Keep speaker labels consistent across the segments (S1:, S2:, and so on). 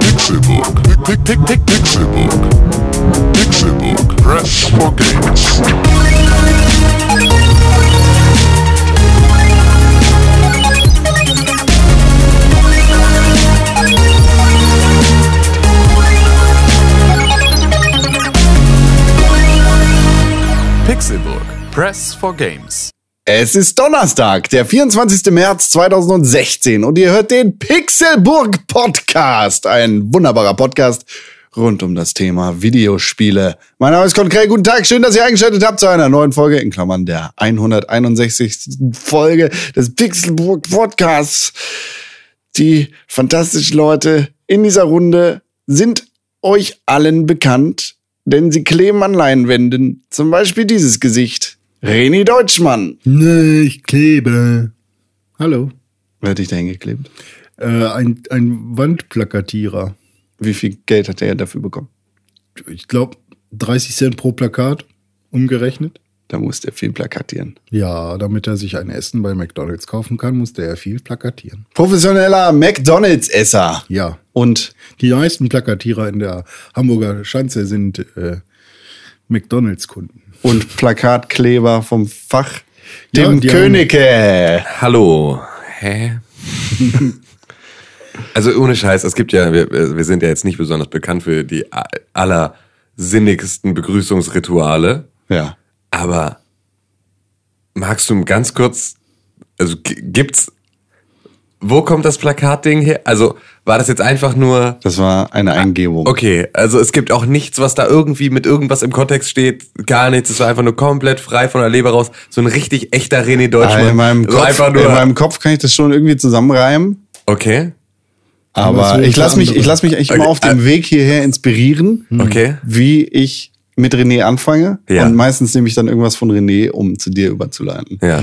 S1: Pixelbook. Pick, pick, pick, Pixelbook. Pixelbook. Press for games.
S2: Pixelburg. Press for Games.
S3: Es ist Donnerstag, der 24. März 2016 und ihr hört den Pixelburg Podcast, ein wunderbarer Podcast rund um das Thema Videospiele. Mein Name ist Konkret, guten Tag, schön, dass ihr eingeschaltet habt zu einer neuen Folge, in Klammern der 161. Folge des Pixelburg Podcasts. Die fantastischen Leute in dieser Runde sind euch allen bekannt, denn sie kleben an Leinwänden, zum Beispiel dieses Gesicht. Reni Deutschmann.
S4: Nee, ich klebe. Hallo.
S3: Wer hat dich da hingeklebt?
S4: Äh, ein, ein Wandplakatierer.
S3: Wie viel Geld hat er dafür bekommen?
S4: Ich glaube, 30 Cent pro Plakat umgerechnet.
S3: Da musste er viel plakatieren.
S4: Ja, damit er sich ein Essen bei McDonalds kaufen kann, musste er viel plakatieren.
S3: Professioneller McDonalds-Esser.
S4: Ja.
S3: Und
S4: Die meisten Plakatierer in der Hamburger Schanze sind äh, McDonalds-Kunden.
S3: und Plakatkleber vom Fach.
S4: Ja,
S3: Tim
S4: die haben-
S3: Königke.
S5: Hallo. Hä? also ohne Scheiß, es gibt ja, wir, wir sind ja jetzt nicht besonders bekannt für die a- allersinnigsten Begrüßungsrituale,
S3: Ja.
S5: aber magst du ganz kurz, also g- gibt's, wo kommt das Plakatding her? Also war das jetzt einfach nur,
S3: Das war eine Eingebung.
S5: Ah, okay, also es gibt auch nichts, was da irgendwie mit irgendwas im Kontext steht, gar nichts, es war einfach nur komplett frei von der Leber raus, so ein richtig echter René Deutschmann.
S3: Äh, Ah, In meinem,
S5: so
S3: Kopf,
S5: einfach nur,
S3: in meinem Kopf kann ich das schon irgendwie zusammenreimen.
S5: okay,
S3: Aber
S4: so
S3: ich lasse
S4: für
S3: mich,
S4: andere.
S3: ich lass mich echt immer
S5: Okay, äh, Hm.
S3: auf dem Weg hierher inspirieren,
S5: okay.
S3: wie ich mit René anfange.
S5: Ja.
S3: Und meistens nehme ich dann irgendwas von René, um zu dir überzuleiten.
S5: Ja.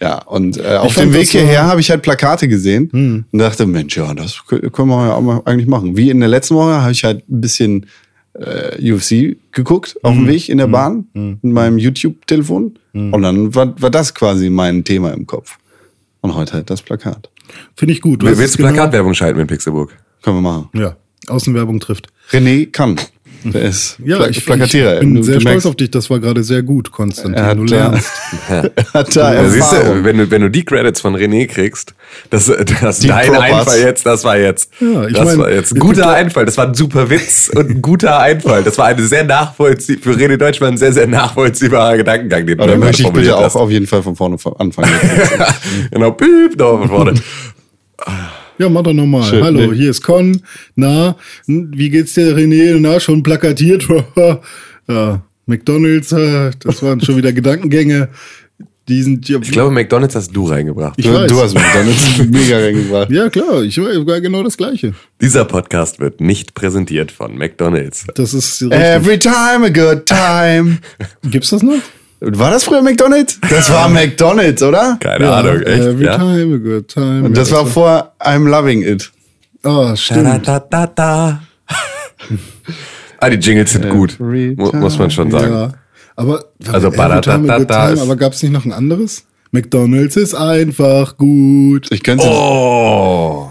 S3: Ja, und äh, auf
S4: fand
S3: dem Weg
S4: das so- Hm.
S3: hierher habe ich halt Plakate gesehen und dachte, Mensch, ja, das kö- können wir ja auch mal eigentlich machen. Wie in der letzten Woche habe ich halt ein bisschen äh, UFC geguckt auf
S4: Hm.
S3: dem Weg in der Bahn mit meinem YouTube-Telefon. Und dann war, war das quasi mein Thema im Kopf. Und heute halt das Plakat.
S4: Finde ich gut.
S5: Willst
S4: Das
S5: du
S4: ist
S5: Plakatwerbung schalten mit Pixelburg?
S3: Können wir machen.
S4: Genau, ja, Außenwerbung trifft.
S3: René kann. Der ist
S4: Ja,
S3: Pla-
S4: ich,
S3: Plakatierer.
S4: ich bin
S3: Du-
S4: sehr
S3: du
S4: stolz
S3: merkst,
S4: auf dich. Das war gerade sehr gut, Konstantin.
S3: Er hat äh,
S4: du
S3: da-
S4: lernst.
S3: Hat da
S5: Ja, siehst
S3: Erfahrung.
S5: du, wenn du, wenn du die Credits von René kriegst, das, das
S3: Die
S5: dein
S3: Propas.
S5: Einfall jetzt, das war jetzt,
S4: Ja, ich
S5: das
S4: mein,
S5: war jetzt ein
S4: ich
S5: guter
S4: bin-
S5: Einfall, das war ein super Witz und ein guter Einfall. Das war eine sehr nachvollziehbare, für René Deutschmann ein sehr, sehr nachvollziehbarer Gedankengang, den
S3: Aber dann
S5: gerade
S3: möchte ich bitte
S5: formuliert
S3: auch
S5: hast.
S3: auf jeden Fall von vorne anfangen.
S5: genau, piep, noch von vorne.
S4: Ja, mach doch nochmal.
S3: Schön,
S4: Hallo,
S3: ne?
S4: hier ist Con. Na, n- wie geht's dir, René? Na, schon plakatiert? ja, McDonalds, äh, das waren schon wieder Gedankengänge. Die sind ja.
S5: Ich glaube, McDonalds hast du reingebracht.
S4: Ich
S3: Du,
S4: weiß.
S3: du hast mich dann mega reingebracht.
S4: ja, klar, ich war genau das Gleiche.
S5: Dieser Podcast wird nicht präsentiert von McDonalds.
S4: Das ist.
S5: Äh,
S4: richtig.
S3: Every time a good time.
S4: Gibt's das noch?
S3: War das früher McDonalds? Das war McDonalds, oder?
S5: Keine Ahnung,
S4: äh,
S5: echt,
S4: Every
S5: ja.
S4: time, a good time.
S3: Und das war vor I'm Loving It.
S4: Ah,
S5: Da,
S4: stimmt.
S5: da, da, da. ah, die Jingles sind gut,
S3: Every
S5: mu- muss man schon sagen.
S4: Äh, Ja. Aber.
S5: Also,
S4: Every time, a good
S5: badadadada
S4: time,
S5: ist-
S4: aber gab's nicht noch ein anderes? McDonalds ist einfach gut.
S3: Ich könnte
S5: Oh.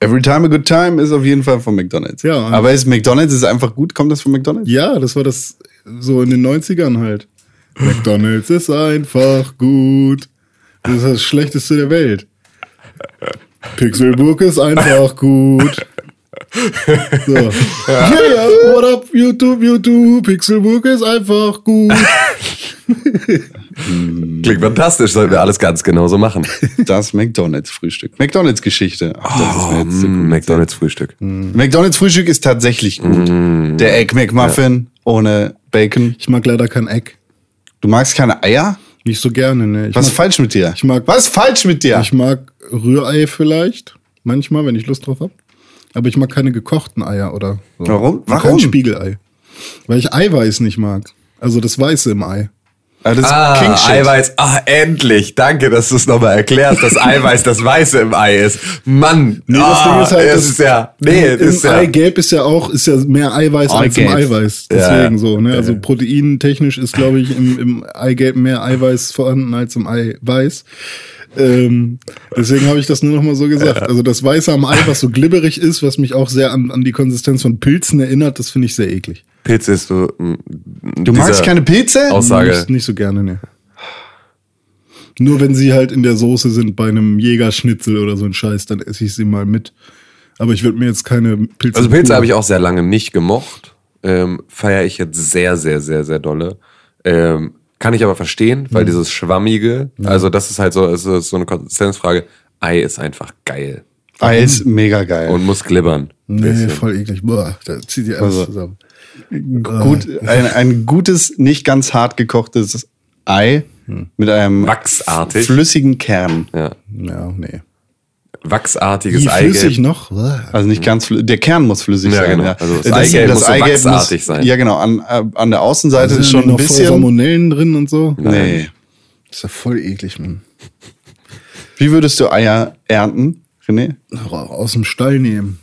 S3: Every Time a Good Time ist auf jeden Fall von McDonalds.
S4: Ja.
S3: Aber ist McDonalds ist einfach gut? Kommt das von McDonalds?
S4: Ja, das war das so in den 90ern halt. McDonalds ist einfach gut. Das ist das Schlechteste der Welt. Pixelburg ist einfach gut. So. Yeah, yeah, what up, YouTube, YouTube? Pixelburg ist einfach gut.
S5: Klingt fantastisch, sollten wir alles ganz genauso machen.
S3: Das McDonalds-Frühstück. McDonalds-Geschichte. Ach, das ist mir
S5: Oh,
S3: jetzt zu
S5: mm, McDonalds Frühstück.
S4: Hm.
S3: gut. McDonalds-Frühstück ist tatsächlich gut.
S4: Mm.
S3: Der Egg McMuffin ohne Bacon.
S4: Ich mag leider kein Eck.
S3: Du magst keine Eier?
S4: Nicht so gerne, ne? Ich
S3: Was ist
S4: mag,
S3: falsch mit dir?
S4: ich mag-
S3: Was ist falsch mit dir?
S4: ich mag Rührei vielleicht. Manchmal, wenn ich Lust drauf hab. Aber ich mag keine gekochten Eier oder so.
S3: Warum?
S4: Warum?
S3: Warum?
S4: Kein Spiegelei. Weil ich Eiweiß nicht mag. Also das Weiße im Ei.
S3: Ah, das ist
S5: Ah,
S3: King-Shit.
S5: Eiweiß. Ach, endlich. Danke, dass du es nochmal erklärst, dass Eiweiß das Weiße im Ei ist. Mann.
S4: Nee, das
S5: ah,
S4: Ding ist halt,
S5: es
S4: dass
S5: ist ja, nee,
S4: im
S5: es ist ja.
S4: Eigelb ist ja auch, ist ja mehr Eiweiß als im
S3: Eigelb.
S4: Eiweiß. Deswegen so, ne? Also proteintechnisch ist, glaube ich, im, im Eigelb mehr Eiweiß vorhanden als im Eiweiß. Ähm, deswegen habe ich das nur noch mal so gesagt. Also das Weiße am Ei, was so glibberig ist, was mich auch sehr an, an die Konsistenz von Pilzen erinnert, das finde ich sehr eklig.
S5: Pilze ist so. mm,
S3: Du
S5: dieser
S3: magst keine Pilze?
S5: Aussage.
S4: Nicht, nicht so gerne, ne. Nur wenn sie halt in der Soße sind bei einem Jägerschnitzel oder so ein Scheiß, dann esse ich sie mal mit. Aber ich würde mir jetzt keine Pilze.
S5: Also Pilze habe ich auch sehr lange nicht gemocht. Ähm, Feiere ich jetzt sehr, sehr, sehr, sehr dolle. Ähm, kann ich aber verstehen,
S4: Mhm.
S5: weil dieses Schwammige, also das ist halt so, es ist so eine Konsistenzfrage. Ei ist einfach geil
S3: Ei Ah, ist mega geil.
S5: und muss glibbern.
S4: Nee, voll eklig. Boah, da zieht ihr alles
S3: Also,
S4: zusammen.
S3: Gut, ein, ein gutes, nicht ganz hart gekochtes Ei
S5: Hm.
S3: mit einem
S5: Wachsartig.
S3: flüssigen Kern.
S5: Ja.
S4: Äh, Ja, nee.
S5: Wachsartiges
S4: Wie flüssig
S5: Eigelb.
S4: noch? Boah.
S3: Also nicht ganz, flü- der Kern muss flüssig
S5: Hm. Ja,
S3: sein.
S5: genau.
S3: Ja.
S5: Also das
S3: Äh,
S5: Eigelb muss so
S3: Eigelb
S5: wachsartig sein.
S3: Ja, genau. An, äh, an der Außenseite
S4: Da
S3: ist
S4: sind
S3: schon
S4: noch
S3: ein
S4: voll
S3: bisschen.
S4: Salmonellen drin und so.
S3: Nee.
S4: Ist ja voll eklig, Mann.
S3: Wie würdest du Eier ernten, René?
S4: Ra- Aus dem Stall nehmen.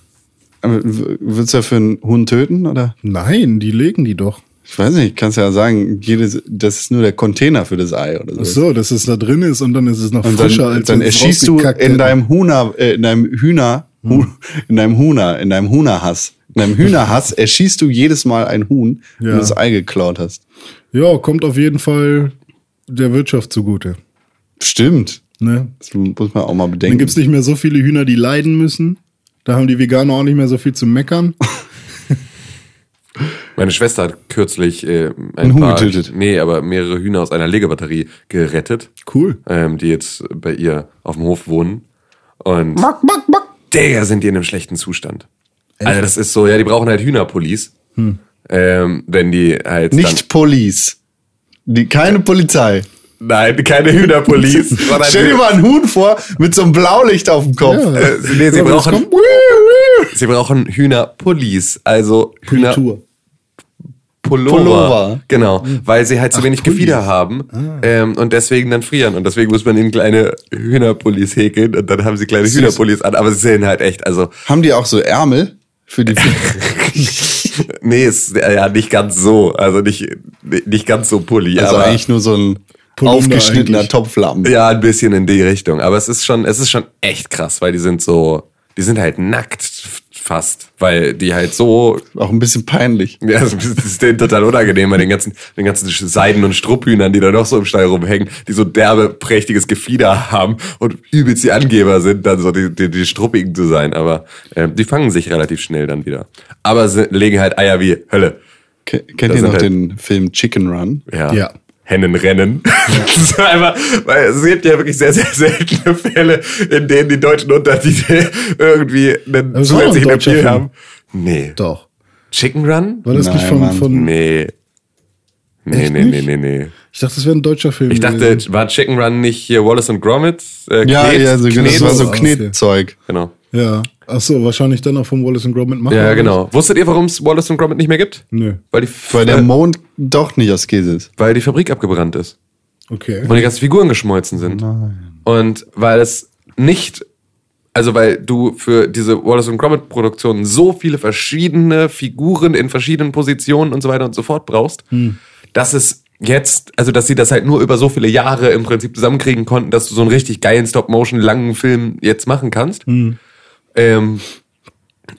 S3: Äh, w- Würdest du dafür einen Huhn töten oder?
S4: Nein, die legen die doch.
S3: Ich weiß nicht, kannst ja sagen, jedes, das ist nur der Container für das Ei oder so.
S4: Ach so, dass es da drin ist und dann ist es noch
S3: Und
S4: frischer
S3: dann,
S4: als
S3: dann
S4: wenn sie
S3: erschießt du
S4: rausgekackt
S3: in
S4: hätten.
S3: deinem Huna, äh, in deinem Hühner,
S4: Hm.
S3: Hu- in deinem Huna, in deinem Hühnerhass, in deinem Hühnerhass erschießt du jedes Mal ein Huhn, wenn
S4: Ja.
S3: du das Ei geklaut hast.
S4: Ja, kommt auf jeden Fall der Wirtschaft zugute.
S3: Stimmt.
S4: Ne?
S3: Das muss man auch mal bedenken.
S4: Dann gibt's nicht mehr so viele Hühner, die leiden müssen. Da haben die Veganer auch nicht mehr so viel zu meckern.
S5: Meine Schwester hat kürzlich äh, ein
S3: Einen Huhn
S5: paar,
S3: getötet.
S5: Nee, aber mehrere Hühner aus einer Legebatterie gerettet.
S4: Cool.
S5: ähm, die jetzt bei ihr auf dem Hof wohnen. Und mack, mack, mack. Digga, sind die in einem schlechten Zustand. Also das ist so, ja, die brauchen halt Hühnerpullis. Ähm, wenn die halt
S3: Hm. nicht Police. Die, keine Polizei.
S5: dann, nein, keine Hühnerpullis. sondern
S3: Stell dir
S5: Hüh-
S3: mal ein Huhn vor mit so einem Blaulicht auf dem Kopf.
S4: Ja.
S5: äh, nee, sie,
S4: Ja, wenn es
S5: brauchen,
S4: kommt,
S5: sie brauchen Hühnerpullis, also Hühner
S4: Tour.
S5: Pullover.
S3: Pullover. Hm.
S5: Genau, weil sie halt zu wenig Gefieder haben
S3: Ah.
S5: ähm, und deswegen dann frieren. Und deswegen muss man ihnen kleine Hühnerpullis häkeln und dann haben sie kleine Hühnerpullis an. Aber sie sehen halt echt, also
S3: Haben die auch so Ärmel für die?
S5: Nee, ist äh, ja nicht ganz so. Also nicht, nicht ganz so Pulli,
S3: also
S5: aber
S3: eigentlich nur so ein
S4: Pullover
S3: aufgeschnittener
S4: eigentlich.
S3: Topflappen.
S5: ja, ein bisschen in die Richtung. Aber es ist schon, es ist schon echt krass, weil die sind so, die sind halt nackt f- fast, weil die halt so,
S3: Auch ein bisschen peinlich.
S5: ja, es ist denen total unangenehm bei den ganzen, den ganzen Seiden- und Strupphühnern, die da noch so im Stall rumhängen, die so derbe, prächtiges Gefieder haben und übelst die Angeber sind, dann so die, die, die Struppigen zu sein. Aber ähm, die fangen sich relativ schnell dann wieder. Aber sie legen halt Eier wie Hölle.
S3: Ke- Kennt
S5: Das
S3: ihr
S5: sind
S3: noch
S5: halt-
S3: den Film Chicken Run?
S5: Ja.
S4: Ja.
S5: Hennenrennen. Das ist einfach, weil es gibt ja wirklich sehr, sehr seltene Fälle, in denen die deutschen Untertitel irgendwie einen
S4: Das war doch ein
S5: zusätzlichen
S4: deutscher
S5: Appeal
S4: Film.
S5: haben. Nee.
S4: Doch.
S5: Chicken Run?
S4: War das
S3: Nein,
S4: nicht von,
S3: Mann.
S4: von.
S5: Nee. Nee,
S4: Echt
S5: nee, nee,
S4: nicht?
S5: nee, nee.
S4: Ich dachte, das wäre ein deutscher Film.
S5: Ich dachte,
S4: gewesen.
S5: war Chicken Run nicht hier Wallace und Gromit? Äh,
S3: Ja,
S5: Knet?
S3: ja, so, genau, das
S5: Knet?
S3: war so
S4: Okay.
S3: Knetzeug.
S5: Genau.
S4: Ja. Ach so, wahrscheinlich dann auch vom Wallace and Gromit machen.
S5: Ja, genau. Wusstet ihr, warum es Wallace und Gromit nicht mehr gibt?
S4: Nö.
S5: Weil die,
S3: Weil der
S5: äh,
S3: Mond doch nicht aus Käse ist.
S5: weil die Fabrik abgebrannt ist.
S4: Okay.
S5: Und die ganzen Figuren geschmolzen sind. Und weil es nicht, also weil du für diese Wallace und Gromit Produktionen so viele verschiedene Figuren in verschiedenen Positionen und so weiter und so fort brauchst, dass es jetzt, also dass sie das halt nur über so viele Jahre im Prinzip zusammenkriegen konnten, dass du so einen richtig geilen Stop-Motion langen Film jetzt machen kannst. Ähm,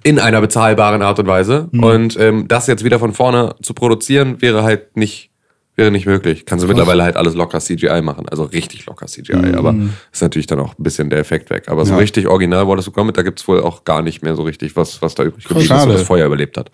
S5: in einer bezahlbaren Art und Weise.
S3: Mhm.
S5: Und ähm, das jetzt wieder von vorne zu produzieren, wäre halt nicht, wäre nicht möglich. Kannst du mittlerweile halt alles locker CGI machen. Also richtig locker CGI. Aber ist natürlich dann auch ein bisschen der Effekt weg. Aber so
S3: Mhm. Ja.
S5: richtig original Wallace and Gromit, da gibt's wohl auch gar nicht mehr so richtig, was, was da übrig geblieben ist,
S3: Schade.
S5: wo das Feuer überlebt hat.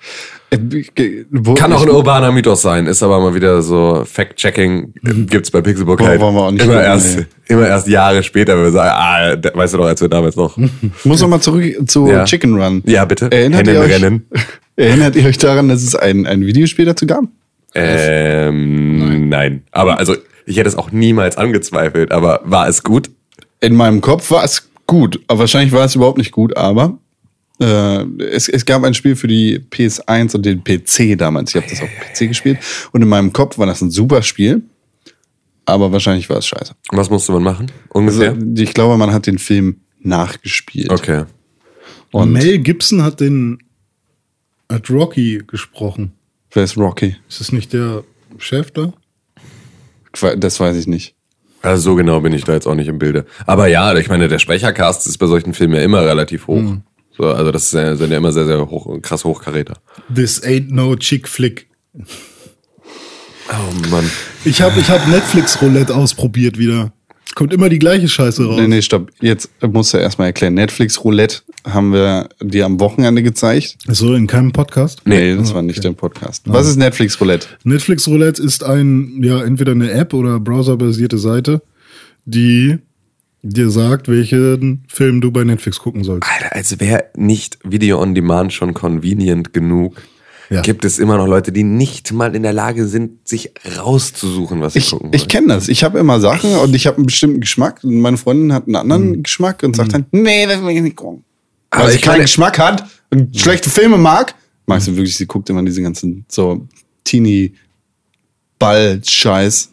S3: Äh, ge- wo-
S5: Kann auch ein urbaner Mythos sein, ist aber mal wieder so Fact-Checking äh, gibt's bei Pixelbook
S3: Mhm. Boah,
S5: halt
S3: wollen wir auch
S5: immer
S3: nicht gucken,
S5: erst,
S3: ey.
S5: immer erst Jahre später, wenn wir sagen, ah, da- weißt du doch, als wir damals noch.
S3: Ich muss nochmal zurück zu
S5: Ja.
S3: Chicken Run.
S5: Ja, bitte.
S3: Erinnert ihr, euch,
S5: Hennenrennen.
S3: erinnert ihr euch daran, dass es ein, ein Videospiel dazu gab?
S5: Ähm, nein. Aber also, ich hätte es auch niemals angezweifelt, aber war es gut?
S3: In meinem Kopf war es gut. Aber wahrscheinlich war es überhaupt nicht gut, aber äh, es, es gab ein Spiel für die PS1 und den PC damals. Ich habe das auf PC gespielt. Und in meinem Kopf war das ein super Spiel. aber wahrscheinlich war es scheiße.
S5: Was musste man machen?
S3: Also,
S5: Ungefähr?
S3: Ich glaube, man hat den Film nachgespielt.
S5: okay.
S3: Und
S4: Mel Gibson hat den hat Rocky gesprochen.
S3: wer ist Rocky?
S4: Ist das nicht der Chef da?
S3: Que- Das weiß ich nicht.
S5: Also so genau bin ich da jetzt auch nicht im Bilde. Aber ja, ich meine, der Sprechercast ist bei solchen Filmen ja immer relativ hoch. So, also das ist ja, sind ja immer sehr, sehr hoch, krass Hochkaräter.
S4: This ain't no chick flick.
S5: Oh Mann.
S4: Ich habe ich hab Netflix Roulette ausprobiert wieder. Kommt immer die gleiche Scheiße raus.
S3: Nee, nee, stopp. Jetzt musst du erstmal erklären. Netflix Roulette haben wir dir am Wochenende gezeigt.
S4: So in keinem Podcast.
S3: Nee, das war nicht der Podcast. Was ist Netflix Roulette?
S4: Netflix Roulette ist ein ja entweder eine App oder browserbasierte Seite, die dir sagt, welchen Film du bei Netflix gucken sollst.
S5: Alter, als wäre nicht Video on Demand schon convenient genug.
S4: Ja.
S5: Ah, Gibt es immer noch Leute, die nicht mal in der Lage sind, sich rauszusuchen, was sie
S3: Ich,
S5: gucken
S3: ich
S5: wollen.
S3: kenne das. Ich habe immer Sachen und ich habe einen bestimmten Geschmack. Und meine Freundin hat einen anderen Geschmack und sagt dann, nee, das will ich nicht gucken.
S5: Hm. Aber
S3: Weil sie
S5: ich meine- Hm.
S3: keinen Geschmack hat und schlechte Filme mag. Magst du wirklich, sie guckt immer diese ganzen so Teenie-Ball-Scheiß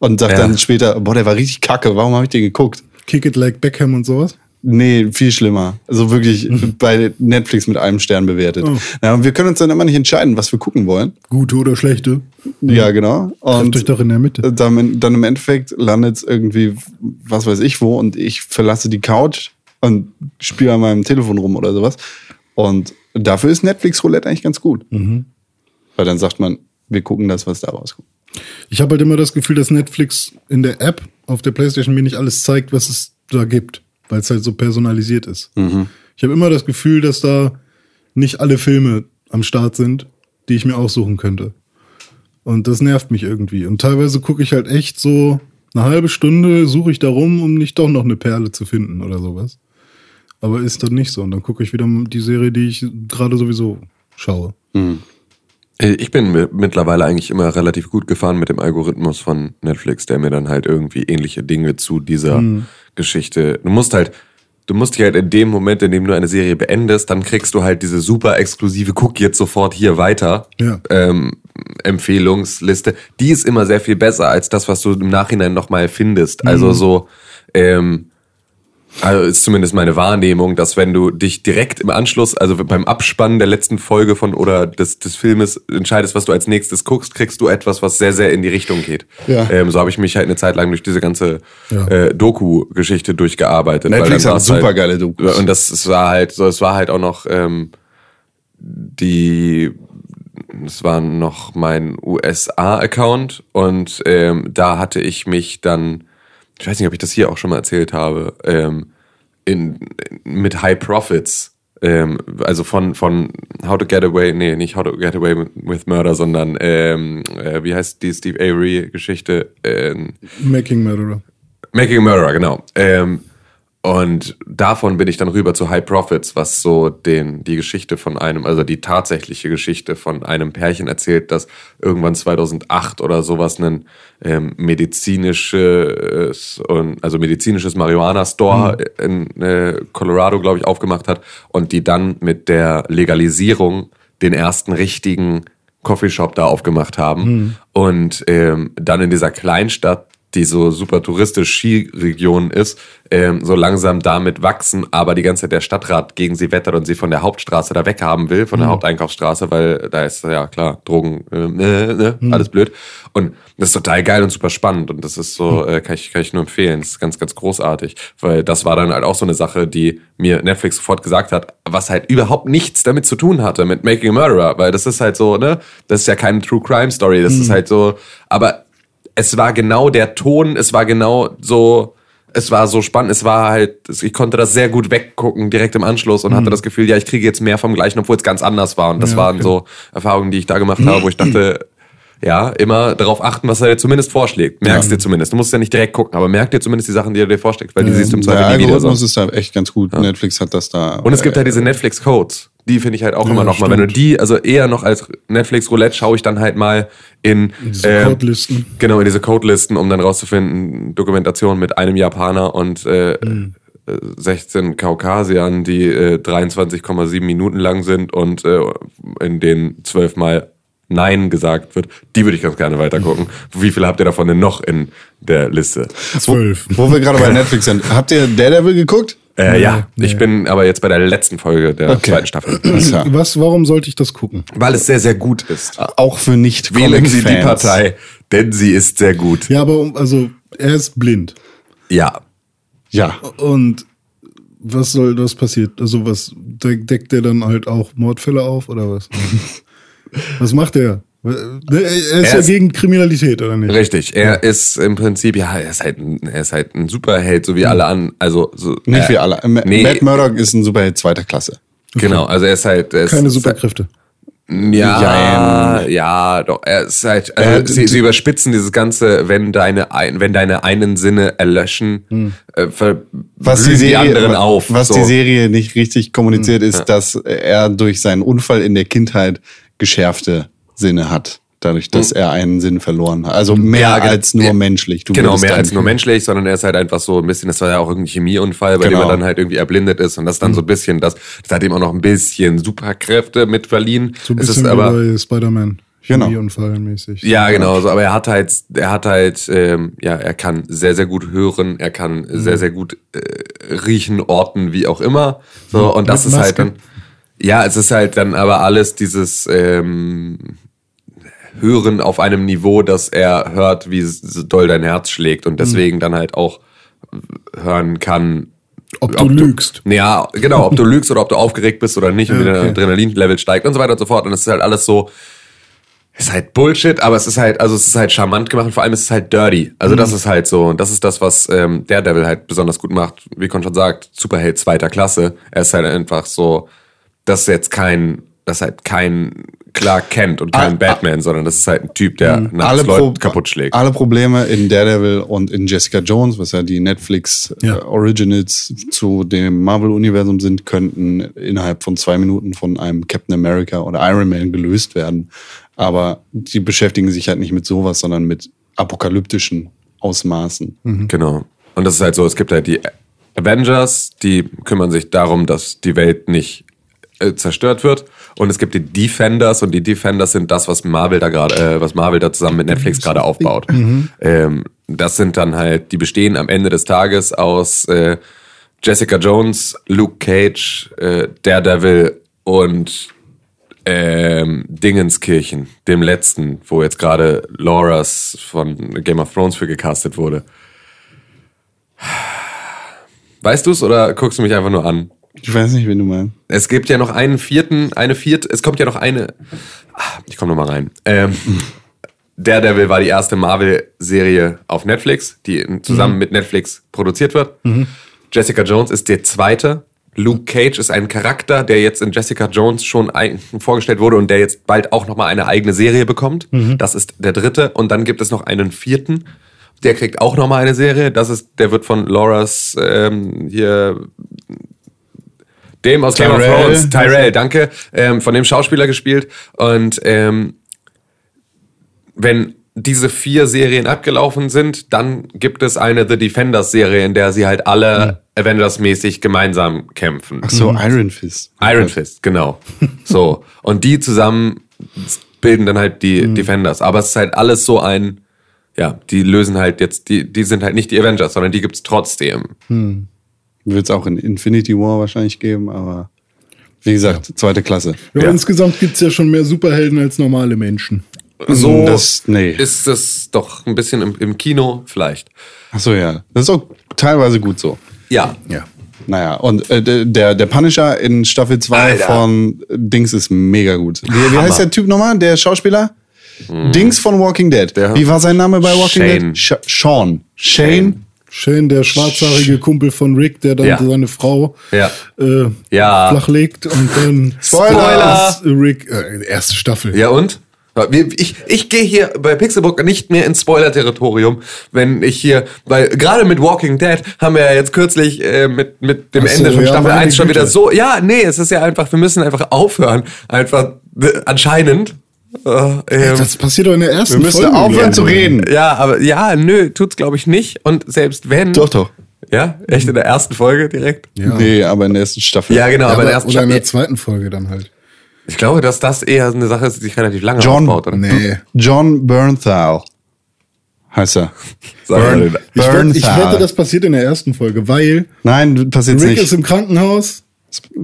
S3: und sagt
S5: Ja.
S3: dann später, boah, der war richtig kacke, warum habe ich den geguckt?
S4: Kick it like Beckham und sowas.
S3: Nee, viel schlimmer. Also wirklich
S5: Hm.
S3: bei Netflix mit einem Stern bewertet.
S4: Oh.
S3: Ja, und wir können uns dann immer nicht entscheiden, was wir gucken wollen.
S4: Gute oder schlechte.
S5: Hm.
S3: Ja, genau.
S4: Trefft euch
S3: Und
S4: doch in der Mitte.
S3: dann, dann im Endeffekt landet es irgendwie, was weiß ich wo, und ich verlasse die Couch und spiele an meinem Telefon rum oder sowas. Und dafür ist Netflix Roulette eigentlich ganz gut. Weil dann sagt man, wir gucken das, was da rauskommt.
S4: Ich habe halt immer das Gefühl, dass Netflix in der App auf der PlayStation mir nicht alles zeigt, was es da gibt, weil es halt so personalisiert ist. Ich habe immer das Gefühl, dass da nicht alle Filme am Start sind, die ich mir aussuchen könnte. Und das nervt mich irgendwie. Und teilweise gucke ich halt echt so eine halbe Stunde, suche ich da rum, um nicht doch noch eine Perle zu finden oder sowas. Aber ist dann nicht so. Und dann gucke ich wieder die Serie, die ich gerade sowieso schaue.
S5: Äh, Ich bin mi- mittlerweile eigentlich immer relativ gut gefahren mit dem Algorithmus von Netflix, der mir dann halt irgendwie ähnliche Dinge zu dieser Geschichte. Du musst halt, du musst dich halt in dem Moment, in dem du eine Serie beendest, dann kriegst du halt diese super exklusive Guck jetzt sofort hier weiter
S4: Ja.
S5: ähm, Empfehlungsliste. Die ist immer sehr viel besser als das, was du im Nachhinein nochmal findest.
S3: Mhm.
S5: Also so, ähm, also ist zumindest meine Wahrnehmung, dass wenn du dich direkt im Anschluss, also beim Abspannen der letzten Folge von oder des, des Filmes entscheidest, was du als nächstes guckst, kriegst du etwas, was sehr, sehr in die Richtung geht.
S3: Ja.
S5: Ähm, so habe ich mich halt eine Zeit lang durch diese ganze
S4: Ja.
S5: äh, Doku-Geschichte durchgearbeitet. weil
S3: Netflix
S5: dann
S3: hat
S5: war's halt-
S3: supergeile Dokus.
S5: Und das es war halt, so, es war halt auch noch ähm, die es war noch mein USA-Account und ähm, da hatte ich mich dann, ich weiß nicht, ob ich das hier auch schon mal erzählt habe, ähm, in, in, mit High Profits, ähm, also von, von How to Get Away, nee, nicht How to Get Away with Murder, sondern ähm, äh, wie heißt die Steve Avery-Geschichte? Ähm,
S4: Making Murderer.
S5: Making a Murderer, genau. Ähm, und davon bin ich dann rüber zu High Profits, was so den, die Geschichte von einem, also die tatsächliche Geschichte von einem Pärchen erzählt, das irgendwann 2008 oder sowas einen ähm, medizinisches und also medizinisches Marihuana-Store in äh, Colorado, glaube ich, aufgemacht hat und die dann mit der Legalisierung den ersten richtigen Coffeeshop da aufgemacht haben und ähm, dann in dieser Kleinstadt die so super touristisch Skiregion ist, ähm, so langsam damit wachsen, aber die ganze Zeit der Stadtrat gegen sie wettert und sie von der Hauptstraße da weghaben will, von der Haupteinkaufsstraße, weil da ist ja klar, Drogen, äh, äh, äh, alles blöd. Und das ist total geil und super spannend und das ist so, äh, kann, ich, kann ich nur empfehlen, das ist ganz, ganz großartig, weil das war dann halt auch so eine Sache, die mir Netflix sofort gesagt hat, was halt überhaupt nichts damit zu tun hatte, mit Making a Murderer, weil das ist halt so, ne, das ist ja keine True Crime Story, das ist halt so, aber es war genau der Ton, es war genau so, es war so spannend, es war halt, ich konnte das sehr gut weggucken direkt im Anschluss und hatte das Gefühl, ja, ich kriege jetzt mehr vom Gleichen, obwohl es ganz anders war. Und das waren so Erfahrungen, die ich da gemacht habe, wo ich dachte, ja, immer darauf achten, was er dir zumindest vorschlägt. Merkst dir zumindest. Du musst ja nicht direkt gucken, aber merk dir zumindest die Sachen, die er dir vorschlägt, weil die siehst du im
S3: Der
S5: Zweifel nie wieder.
S3: Algorithmus
S5: Sonst.
S3: ist da echt ganz gut. Netflix hat das da. äh,
S5: Und es gibt halt diese Netflix-Codes. Die finde ich halt auch immer noch mal. Wenn du
S4: stimmt.
S5: die, also eher noch als Netflix-Roulette, schaue ich dann halt mal in,
S4: Diese
S5: ähm,
S4: Codelisten.
S5: Genau, in diese Codelisten, um dann rauszufinden, Dokumentation mit einem Japaner und äh, äh, 16 Kaukasiern, die äh, 23,7 Minuten lang sind und äh, in denen zwölfmal Nein gesagt wird, die würde ich ganz gerne weitergucken. Wie viele habt ihr davon denn noch in der Liste?
S4: Zwölf.
S3: Wo wir gerade bei Netflix sind. Habt ihr Daredevil geguckt?
S5: Äh, ja, ich bin aber jetzt bei der letzten Folge der
S3: Okay.
S5: zweiten Staffel.
S3: Alles klar.
S4: Was, warum sollte ich das gucken?
S5: Weil es sehr, sehr gut ist.
S3: Auch für nicht
S5: Wählen Sie die
S3: Comic-Fans.
S5: Partei, denn sie ist sehr gut.
S4: Ja, aber um- also er ist blind.
S5: Ja.
S3: Ja.
S4: Und was soll das passiert? Also was de- deckt der dann halt auch Mordfälle auf oder was? was macht er? Er ist ja
S5: ist-
S4: gegen Kriminalität oder nicht?
S5: Richtig, er ist im Prinzip, ja, er ist halt ein, er ist halt ein Superheld, so wie alle an, also so,
S3: Mhm. Nicht
S5: äh,
S3: wie alle. Ma-
S5: Nee,
S3: Matt Murdock ist ein Superheld zweiter Klasse.
S5: genau, also er ist halt er ist,
S4: Keine Superkräfte.
S5: Ja, ja, doch. Er ist halt, also
S3: Äh,
S5: sie, sie überspitzen dieses ganze, wenn deine ein, wenn deine einen Sinne erlöschen,
S3: Mhm.
S5: äh, ver- blühen die anderen auf.
S3: was
S5: so. Hm,
S3: die Serie nicht richtig kommuniziert, ist, dass er durch seinen Unfall in der Kindheit geschärfte Sinne hat. Dadurch, dass er einen Sinn verloren hat. Also mehr
S5: Hm. Ja, genau.
S3: als nur
S5: Ja.
S3: menschlich. Du
S5: Genau,
S3: würdest
S5: mehr
S3: dann-
S5: als nur menschlich, sondern er ist halt einfach so ein bisschen, das war ja auch irgendein Chemieunfall, bei
S3: Genau. Mhm.
S5: dem er dann halt irgendwie erblindet ist und das dann so ein bisschen, das, das hat ihm auch noch ein bisschen Superkräfte mit verliehen.
S4: So ein
S5: es
S4: bisschen
S5: ist aber,
S4: wie bei Spider-Man.
S3: Genau.
S4: Chemieunfallmäßig.
S5: Ja, genau. So, aber er hat halt, er hat halt, ähm, ja, er kann sehr, sehr gut hören, er kann
S4: Mhm.
S5: sehr, sehr gut äh, riechen, orten, wie auch immer. So, und das
S4: Mit
S5: ist halt
S4: Maske.
S5: dann, ja, es ist halt dann aber alles dieses ähm, Hören auf einem Niveau, dass er hört, wie s- so doll dein Herz schlägt
S4: Mhm.
S5: und deswegen dann halt auch hören kann.
S4: Ob du lügst.
S5: Ja, genau, ob du lügst oder ob du aufgeregt bist oder nicht und wie
S4: Ja,
S5: dein
S4: okay.
S5: Adrenalinlevel steigt und so weiter und so fort. Und es ist halt alles so, ist halt Bullshit, aber es ist halt, also es ist halt charmant gemacht und vor allem ist es halt dirty. Also das ist halt so, und das ist das, was ähm, Daredevil halt besonders gut macht. Wie Con schon sagt, Superheld zweiter Klasse. Er ist halt einfach so, das ist jetzt kein, das ist halt kein Clark Kent und kein
S3: Ah, Mhm.
S5: Batman, sondern das ist halt ein Typ, der nachts
S3: alle, Pro
S5: Leute kaputt schlägt.
S3: alle Probleme in Daredevil und in Jessica Jones, was ja die Netflix
S4: Ja.
S3: äh, Originals zu dem Marvel-Universum sind, könnten innerhalb von zwei Minuten von einem Captain America oder Iron Man gelöst werden. Aber die beschäftigen sich halt nicht mit sowas, sondern mit apokalyptischen Ausmaßen.
S5: Genau. Und das ist halt so, es gibt halt die Avengers, die kümmern sich darum, dass die Welt nicht äh, zerstört wird. Und es gibt die Defenders und die Defenders sind das, was Marvel da gerade, äh, was Marvel da zusammen mit Netflix gerade aufbaut. Ähm, das sind dann halt, die bestehen am Ende des Tages aus äh, Jessica Jones, Luke Cage, äh, Daredevil und ähm, Dingenskirchen, dem letzten, wo jetzt gerade Loras von Game of Thrones für gecastet wurde. Weißt du es oder guckst du mich einfach nur an?
S3: Ich weiß nicht, wen du meinst.
S5: Es gibt ja noch einen vierten, eine vierte, es kommt ja noch eine. Ah, Ich komme nochmal rein. Ähm, Daredevil war die erste Marvel-Serie auf Netflix, die in- zusammen mit Netflix produziert wird. Jessica Jones ist der zweite. Luke Cage ist ein Charakter, der jetzt in Jessica Jones schon ein, vorgestellt wurde und der jetzt bald auch nochmal eine eigene Serie bekommt. Das ist der dritte. Und dann gibt es noch einen vierten. Der kriegt auch nochmal eine Serie. Das ist, der wird von Laura's ähm, hier dem aus Game of
S3: Tyrell.
S5: Thrones, Tyrell, danke, ähm, von dem Schauspieler gespielt. Und ähm, wenn diese vier Serien abgelaufen sind, dann gibt es eine The Defenders-Serie, in der sie halt alle Avengers-mäßig gemeinsam kämpfen.
S3: Ach so, Iron Fist.
S5: Iron Fist, genau. So. Und die zusammen bilden dann halt die
S3: Mhm.
S5: Defenders. Aber es ist halt alles so ein, ja, die lösen halt jetzt, die, die sind halt nicht die Avengers, sondern die gibt's trotzdem.
S3: Wird es auch in Infinity War wahrscheinlich geben, aber wie gesagt, zweite Klasse.
S4: Ja,
S5: Ja.
S4: Insgesamt gibt's ja schon mehr Superhelden als normale Menschen.
S5: So
S3: Mhm, das, nee.
S5: ist das doch ein bisschen im, im Kino vielleicht.
S3: Ach so, ja. Das ist auch teilweise gut so.
S5: Ja.
S4: Ja.
S3: Naja, und äh, der- der, der Punisher in Staffel 2
S5: Alter.
S3: von Dings ist mega gut. Wie, wie heißt der Typ nochmal, der Schauspieler? Dings von Walking Dead.
S5: Der-
S3: wie war sein Name bei Walking
S5: Shane.
S3: Dead? Sh Sean. Shane?
S4: Shane, der schwarzhaarige Kumpel von Rick, der dann
S5: Ja.
S4: seine Frau
S5: Ja.
S4: äh,
S5: Ja.
S4: flachlegt und dann
S3: Spoiler!
S4: Ist Rick, äh, erste Staffel.
S5: Ja und? Wir- Ich, ich gehe hier bei Pixelbook nicht mehr ins Spoiler-Territorium, wenn ich hier, weil gerade mit Walking Dead haben wir ja jetzt kürzlich äh, mit, mit dem
S4: Ach so,
S5: Ende von
S4: ja,
S5: Staffel
S4: meine
S5: 1 schon
S4: Güte.
S5: wieder so, ja, nee, es ist ja einfach, wir müssen einfach aufhören, einfach äh, anscheinend. Äh, ähm,
S4: Das passiert doch in der ersten
S3: Wir müssen
S4: Folge.
S3: aufhören zu
S4: glaub ich.
S3: reden.
S5: ja, aber ja, nö, tut's glaube ich nicht und selbst wenn.
S3: Doch, doch.
S5: Ja, echt in der ersten Folge direkt?
S4: Ja.
S3: Nee, aber in der ersten Staffel.
S5: Ja,
S4: Ja,
S5: genau, aber in
S4: aber,
S5: der ersten
S4: oder in der
S5: Staffel.
S4: zweiten Folge dann halt.
S5: Ich glaube, dass das eher eine Sache ist, die sich relativ lange
S3: John-
S5: aufbaut. Oder?
S4: Nee.
S3: John Bernthal heißt er.
S5: Sag mal den-
S4: Ich wette, ich
S3: Bernthal.
S4: wette, das passiert in der ersten Folge, weil
S3: Nein, passiert
S4: Rick
S3: nicht.
S4: ist im Krankenhaus.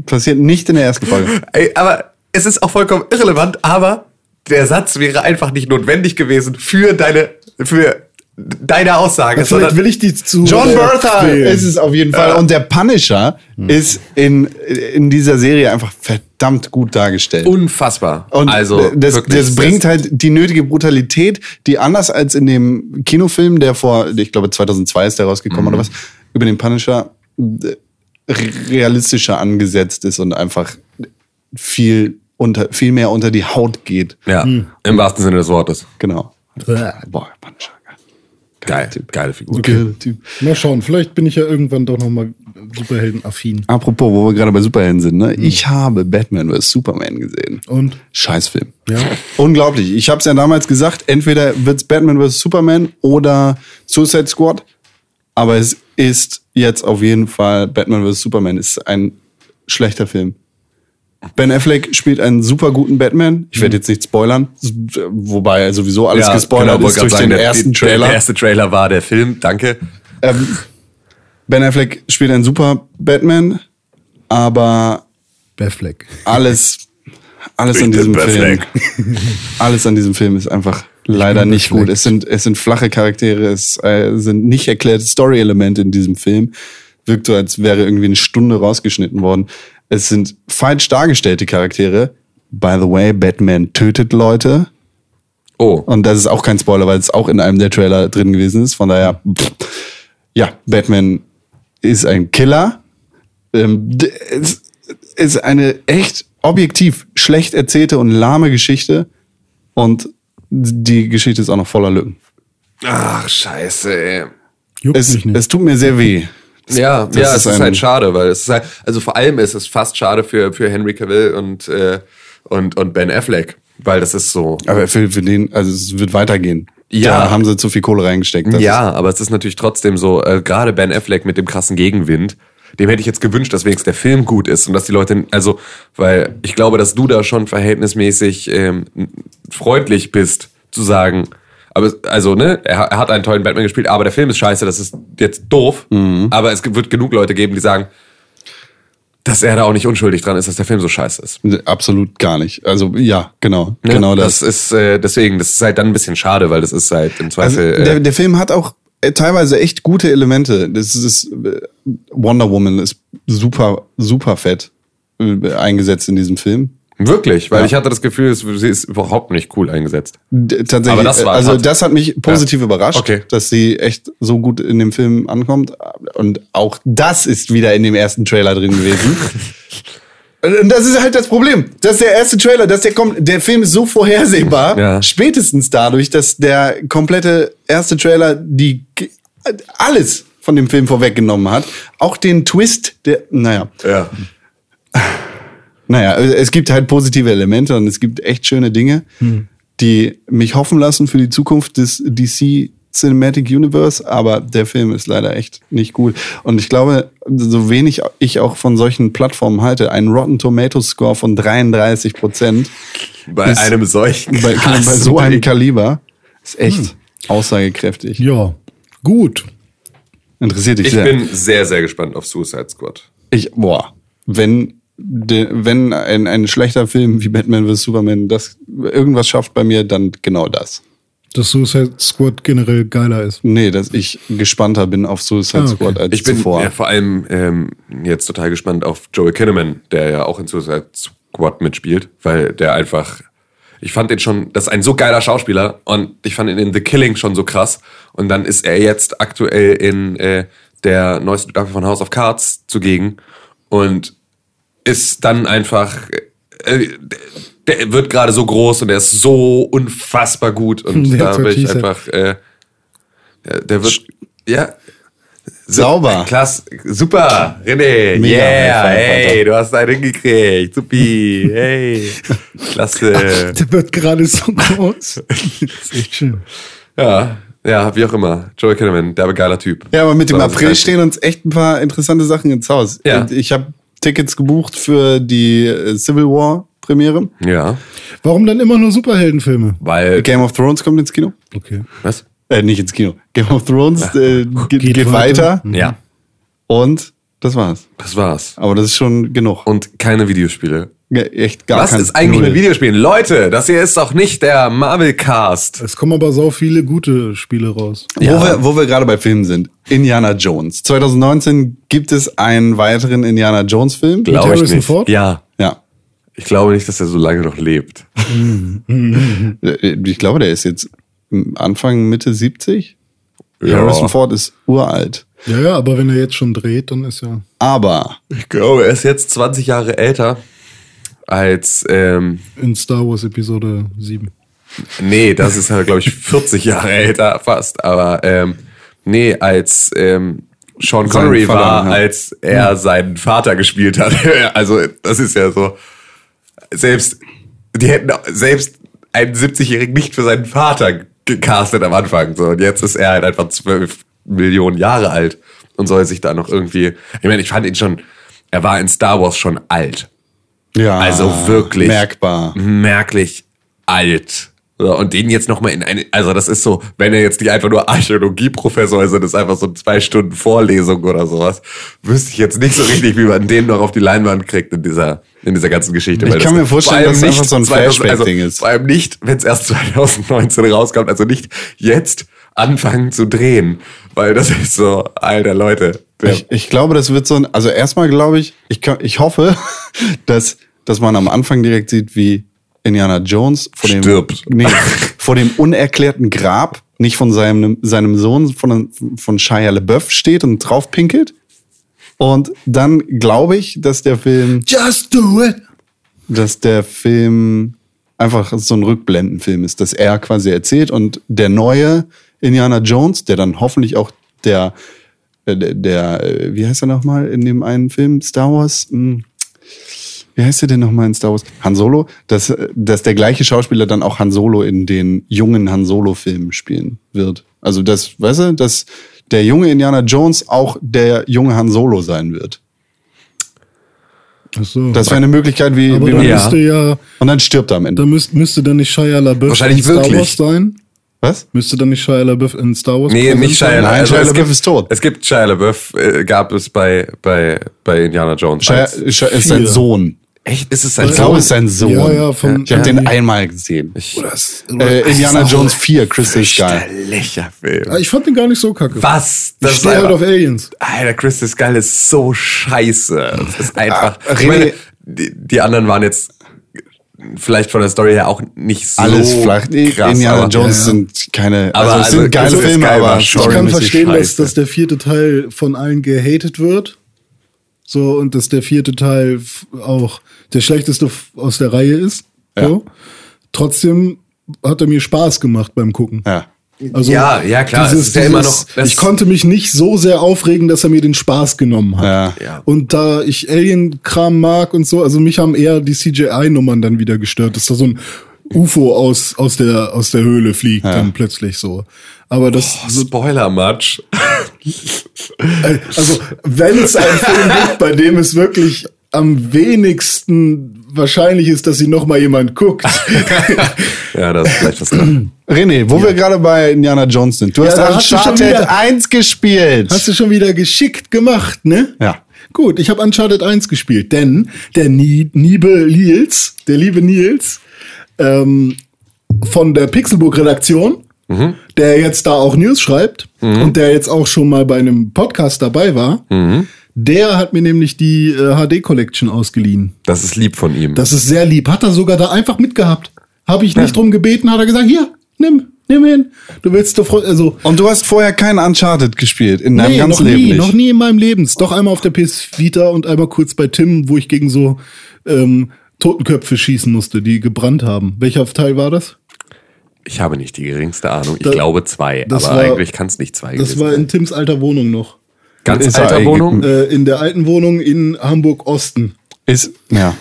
S3: Passiert nicht in der ersten Folge.
S5: Ey, aber es ist auch vollkommen irrelevant, aber der Satz wäre einfach nicht notwendig gewesen für deine, für deine Aussage.
S4: Vielleicht
S5: sondern-
S4: will ich die zu.
S3: John
S4: äh,
S3: Berthal
S4: quälen.
S3: ist es auf jeden Fall. Und der Punisher ist in, in dieser Serie einfach verdammt gut dargestellt.
S5: unfassbar.
S3: Und
S5: also,
S3: das,
S5: wirklich,
S3: das bringt halt die nötige Brutalität, die anders als in dem Kinofilm, der vor, ich glaube 2002 ist der rausgekommen oder was, über den Punisher äh, realistischer angesetzt ist und einfach viel unter, viel mehr unter die Haut geht.
S5: Ja, im wahrsten Sinne des Wortes.
S3: Genau.
S4: Bäh.
S3: Boah, Punisher. geil.
S5: Geil, geile Figur.
S3: Geiler Typ.
S4: Mal schauen, vielleicht bin ich ja irgendwann doch nochmal superheldenaffin.
S3: Apropos, wo wir gerade bei Superhelden sind, ne?
S5: Hm.
S3: Ich habe Batman vs. Superman gesehen.
S4: Und?
S3: Scheißfilm.
S4: Ja.
S3: Unglaublich. Ich habe es ja damals gesagt, entweder wird's Batman vs. Superman oder Suicide Squad. Aber es ist jetzt auf jeden Fall Batman vs. Superman. Ist ein schlechter Film. Ben Affleck spielt einen super guten Batman. Ich
S5: Hm.
S3: werde jetzt nicht spoilern, s- wobei sowieso alles gespoilert
S5: genau, wollte
S3: ist
S5: grad
S3: durch den
S5: der,
S3: ersten
S5: der,
S3: Trailer.
S5: Der erste Trailer war der Film, danke.
S3: Ähm, ben Affleck spielt einen super Batman, aber
S4: Befleck.
S3: alles, alles an
S5: bin
S3: diesem
S5: Ben
S3: Film, alles an diesem Film ist einfach leider nicht gut. Es sind, es sind flache Charaktere, es äh, sind nicht erklärte Story-Elemente in diesem Film. Wirkt so, als wäre irgendwie eine Stunde rausgeschnitten worden. Es sind falsch dargestellte Charaktere. By the way, Batman tötet Leute.
S5: Oh,
S3: Und das ist auch kein Spoiler, weil es auch in einem der Trailer drin gewesen ist. Von daher, pff, ja, Batman ist ein Killer. Ähm, d- es ist eine echt objektiv schlecht erzählte und lahme Geschichte. Und die Geschichte ist auch noch voller Lücken.
S5: ach scheiße, ey.
S4: Juckt
S3: Es,
S4: mich nicht.
S3: es tut mir sehr weh.
S5: Ja,
S3: Das
S5: ja,
S3: ist
S5: es ist
S3: ein-
S5: halt schade, weil es ist halt, also vor allem ist es fast schade für, für Henry Cavill und, äh, und, und Ben Affleck, weil das ist so.
S3: Aber für, für den, also es wird weitergehen.
S5: Ja.
S3: Da haben sie zu viel Kohle reingesteckt. Das
S5: ja, aber es ist natürlich trotzdem so, äh, gerade Ben Affleck mit dem krassen Gegenwind, dem hätte ich jetzt gewünscht, dass wenigstens der Film gut ist und dass die Leute, also, weil ich glaube, dass du da schon verhältnismäßig ähm, freundlich bist, zu sagen, aber, es- also, ne, er, ha- er hat einen tollen Batman gespielt, aber der Film ist scheiße, das ist jetzt doof,
S3: Mhm.
S5: aber es wird genug Leute geben, die sagen, dass er da auch nicht unschuldig dran ist, dass der Film so scheiße ist.
S3: Ist absolut gar nicht. Also ja, genau.
S5: Ne?
S3: Genau das.
S5: ist äh, deswegen, das ist halt dann ein bisschen schade, weil das ist halt im
S3: Also,
S5: Zweifel.
S3: der,
S5: äh,
S3: der Film hat auch äh, teilweise echt gute Elemente. Das ist äh, Wonder Woman ist super super fett äh, eingesetzt in diesem Film.
S5: wirklich, weil ich hatte das Gefühl, es, sie ist überhaupt nicht cool eingesetzt.
S3: D tatsächlich.
S5: Aber das war-
S3: also
S5: hat-
S3: das hat mich positiv
S5: Ja.
S3: überrascht,
S5: Okay.
S3: dass sie echt so gut in dem Film ankommt. Und auch das ist wieder in dem ersten Trailer drin gewesen. Und das ist halt das Problem. Dass der erste Trailer, dass der kommt, der Film ist so vorhersehbar,
S5: Ja.
S3: spätestens dadurch, dass der komplette erste Trailer die g- alles von dem Film vorweggenommen hat. Auch den Twist, der, naja.
S5: Ja.
S3: Naja, es gibt halt positive Elemente und es gibt echt schöne Dinge, die mich hoffen lassen für die Zukunft des DC Cinematic Universe, aber der Film ist leider echt nicht cool. Und ich glaube, so wenig ich auch von solchen Plattformen halte, ein Rotten Tomatoes Score von 33 Prozent
S5: Bei
S3: Ist-
S5: einem solchen.
S3: bei, bei
S5: krassen
S3: so einem
S5: Ding.
S3: Kaliber ist echt aussagekräftig.
S4: ja. Gut.
S3: Interessiert dich
S5: Ich
S3: sehr.
S5: bin sehr, sehr gespannt auf Suicide Squad.
S3: Ich, boah, wenn, de, wenn ein, ein schlechter Film wie Batman vs. Superman das irgendwas schafft bei mir, dann genau das.
S4: Dass Suicide Squad generell geiler ist.
S3: Nee, dass ich gespannter bin auf Suicide
S4: Ah, okay.
S3: Squad als
S5: Ich bin
S3: äh, zuvor.
S5: ja, vor allem ähm, jetzt total gespannt auf Joey Kinnaman, der ja auch in Suicide Squad mitspielt, weil der einfach. Ich fand den schon, das ist ein so geiler Schauspieler und ich fand ihn in The Killing schon so krass. Und dann ist er jetzt aktuell in äh, der neuesten Staffel von House of Cards zugegen und ist dann einfach. Äh, der der wird gerade so groß und er ist so unfassbar gut. Und
S4: That's
S5: da
S4: what
S5: bin
S4: she
S5: ich
S4: said.
S5: einfach. Äh, der- der wird. Ja,
S3: Sauber.
S5: Klasse, super, René,
S3: Mega
S5: yeah,
S3: High Five,
S5: hey,
S3: Alter.
S5: du hast einen hingekriegt, supi, hey, klasse.
S4: Der wird gerade so groß. ist echt schön.
S5: Ja, ja, wie auch immer, Joey Kinnaman, der geiler Typ.
S3: Ja, aber mit dem
S5: So,
S3: April
S5: das heißt-
S3: stehen uns echt ein paar interessante Sachen ins Haus.
S5: Ja.
S3: Und Ich habe Tickets gebucht für die äh, Civil War Premiere.
S5: Ja,
S4: Warum dann immer nur Superheldenfilme?
S5: weil.
S3: Game of Thrones kommt ins Kino.
S4: Okay.
S5: Was?
S3: Äh, nicht ins Kino. Game of Thrones äh, geht, geht, weiter.
S5: Ja,
S3: Und das war's.
S5: das war's.
S3: Aber das ist schon genug.
S5: Und keine Videospiele.
S3: Ja, echt gar
S5: Was
S3: kein-
S5: ist eigentlich
S3: null.
S5: mit Videospielen? Leute, das hier ist doch nicht der Marvel-Cast.
S4: Es kommen aber so viele gute Spiele raus.
S3: Wo wir, wo wir gerade bei Filmen sind. Indiana Jones. 2019 gibt es einen weiteren Indiana Jones Film.
S5: Glaube ich
S4: Harrison
S5: nicht.
S4: Ford?
S5: Ja.
S3: Ja.
S5: Ich glaube nicht, dass er so lange noch lebt.
S3: Äh, Ich glaube, der ist jetzt Anfang, Mitte 70.
S5: Ja.
S3: Harrison Ford ist uralt.
S4: Ja, ja, aber wenn er jetzt schon dreht, dann ist ja.
S3: Aber
S5: Ich glaube, er ist jetzt 20 Jahre älter als, ähm,
S4: in Star Wars Episode 7.
S5: nee, das ist halt, glaube ich, 40 Jahre älter fast, aber ähm, nee, als ähm, Sean
S3: Sein
S5: Connery
S3: Vater,
S5: war,
S3: ja. Hm.
S5: als er seinen Vater gespielt hat. also das ist ja so, selbst, die hätten auch- selbst einen 70-Jährigen nicht für seinen Vater gecastet am Anfang. So, und jetzt ist er halt einfach 12 Millionen Jahre alt und soll sich da noch irgendwie, ich meine, ich fand ihn schon, er war in Star Wars schon alt.
S3: ja,
S5: Also wirklich.
S3: merkbar.
S5: merklich alt. So, Und den jetzt nochmal in eine, also das ist so, wenn er jetzt nicht einfach nur Archäologieprofessor ist und das ist einfach so zwei Stunden Vorlesung oder sowas, wüsste ich jetzt nicht so richtig, wie man den noch auf die Leinwand kriegt in dieser, in dieser ganzen Geschichte.
S3: Ich
S5: Weil
S3: kann
S5: das
S3: mir vorstellen,
S5: vor
S3: dass
S5: allem
S3: das einfach so ein
S5: 2000
S3: Flashback-Ding
S5: also
S3: ist.
S5: Vor allem nicht, wenn es erst 2019 rauskommt, also nicht jetzt anfangen zu drehen, weil das ist so, alter Leute. Der,
S3: Ich, ich glaube, das wird so ein. Also erstmal glaube ich, ich, kann, ich hoffe, dass, dass man am Anfang direkt sieht, wie Indiana Jones vor dem,
S5: Stirbt.
S3: Nee, vor dem unerklärten Grab nicht von seinem, seinem Sohn, von, von Shia LeBeouf steht und drauf pinkelt. Und dann glaube ich, dass der Film,
S4: Just do it!
S3: dass der Film einfach so ein Rückblendenfilm ist, dass er quasi erzählt und der neue Indiana Jones, der dann hoffentlich auch der, äh, der, der äh, wie heißt er nochmal in dem einen Film, Star Wars, hm, wie heißt er denn nochmal in Star Wars? Han Solo, dass, äh, dass der gleiche Schauspieler dann auch Han Solo in den jungen Han Solo-Filmen spielen wird. Also das, weißt du, dass der junge Indiana Jones auch der junge Han Solo sein wird.
S4: Ach so.
S3: Das wäre eine Möglichkeit, wie,
S4: aber
S3: wie
S4: dann
S3: man,
S5: Ja.
S4: müsste ja,
S3: und dann stirbt er am Ende.
S4: da müsst, müsste dann nicht Shia LaBeouf
S5: Wahrscheinlich
S4: in Star
S5: wirklich.
S4: Wars sein?
S3: Was?
S4: Müsste dann nicht Shia LaBeouf in Star Wars
S5: Nee,
S4: präsent
S5: nicht Shia
S4: sein?
S5: LaBeouf.
S3: Nein, Shia
S5: es
S3: LaBeouf
S5: gibt-
S3: ist tot.
S5: Es gibt Shia LaBeouf, äh, gab es bei, bei, bei Indiana Jones.
S3: Shia,
S5: als-
S3: Shia äh, ist sein
S4: Vier.
S3: Sohn.
S5: Echt? Ist es sein
S3: Ich glaube, es ist sein Sohn.
S4: Ja, ja, von-
S3: ich habe
S4: ja. Also-
S3: den einmal gesehen.
S5: Ich,
S3: Äh, Indiana Jones 4, Crystal Skull.
S5: Lächer
S4: Ah,
S5: Film.
S4: Ich fand den gar nicht so kacke.
S5: Was?
S4: Ich
S5: Das ist
S4: stehe halt
S5: einfach-
S4: auf Aliens.
S5: Alter, Crystal Skull ist so scheiße. Das ist einfach.
S3: Ah,
S5: Ich meine,
S3: René-
S5: die, die anderen waren jetzt vielleicht von der Story her auch nicht so
S3: Alles flach.
S5: krass.
S3: Indiana
S5: aber-
S3: Jones
S4: ja.
S3: sind keine.
S5: Aber
S3: Also, es sind geile
S5: also, Crystal Skull
S3: Filme,
S5: war
S3: aber
S5: schon-
S4: Ich
S5: Sorry,
S4: kann
S5: Missy,
S4: verstehen, dass,
S5: scheiße.
S4: dass der vierte Teil von allen gehatet wird. So, und dass der vierte Teil f- auch der schlechteste f- aus der Reihe ist. So. Trotzdem hat er mir Spaß gemacht beim Gucken.
S3: Ja.
S4: Also
S5: Ja, ja, klar,
S4: Dieses,
S5: es ist ja immer
S4: dieses,
S5: noch- das-
S4: ich konnte mich nicht so sehr aufregen, dass er mir den Spaß genommen
S3: Ja.
S4: hat.
S5: Ja.
S4: Und da ich Alien-Kram mag und so, also mich haben eher die CGI-Nummern dann wieder gestört, dass da so ein UFO aus, aus, der, aus der Höhle fliegt dann plötzlich so. Aber das,
S5: Oh, Spoiler-Match.
S4: also wenn es einen Film gibt, bei dem es wirklich am wenigsten wahrscheinlich ist, dass sie noch mal jemand guckt.
S5: Ja, das ist vielleicht was dran.
S3: René, wo wir gerade bei Indiana Jones sind. Du hast
S4: da hast du schon
S3: Uncharted
S4: wieder-
S3: 1 gespielt.
S4: Hast du schon wieder geschickt gemacht, ne?
S3: Ja.
S4: Gut, ich habe Uncharted 1 gespielt, denn der Nie- liebe Nils, der liebe Nils ähm, von der Pixelburg-Redaktion, der jetzt da auch News schreibt und der jetzt auch schon mal bei einem Podcast dabei war, der hat mir nämlich die äh, HD-Collection ausgeliehen.
S5: Das ist lieb von ihm.
S4: Das ist sehr lieb. Hat er sogar da einfach mitgehabt. Habe ich nicht drum gebeten, hat er gesagt, hier, nimm, nimm hin. Du willst, du, fre- also
S3: Und du hast vorher kein Uncharted gespielt. In deinem ganzen
S4: noch
S3: Leben
S4: nie,
S3: nicht.
S4: Noch nie in meinem Leben. Doch einmal auf der PS Vita und einmal kurz bei Tim, wo ich gegen so ähm, Totenköpfe schießen musste, die gebrannt haben. Welcher Teil war das?
S5: Ich habe nicht die geringste Ahnung. Ich
S4: Da-
S5: glaube zwei, aber
S4: das war-
S5: eigentlich kann es nicht zwei
S4: Das
S5: gewesen
S4: war
S5: sein.
S4: in Tims alter Wohnung noch.
S5: Ganz
S3: Ist
S5: alter
S3: er-
S5: Wohnung.
S4: Äh, in der alten Wohnung in Hamburg-Osten.
S3: Ist, ja.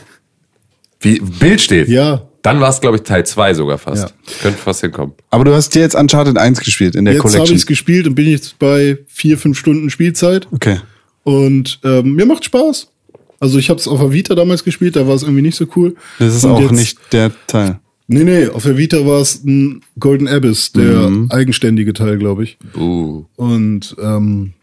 S5: Wie Bild steht.
S4: Ja.
S5: Dann war es, glaube ich, Teil 2 sogar fast.
S4: Ja.
S5: Könnte fast hinkommen.
S3: Aber du hast dir jetzt Uncharted 1 gespielt in der
S4: Jetzt habe ich
S3: Collection.
S4: es gespielt und bin jetzt bei vier, fünf Stunden Spielzeit.
S3: okay.
S4: Und ähm, mir macht Spaß. Also ich habe es auf der Vita damals gespielt, da war es irgendwie nicht so cool.
S3: Das ist
S4: Und
S3: auch
S4: jetzt-
S3: nicht der Teil.
S4: Nee, nee, auf der Vita war es ein Golden Abyss, der
S5: Mhm.
S4: eigenständige Teil, glaube ich.
S5: Uh.
S4: Und ähm,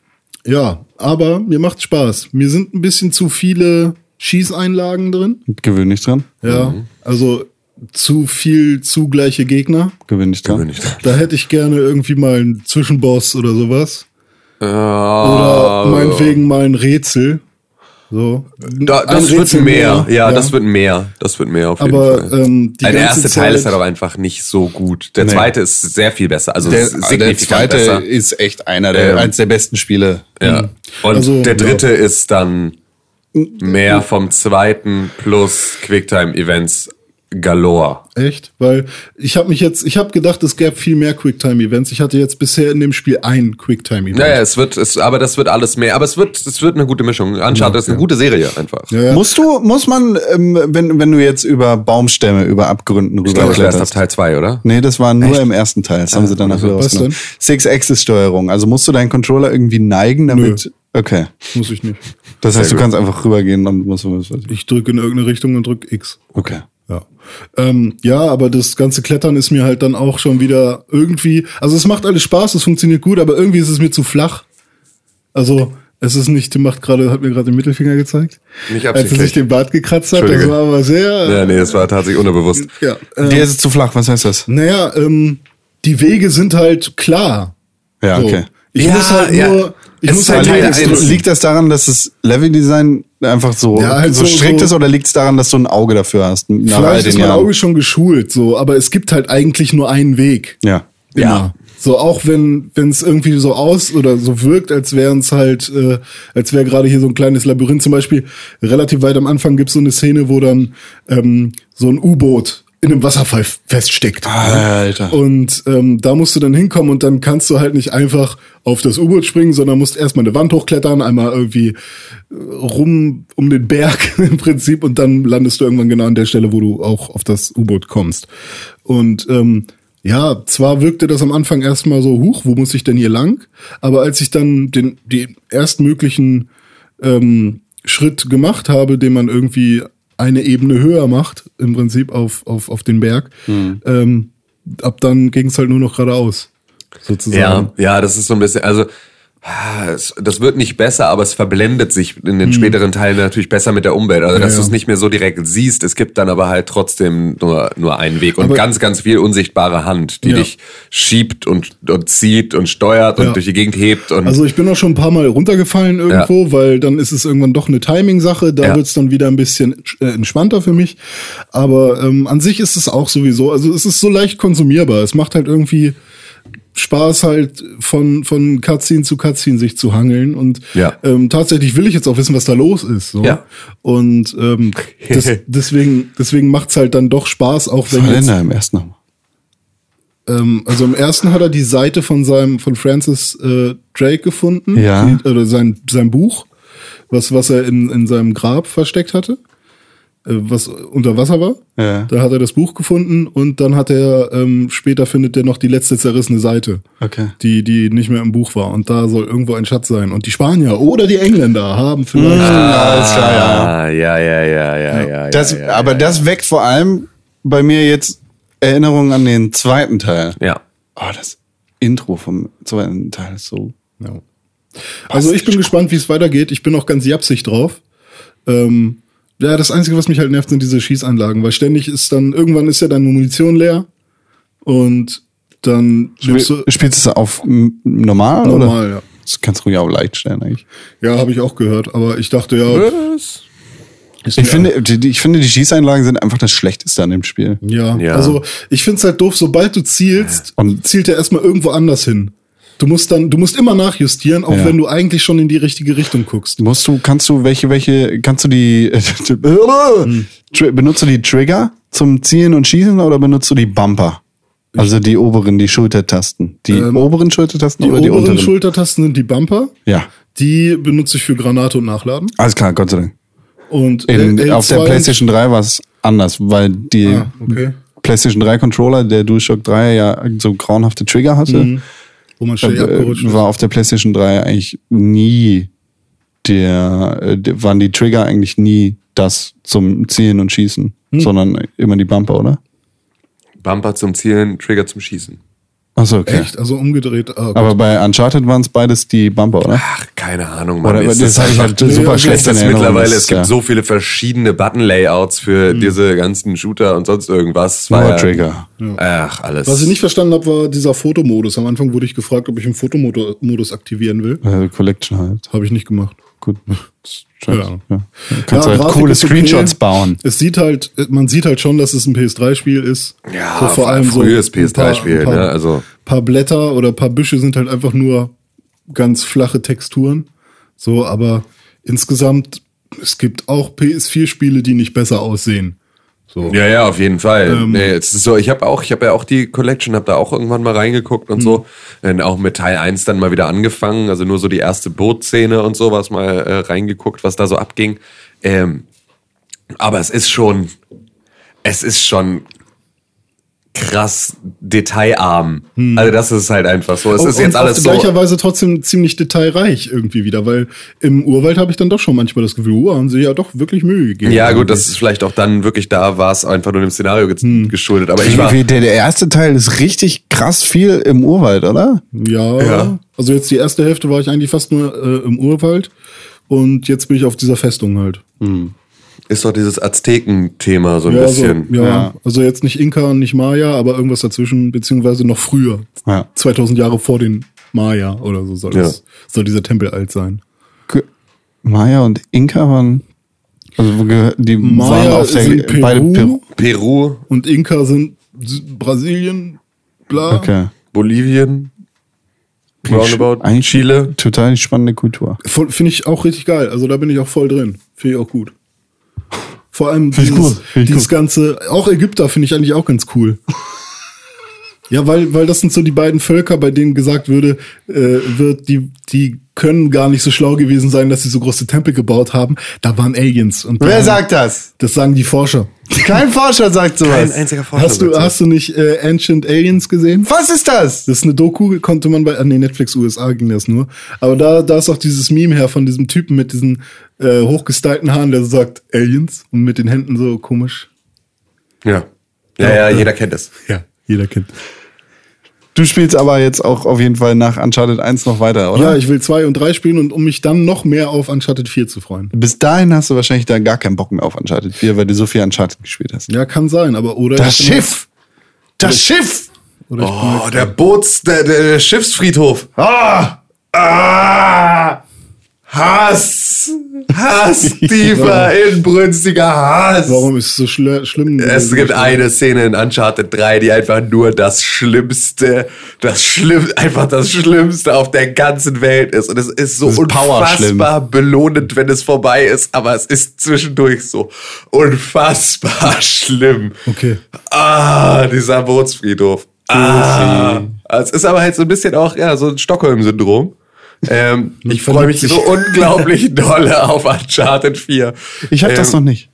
S4: ja, aber mir macht Spaß. Mir sind ein bisschen zu viele Schießeinlagen drin.
S3: Gewöhn dich dran.
S4: Ja,
S5: Mhm.
S4: also zu viel zugleiche Gegner.
S3: Gewöhn dich dran.
S5: Bin ich
S4: Da hätte ich gerne irgendwie mal einen Zwischenboss oder sowas. Oder
S5: da.
S4: meinetwegen mal ein Rätsel. So.
S5: Da, das
S4: Ein
S5: wird
S4: Rätsel
S5: mehr. Ja, das wird mehr. Das wird mehr auf jeden
S4: Aber,
S5: Fall.
S4: ähm, die
S5: der
S4: ganze
S5: erste Teil
S4: Zeit-
S5: ist halt aber einfach nicht so gut. Der zweite ist sehr viel besser. Also
S3: Der,
S5: signifikant
S3: der zweite
S5: besser.
S3: ist echt einer der,
S5: Ähm.
S3: eins der besten Spiele. Mhm.
S5: Ja. Und
S4: Also,
S5: der dritte ist dann mehr vom zweiten plus Quicktime-Events galore.
S4: Echt? Weil ich habe mich jetzt, ich habe gedacht, es gäbe viel mehr Quicktime-Events. Ich hatte jetzt bisher in dem Spiel ein Quicktime-Event.
S5: Naja, es wird, es, aber das wird alles mehr. Aber es wird, es wird eine gute Mischung. Uncharted ist eine gute Serie einfach.
S4: Ja.
S3: Musst du, muss man, ähm, wenn, wenn du jetzt über Baumstämme, über Abgründen
S5: Ich glaube, das erst ab
S3: rüberkletterst?
S5: Teil 2, oder?
S3: Nee, das war nur im ersten Teil. Das haben sie danach wieder
S4: Äh, was
S3: rausgenommen. Six-Axis-Steuerung. Also musst du deinen Controller irgendwie neigen, damit. Okay.
S4: Muss ich nicht.
S3: Das heißt, du kannst einfach rübergehen und musst.
S4: Ich drücke in irgendeine Richtung und drücke X.
S3: Okay.
S4: Ja. Ähm, ja, aber das ganze Klettern ist mir halt dann auch schon wieder irgendwie. Also es macht alles Spaß, es funktioniert gut, aber irgendwie ist es mir zu flach. Also es ist nicht, macht gerade, hat mir gerade den Mittelfinger gezeigt.
S5: Nicht
S4: Als er sich
S5: absichtlich.
S4: den Bart gekratzt hat, das
S5: Entschuldige.
S4: war aber
S5: Ja,
S4: sehr.
S5: nee, das war tatsächlich unbewusst.
S4: Ja. ja ähm,
S3: Der ist zu flach, was heißt das?
S4: naja, ähm, die Wege sind halt klar.
S3: Ja,
S4: So.
S3: okay.
S4: Ich
S5: Ja,
S4: muss halt
S5: ja.
S4: nur. Ich
S5: Es
S4: muss
S5: ist halt
S4: halt
S5: Teil
S4: links
S5: eins.
S4: drücken.
S3: Liegt das daran, dass das Level-Design einfach so,
S4: Ja, halt
S3: so,
S4: so-
S3: strikt
S4: so-
S3: ist oder liegt es daran, dass du ein Auge dafür hast? Nach all
S4: Vielleicht
S3: den
S4: ist mein
S3: Jahren?
S4: Auge schon geschult, so, aber es gibt halt eigentlich nur einen Weg.
S3: Ja.
S4: Immer. Ja. So auch wenn wenn es irgendwie so aus oder so wirkt, als wären es halt, äh, als wäre gerade hier so ein kleines Labyrinth. Zum Beispiel relativ weit am Anfang gibt's so eine Szene, wo dann ähm, so ein U-Boot in einem Wasserfall f- feststeckt.
S3: Alter.
S4: Ne? Und ähm, da musst du dann hinkommen und dann kannst du halt nicht einfach auf das U-Boot springen, sondern musst erstmal eine Wand hochklettern, einmal irgendwie äh, rum um den Berg im Prinzip und dann landest du irgendwann genau an der Stelle, wo du auch auf das U-Boot kommst. Und ähm, ja, zwar wirkte das am Anfang erstmal so, huch, wo muss ich denn hier lang? Aber als ich dann den, die erstmöglichen ähm, Schritt gemacht habe, den man irgendwie eine Ebene höher macht, im Prinzip auf, auf, auf den Berg, ähm, ab dann ging es halt nur noch geradeaus. Sozusagen.
S5: Ja, ja, das ist so ein bisschen, also ah, es- das wird nicht besser, aber es verblendet sich in den späteren Teilen natürlich besser mit der Umwelt. Also dass
S4: ja.
S5: du es nicht mehr so direkt siehst. Es gibt dann aber halt trotzdem nur, nur einen Weg und
S4: Aber-
S5: ganz, ganz viel unsichtbare Hand, die
S4: Ja.
S5: dich schiebt und, und zieht und steuert und
S4: Ja.
S5: durch die Gegend hebt und
S4: Also ich bin auch schon ein paar Mal runtergefallen irgendwo, weil dann ist es irgendwann doch eine Timing-Sache. Da
S5: Ja.
S4: wird's dann wieder ein bisschen äh, entspannter für mich. Aber ähm, an sich ist es auch sowieso, also es ist so leicht konsumierbar. Es macht halt irgendwie Spaß halt von, von Cutscene zu Cutscene sich zu hangeln. Und
S5: Ja.
S4: ähm, tatsächlich will ich jetzt auch wissen, was da los ist. So.
S5: Ja.
S4: Und ähm, des, deswegen, deswegen macht's halt dann doch Spaß, auch wenn
S3: War denn
S4: jetzt
S3: da im ersten nochmal?
S4: Ähm, also im ersten hat er die Seite von seinem von Francis äh, Drake gefunden,
S3: Ja.
S4: die, oder sein sein Buch, was was er in in seinem Grab versteckt hatte, äh, was unter Wasser war.
S3: Ja.
S4: Da hat er das Buch gefunden und dann hat er ähm, später findet er noch die letzte zerrissene Seite,
S3: Okay.
S4: die die nicht mehr im Buch war und da soll irgendwo ein Schatz sein und die Spanier oder die Engländer haben vielleicht
S3: Ah. Alles klar, ja.
S5: ah, ja, ja, ja, ja, ja, ja.
S3: Das,
S5: ja, ja,
S3: aber das weckt vor allem bei mir jetzt Erinnerungen an den zweiten Teil.
S5: ja.
S3: Oh, das Intro vom zweiten Teil ist so.
S4: Ja. Also ich bin gespannt, wie es weitergeht. Ich bin auch ganz japsig drauf. Ähm, ja, das Einzige, was mich halt nervt, sind diese Schießanlagen, weil ständig ist dann, irgendwann ist ja deine Munition leer und dann nimmst du
S3: Spielst du es auf m, normal? Oder?
S4: normal, ja.
S3: Das kannst du ruhig auch leicht stellen, eigentlich.
S4: Ja, habe ich auch gehört, aber ich dachte ja,
S5: Was?
S3: Ich,
S4: ist mir-
S3: finde, die, die- ich finde, die Schießeinlagen sind einfach das Schlechteste an dem Spiel.
S4: Ja,
S5: Ja.
S4: also ich find's halt doof, sobald du zielst,
S3: Und-
S4: zielt er erstmal irgendwo anders hin. Du musst dann, du musst immer nachjustieren, auch
S3: Ja.
S4: wenn du eigentlich schon in die richtige Richtung guckst.
S3: Musst du, kannst du welche, welche, kannst du die, Tri- benutzt du die Trigger zum Zielen und Schießen oder benutzt du die Bumper? Also die oberen, die Schultertasten. Die oberen Schultertasten
S4: Ähm, Die
S3: oder die
S4: oberen
S3: unteren?
S4: Schultertasten sind die Bumper,
S3: ja,
S4: die benutze ich für Granate und Nachladen.
S3: alles klar, Gott sei Dank.
S4: Und äh,
S3: In,
S4: L-
S3: auf der
S4: L2
S3: PlayStation 3 war es anders, weil die
S4: Ah, okay.
S3: PlayStation 3 Controller, der DualShock 3 ja so grauenhafte Trigger hatte,
S4: Wo man schnell
S3: äh,
S4: abgerutscht ist.
S3: war auf der PlayStation 3 eigentlich nie der, äh, der- waren die Trigger eigentlich nie das zum Zielen und Schießen, sondern immer die Bumper, oder?
S5: Bumper zum Zielen, Trigger zum Schießen.
S3: Achso, okay.
S4: Echt? Also umgedreht. Ah,
S3: Aber bei Uncharted waren es beides die Bumper, oder?
S5: Ach, keine Ahnung, Mann.
S3: Oder-
S5: ist
S3: das hab ich halt super
S5: ist
S3: schlecht
S5: das
S3: in Erinnerung,
S5: mittlerweile,
S3: das,
S5: es gibt
S3: ja. Hm.
S5: so viele verschiedene Button-Layouts für diese ganzen Shooter und sonst irgendwas. Es war
S3: Nur
S5: ja-
S3: Trigger.
S5: Ach, alles.
S4: Was ich nicht verstanden habe, war dieser Fotomodus. Am Anfang wurde ich gefragt, ob ich einen Fotomodus aktivieren will.
S3: Äh, Collection halt.
S4: Habe ich nicht gemacht.
S3: Gut.
S4: Ja.
S3: Ja. Kannst
S4: Ja,
S3: halt
S4: Grafik
S3: coole
S4: ist okay.
S3: Screenshots bauen.
S4: Es sieht halt, man sieht halt schon, dass es ein PS3-Spiel ist.
S5: Ja, frühes
S4: ein paar-
S5: PS3-Spiel,
S4: ein paar-
S5: ne, also.
S4: paar Blätter oder paar Büsche sind halt einfach nur ganz flache Texturen. So, aber insgesamt, es gibt auch PS4-Spiele, die nicht besser aussehen. So.
S5: Ja, ja, auf jeden Fall.
S4: Ähm.
S5: nee, es ist so, ich habe auch, ich habe ja auch die Collection, habe da auch irgendwann mal reingeguckt und so.
S4: Hm.
S5: Und auch mit Teil 1 dann mal wieder angefangen, also nur so die erste Bootszene und sowas mal äh, reingeguckt, was da so abging. Ähm, aber es ist schon, es ist schon krass detailarm. Also das ist halt einfach so. Es ist
S4: Hm. Oh, Und
S5: jetzt alles
S4: auf
S5: so.
S4: gleicherweise trotzdem ziemlich detailreich irgendwie wieder, weil im Urwald habe ich dann doch schon manchmal das Gefühl, oh, haben sie ja doch wirklich Mühe gegeben.
S5: Ja, gut, das ist vielleicht auch dann wirklich da, war es einfach nur dem Szenario ge
S4: Hm.
S5: geschuldet. Aber ich war.
S3: Wie, wie der, der erste Teil ist richtig krass viel im Urwald, oder?
S4: Ja,
S5: Ja.
S4: also jetzt die erste Hälfte war ich eigentlich fast nur äh, im Urwald und jetzt bin ich auf dieser Festung halt.
S5: ist doch dieses Azteken-Thema so ein
S4: Ja, also,
S5: bisschen.
S4: ja,
S3: Ja.
S4: also jetzt nicht Inka und nicht Maya, aber irgendwas dazwischen, beziehungsweise noch früher.
S3: Ja.
S4: 2000 Jahre vor den Maya oder so soll,
S5: Ja.
S4: das, soll dieser Tempel alt sein.
S3: Ge- Maya und Inka waren. Also wo gehör- die
S4: Maya
S3: waren auf der
S4: sind Peru,
S3: beide Peru.
S5: Peru,
S4: und Inka sind S- Brasilien, bla.
S3: Okay.
S5: Bolivien, roundabout,
S3: eigentlich-
S5: Chile.
S3: Total spannende Kultur.
S4: Voll- Finde ich auch richtig geil. Also da bin ich auch voll drin. Finde ich auch gut. Vor allem
S3: Finde ich
S4: dieses,
S3: cool. Finde ich
S4: dieses
S3: cool.
S4: ganze, auch Ägypter finde ich eigentlich auch ganz cool. ja, weil, weil das sind so die beiden Völker, bei denen gesagt würde, äh, wird, die, die können gar nicht so schlau gewesen sein, dass sie so große Tempel gebaut haben. Da waren Aliens. Und die haben-
S3: das?
S4: Das sagen die Forscher.
S3: Kein Forscher sagt sowas.
S4: Hast du, hast du nicht äh, Ancient Aliens gesehen?
S3: Was ist das?
S4: Das ist eine Doku, konnte man bei, ah, nee, Netflix USA ging das nur. Aber da, da ist auch dieses Meme her von diesem Typen mit diesen äh, hochgestylten Haaren, der so sagt Aliens und mit den Händen so komisch.
S5: Ja. Ja, ja, jeder kennt es.
S4: Ja, jeder kennt.
S3: Du spielst aber jetzt auch auf jeden Fall nach Uncharted 1 noch weiter, oder?
S4: Ja, ich will zwei und drei spielen und um mich dann noch mehr auf Uncharted 4 zu freuen.
S3: Bis dahin hast du wahrscheinlich dann gar keinen Bock mehr auf Uncharted 4, weil du so viel Uncharted gespielt hast.
S4: Ja, kann sein, aber oder.
S3: Das
S4: ich bin-
S3: Schiff! Das Schiff!
S4: Oder ich bin
S5: Oh, der Boots, der, der Schiffsfriedhof.
S3: Ah!
S5: Ah! Hass! Hass, tiefer, inbrünstiger Hass!
S4: warum ist es so schl schlimm?
S5: Es gibt eine Szene in Uncharted 3, die einfach nur das Schlimmste, das Schlimm, einfach das Schlimmste auf der ganzen Welt ist. Und es ist so
S3: Das ist
S5: unfassbar
S3: powerschlimm.
S5: belohnend, wenn es vorbei ist, aber es ist zwischendurch so unfassbar schlimm.
S4: Okay.
S5: Ah, dieser Bootsfriedhof. Ah. Es ist aber halt so ein bisschen auch, ja, so ein Stockholm-Syndrom. Ähm, ich freue mich so unglaublich doll auf Uncharted 4.
S3: Ich hab
S5: ähm,
S3: das noch nicht.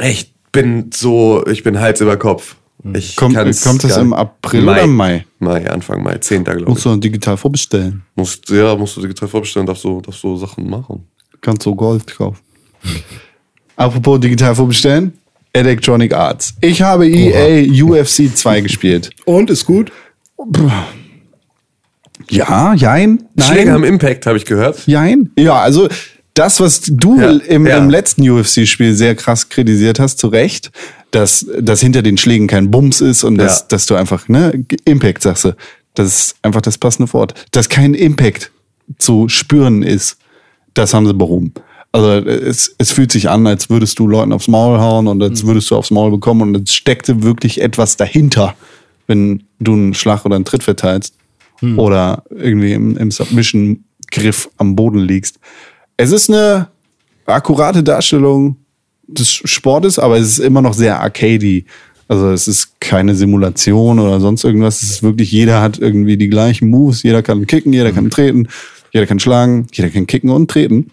S5: ich bin so, ich bin Hals über Kopf. Ich
S3: Kommt-
S5: kann's
S3: kommt das
S5: gar
S3: im
S5: nicht.
S3: April oder Mai?
S5: Mai, Anfang Mai, 10. glaube
S3: Musst
S5: ich.
S3: du digital vorbestellen.
S5: Musst, ja, musst du digital vorbestellen, darfst du, darfst du Sachen machen.
S3: Kannst so Gold kaufen. Apropos digital vorbestellen. Electronic Arts. Ich habe E EA UFC 2 gespielt.
S4: Und ist gut.
S3: Ja, jein,
S5: Schläge
S3: nein,
S5: haben Impact, habe ich gehört.
S3: jein. Ja, also das, was du
S5: Ja,
S3: im,
S5: ja.
S3: im letzten UFC-Spiel sehr krass kritisiert hast, zu Recht, dass, dass hinter den Schlägen kein Bums ist und dass,
S5: Ja.
S3: dass du einfach, ne, Impact sagst du. Das ist einfach das passende Wort. Dass kein Impact zu spüren ist, das haben sie behoben. Also es, es fühlt sich an, als würdest du Leuten aufs Maul hauen und als würdest du aufs Maul bekommen und es steckte wirklich etwas dahinter, wenn du einen Schlag oder einen Tritt verteilst oder irgendwie im, im Submission-Griff am Boden liegst. Es ist eine akkurate Darstellung des Sportes, aber es ist immer noch sehr arcadey. Also es ist keine Simulation oder sonst irgendwas. Es ist wirklich, jeder hat irgendwie die gleichen Moves. Jeder kann kicken, jeder kann treten, jeder kann schlagen, jeder kann kicken und treten.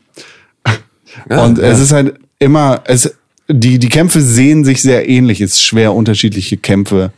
S3: und es ist halt immer, es, die, die Kämpfe sehen sich sehr ähnlich. Es ist schwer, unterschiedliche Kämpfe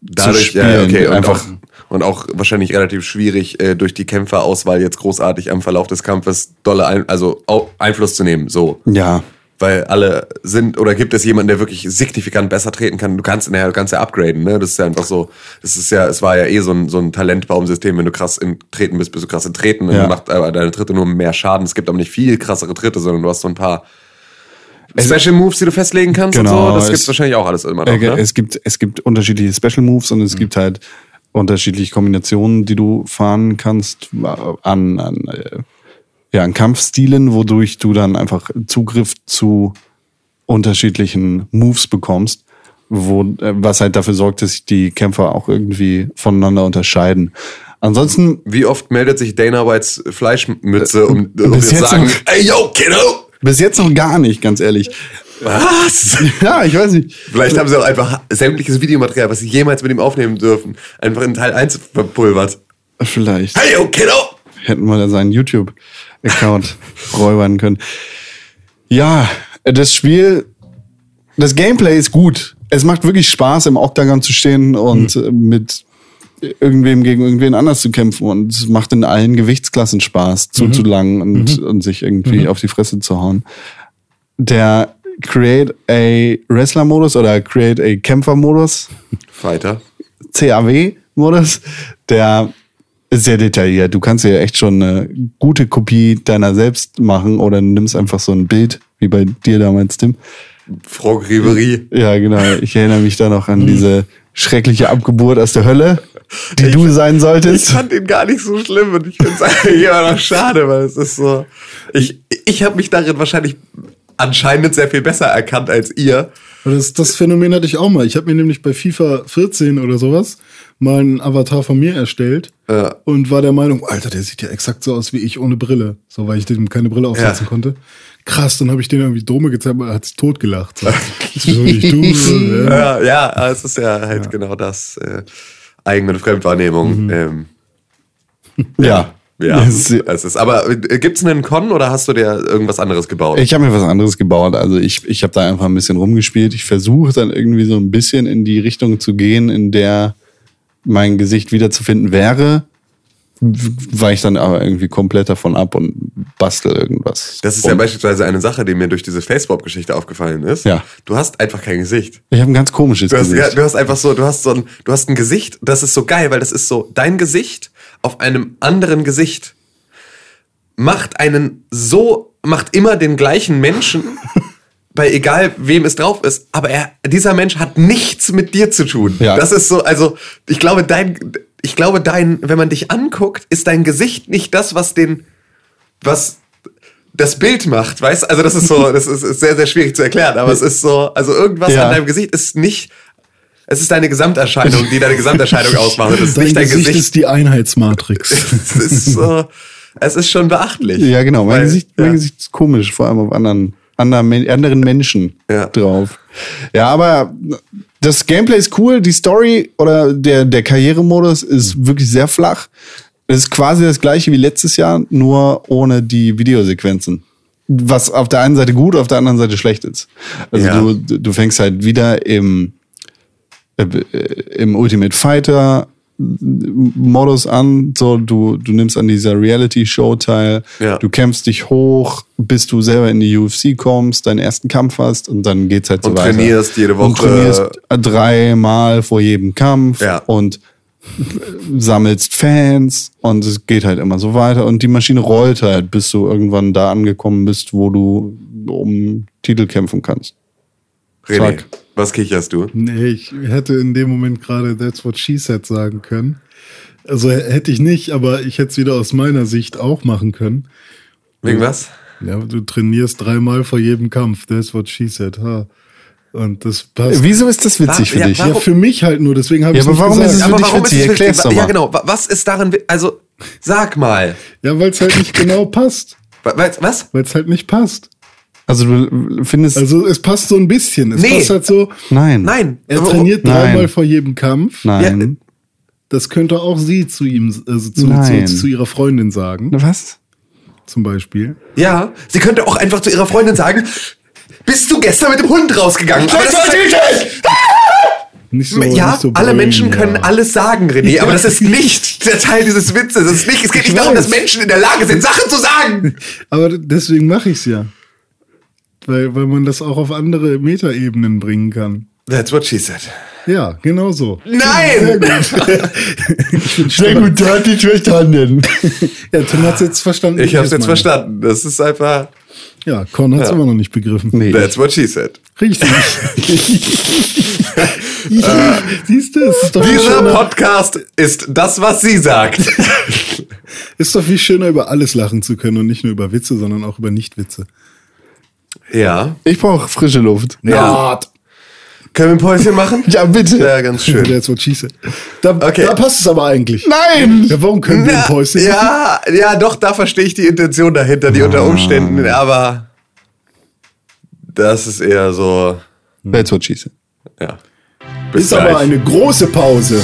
S5: Dadurch,
S3: spielen,
S5: ja, okay. Und
S3: einfach.
S5: Auch, und auch wahrscheinlich relativ schwierig, äh, durch die Kämpferauswahl jetzt großartig am Verlauf des Kampfes dolle ein, also au- Einfluss zu nehmen. So.
S3: Ja.
S5: Weil alle sind, oder gibt es jemanden, der wirklich signifikant besser treten kann? Du kannst, naja, du kannst ja upgraden, ne? Das ist ja einfach so, das ist ja, es war ja eh so ein, so ein Talentbaumsystem, wenn du krass in Treten bist, bist du krass in Treten und
S3: Ja.
S5: dann macht aber deine Tritte nur mehr Schaden. Es gibt aber nicht viel krassere Tritte, sondern du hast so ein paar Special Moves, die du festlegen kannst
S3: Genau,
S5: und so. Das
S3: es-
S5: gibt's wahrscheinlich auch alles immer noch,
S3: Äh,
S5: ne?
S3: es, gibt, es gibt unterschiedliche Special Moves und es gibt halt unterschiedliche Kombinationen, die du fahren kannst äh, an, an, äh, ja, an Kampfstilen, wodurch du dann einfach Zugriff zu unterschiedlichen Moves bekommst, wo, äh, was halt dafür sorgt, dass sich die Kämpfer auch irgendwie voneinander unterscheiden. Ansonsten
S5: Wie oft meldet sich Dana Whites Fleischmütze um, und,
S3: Äh, bis
S5: und wir
S3: jetzt
S5: sagen,
S3: noch-
S5: ey yo, Kiddo!
S3: bis jetzt noch gar nicht, ganz ehrlich.
S5: Was?
S3: Ja, ich weiß nicht.
S5: Vielleicht haben sie auch einfach sämtliches Videomaterial, was sie jemals mit ihm aufnehmen dürfen, einfach in Teil 1 verpulvert.
S3: Vielleicht.
S5: Hey, yo, Kiddo!
S3: hätten wir dann seinen YouTube-Account räubern können. Ja, das Spiel, das Gameplay ist gut. Es macht wirklich Spaß, im Octagon zu stehen und äh, mit irgendwem gegen irgendwen anders zu kämpfen. Und es macht in allen Gewichtsklassen Spaß, zuzulangen und, und sich irgendwie auf die Fresse zu hauen. Der Create a Wrestler-Modus oder Create a Kämpfer-Modus
S5: Fighter.
S3: CAW-Modus, der ist sehr detailliert. Du kannst dir echt schon eine gute Kopie deiner selbst machen oder nimmst einfach so ein Bild, wie bei dir damals, Tim.
S5: Frog Ribery.
S3: Ja, genau. Ich erinnere mich da noch
S5: Mhm.
S3: an diese schreckliche Abgeburt aus der Hölle, die du sein
S5: Ich
S3: solltest.
S5: fand ihn gar nicht so schlimm und ich finde es eigentlich immer noch schade, weil es ist so. Ich, ich habe mich darin wahrscheinlich anscheinend sehr viel besser erkannt als ihr.
S4: Aber Das, das Phänomen hatte ich auch mal. Ich habe mir nämlich bei FIFA 14 oder sowas mal einen Avatar von mir erstellt
S5: Ja.
S4: und war der Meinung, Alter, der sieht ja exakt so aus wie ich ohne Brille. So, weil ich dem keine Brille aufsetzen
S5: Ja.
S4: konnte. Krass, dann habe ich den irgendwie Dome gezeigt, aber er hat sich totgelacht. So, das ist so nicht du. So, ja.
S5: Ja, ja es ist ja halt genau das. Äh, eigene Fremdwahrnehmung. Ähm,
S3: Ja.
S5: ja,
S3: Das ist-
S5: es ist. Aber äh, gibt's einen Con oder hast du dir irgendwas anderes gebaut?
S3: Ich habe mir was anderes gebaut. Also ich, ich habe da einfach ein bisschen rumgespielt. Ich versuche dann irgendwie so ein bisschen in die Richtung zu gehen, in der mein Gesicht wiederzufinden wäre. Weiche ich dann aber irgendwie komplett davon ab und bastel irgendwas.
S5: Das ist
S3: rum.
S5: ja beispielsweise eine Sache, die mir durch diese Facebop-Geschichte aufgefallen ist.
S3: Ja.
S5: Du hast einfach kein Gesicht.
S3: Ich habe ein ganz komisches
S5: Du hast,
S3: Gesicht.
S5: ja, du hast einfach so, du hast so ein, du hast ein Gesicht, das ist so geil, weil das ist so, dein Gesicht auf einem anderen Gesicht macht einen so, macht immer den gleichen Menschen, bei egal wem es drauf ist, aber er, dieser Mensch hat nichts mit dir zu tun.
S3: Ja.
S5: Das ist so, also, ich glaube, dein, ich glaube, dein, wenn man dich anguckt, ist dein Gesicht nicht das, was den, was das Bild macht, weißt Also, das ist so, das ist, ist sehr, sehr schwierig zu erklären, aber es ist so, also irgendwas
S3: Ja.
S5: an deinem Gesicht ist nicht, es ist deine Gesamterscheinung, die deine Gesamterscheinung ausmacht. Es ist
S4: Dein
S5: nicht dein
S4: Gesicht
S5: Gesicht.
S4: ist die Einheitsmatrix.
S5: es, ist so, es ist schon beachtlich.
S3: ja, genau. Mein,
S5: Weil-
S3: Gesicht, mein
S5: ja.
S3: Gesicht ist komisch, vor allem auf anderen, anderen, Men- anderen Menschen
S5: Ja.
S3: drauf. Ja, aber das Gameplay ist cool. Die Story oder der, der Karrieremodus
S5: Mhm.
S3: ist wirklich sehr flach. Es ist quasi das gleiche wie letztes Jahr, nur ohne die Videosequenzen. Was auf der einen Seite gut, auf der anderen Seite schlecht ist. Also
S5: Ja.
S3: du, du fängst halt wieder im, äh, im Ultimate Fighter Modus an, so du, du nimmst an dieser Reality-Show teil,
S5: Ja.
S3: du kämpfst dich hoch, bis du selber in die UFC kommst, deinen ersten Kampf hast und dann geht's halt so
S5: Und
S3: weiter.
S5: trainierst jede
S3: Und
S5: Woche.
S3: trainierst äh, dreimal vor jedem Kampf
S5: Ja.
S3: und äh, sammelst Fans und es geht halt immer so weiter und die Maschine rollt halt, bis du irgendwann da angekommen bist, wo du um Titel kämpfen kannst.
S5: René,
S3: Sag.
S5: was kicherst du?
S4: Nee, ich hätte in dem Moment gerade That's What She Said sagen können. Also h- hätte ich nicht, aber ich hätte es wieder aus meiner Sicht auch machen können.
S5: Wegen was?
S4: Ja, du trainierst dreimal vor jedem Kampf. That's what she said. Ha. Und das passt.
S3: Wieso ist das witzig
S5: Wa-
S3: für
S5: ja,
S3: dich?
S5: wa-
S4: Ja, für mich halt nur, deswegen habe
S3: Ja,
S4: ich
S3: aber
S4: nicht
S3: warum
S4: gesagt.
S3: ist es für
S5: Aber
S3: dich
S5: warum
S3: witzig?
S5: ist es
S3: Erklär's doch
S5: Ja,
S3: mal.
S5: genau. Wa- Was ist darin, wi- also, sag mal.
S4: Ja, weil es halt nicht genau passt.
S5: Wa- wa- Was?
S4: Weil es halt nicht passt.
S3: Also du findest...
S4: Also es passt so ein bisschen. Es
S5: Nee.
S4: passt halt so.
S3: nein.
S5: Nein.
S4: Er
S5: Aber-
S4: trainiert
S3: Nein.
S4: dreimal vor jedem Kampf.
S3: Nein.
S4: Das könnte auch sie zu ihm, also zu,
S3: Nein.
S4: zu, zu ihrer Freundin sagen,
S5: äh,
S3: Was?
S4: zum Beispiel.
S5: Ja, sie könnte auch einfach zu ihrer Freundin sagen, bist du gestern mit dem Hund rausgegangen? Aber das ist halt-
S4: Nicht so,
S5: ja,
S4: nicht Oh, so
S5: alle
S4: brüllen,
S5: Menschen
S4: ja.
S5: können alles sagen, René, aber das ist nicht der Teil dieses Witzes. Es, ist nicht, es geht nicht darum,
S4: weiß.
S5: dass Menschen in der Lage sind, Sachen zu sagen.
S4: Aber d- deswegen mache ich's ja. Weil, weil man das auch auf andere Metaebenen bringen kann.
S5: That's what she said.
S4: Ja, genau so.
S5: Nein!
S3: Sehr gut, da hat die verstanden.
S4: Ja, Tim hat's jetzt verstanden.
S5: Ich
S4: wie
S5: hab's
S4: es
S5: jetzt
S4: meine.
S5: verstanden. Das ist einfach.
S4: Ja, Con hat's
S5: Ja.
S4: immer noch nicht begriffen.
S3: Nee.
S5: That's what she said.
S4: Richtig. Siehst du, es ist doch, viel
S5: Äh. Dieser
S4: schöner,
S5: Podcast ist das, was sie sagt.
S4: ist doch viel schöner, über alles lachen zu können und nicht nur über Witze, sondern auch über Nicht-Witze.
S5: Ja.
S3: Ich brauche frische Luft.
S5: ja. Können wir ein Päuschen machen?
S3: Ja, bitte.
S5: Ja, ganz
S4: Schön.
S5: schön.
S4: That's what she said. Da,
S5: Okay.
S4: da passt es aber eigentlich.
S3: Nein!
S4: Ja, warum können wir ein Päuschen?
S5: ja, ja, doch, da verstehe ich die Intention dahinter, die unter Umständen, aber das ist eher so,
S3: That's what she said.
S5: ja. Bis
S4: Hm. Ist aber eine große Pause.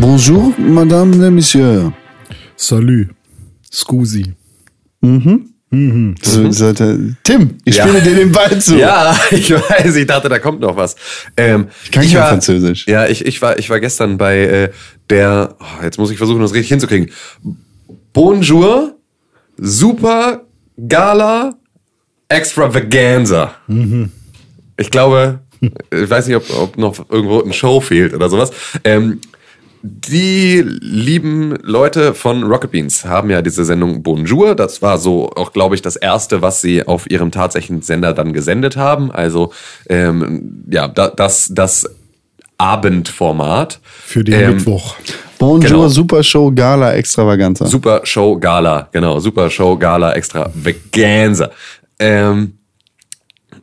S3: Bonjour, Madame et Monsieur.
S4: Salü. Scusi.
S3: So, sagt er, Tim, ich
S5: Ja.
S3: spiele dir den Ball zu.
S5: Ja, ich weiß, ich dachte, da kommt noch was. Ähm, ich
S3: kann kein Französisch.
S5: Ja, ich, ich, war, ich war gestern bei äh, der, oh, jetzt muss ich versuchen, das richtig hinzukriegen. Bonjour, Super Gala Extravaganza. Ich glaube, ich weiß nicht, ob, ob noch irgendwo ein Show fehlt oder sowas. Ähm, die lieben Leute von Rocket Beans haben ja diese Sendung Bonjour. Das war so auch, glaube ich, das erste, was sie auf ihrem tatsächlichen Sender dann gesendet haben. Also ähm, ja, da, das, das Abendformat.
S4: Für den
S5: Ähm,
S4: Mittwoch.
S3: Bonjour,
S5: Genau.
S3: Super Show, Gala, Extravaganza.
S5: Super Show Gala, genau, Super Show Gala Extravaganza. Ähm,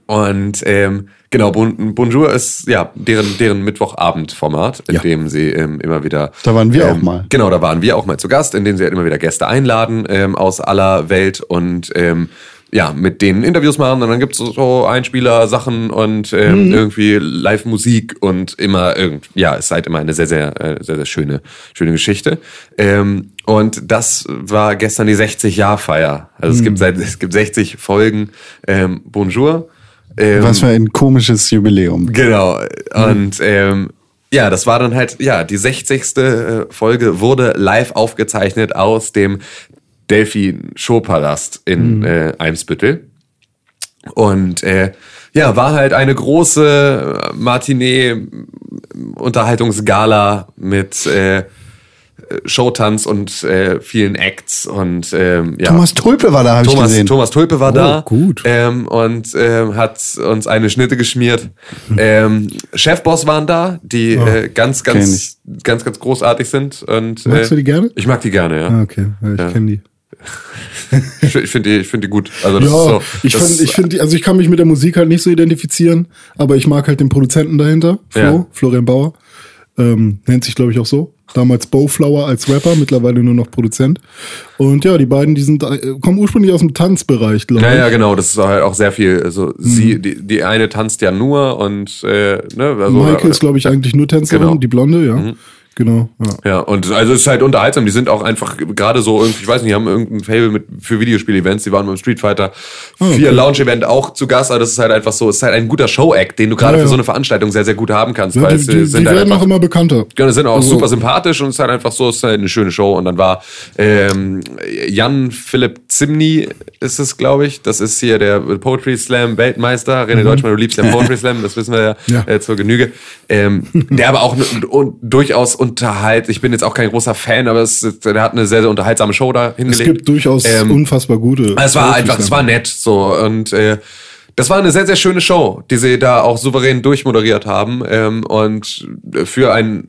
S5: und ähm, genau, Bon- Bonjour ist ja deren, deren Mittwochabendformat, in
S3: Ja.
S5: dem sie ähm, immer wieder.
S3: Da waren wir
S5: ähm,
S3: auch mal.
S5: Genau, da waren wir auch mal zu Gast, in dem sie halt immer wieder Gäste einladen ähm, aus aller Welt und ähm, ja, mit denen Interviews machen und dann gibt's so Einspieler, Sachen und ähm,
S3: Mhm.
S5: irgendwie Live-Musik und immer irgend, ja, es ist halt immer eine sehr, sehr, äh, sehr, sehr schöne, schöne Geschichte. Ähm, und das war gestern die 60-Jahr-Feier. Also
S3: Mhm.
S5: es gibt seit, es gibt 60 Folgen ähm, Bonjour. Ähm,
S3: Was für ein komisches Jubiläum.
S5: Genau. Und ähm, ja, das war dann halt, ja, die 60. äh, Folge wurde live aufgezeichnet aus dem Delphi-Showpalast in äh, Eimsbüttel. Und äh, ja, war halt eine große äh, Matinee-Unterhaltungsgala mit äh, Showtanz und äh, vielen Acts und ähm, ja.
S3: Thomas Tulpe war da, habe ich
S5: Thomas,
S3: gesehen.
S5: Thomas Tulpe war da
S4: Oh, gut.
S5: Ähm, und ähm, hat uns eine Schnitte geschmiert.
S4: Hm.
S5: Ähm, Chefboss waren da, die
S4: Oh,
S5: äh, ganz,
S3: kenn
S5: ganz, ganz, ganz großartig sind. Und,
S4: Magst
S5: äh,
S4: du die gerne?
S5: Ich mag die gerne, ja.
S4: Ah, okay. Ja, ich kenne die.
S5: Ich, fi- ich finde die, ich find die gut. Also das
S4: Ja,
S5: ist so,
S4: ich
S5: das
S4: finde,
S5: ist-
S4: ich finde, also ich kann mich mit der Musik halt nicht so identifizieren, aber ich mag halt den Produzenten dahinter, Flo,
S5: Ja.
S4: Florian Bauer. Ähm, nennt sich, glaube ich, auch so. Damals Bowflower als Rapper, mittlerweile nur noch Produzent. Und ja, die beiden, die sind, äh, kommen ursprünglich aus dem Tanzbereich, glaube ich.
S5: ja, ja, genau, das ist halt auch sehr viel. Also
S4: Hm.
S5: sie, die, die eine tanzt ja nur und äh, ne, also,
S4: Maike ist, glaube ich, eigentlich nur Tänzerin,
S5: Genau.
S4: die Blonde, ja. Genau. Ja.
S5: Ja, und also es ist halt unterhaltsam. Die sind auch einfach gerade so irgendwie, ich weiß nicht, die haben irgendein Fable mit für Videospiel-Events. Die waren beim Street Fighter
S4: Ah,
S5: 4 Lounge-Event auch zu Gast. Also das ist halt einfach so, es ist halt ein guter Show-Act, den du gerade
S4: Ja,
S5: für
S4: ja.
S5: so eine Veranstaltung sehr, sehr gut haben kannst,
S4: Ja,
S5: weil
S4: die
S5: sie
S4: die, die
S5: sind halt
S4: werden
S5: einfach
S4: auch immer bekannter. Also,
S5: Genau, die sind auch super sympathisch und es ist halt einfach so, es ist halt eine schöne Show. Und dann war ähm, Jan Philipp Zimny, ist es, glaube ich. Das ist hier der Poetry Slam Weltmeister. René Deutschmann, du liebst ja Poetry Slam, das wissen wir ja,
S4: Mhm. Ja.
S5: Äh, zur Genüge. Ähm, der aber auch n- und durchaus unterhalt. Ich bin jetzt auch kein großer Fan, aber es, ist- der hat eine sehr, sehr unterhaltsame Show da
S4: Es
S5: hingelegt.
S4: gibt durchaus
S5: Ähm,
S4: unfassbar gute.
S5: es war einfach, es war nett so und äh, das war eine sehr, sehr schöne Show, die sie da auch souverän durchmoderiert haben ähm, und für ein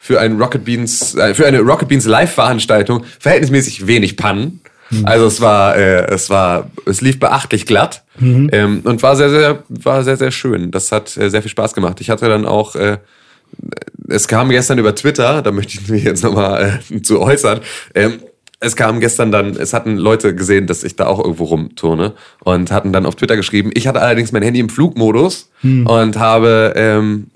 S5: für ein Rocket Beans äh, für eine Rocket Beans Live Veranstaltung verhältnismäßig wenig Pannen. Also es war äh, es war es lief beachtlich glatt ähm, und war sehr sehr war sehr sehr schön. Das hat äh, sehr viel Spaß gemacht. Ich hatte dann auch äh, es kam gestern über Twitter, da möchte ich mich jetzt nochmal äh, zu äußern. Ähm, es kam gestern dann, es hatten Leute gesehen, dass ich da auch irgendwo rumturne und hatten dann auf Twitter geschrieben. Ich hatte allerdings mein Handy im Flugmodus und habe, ähm,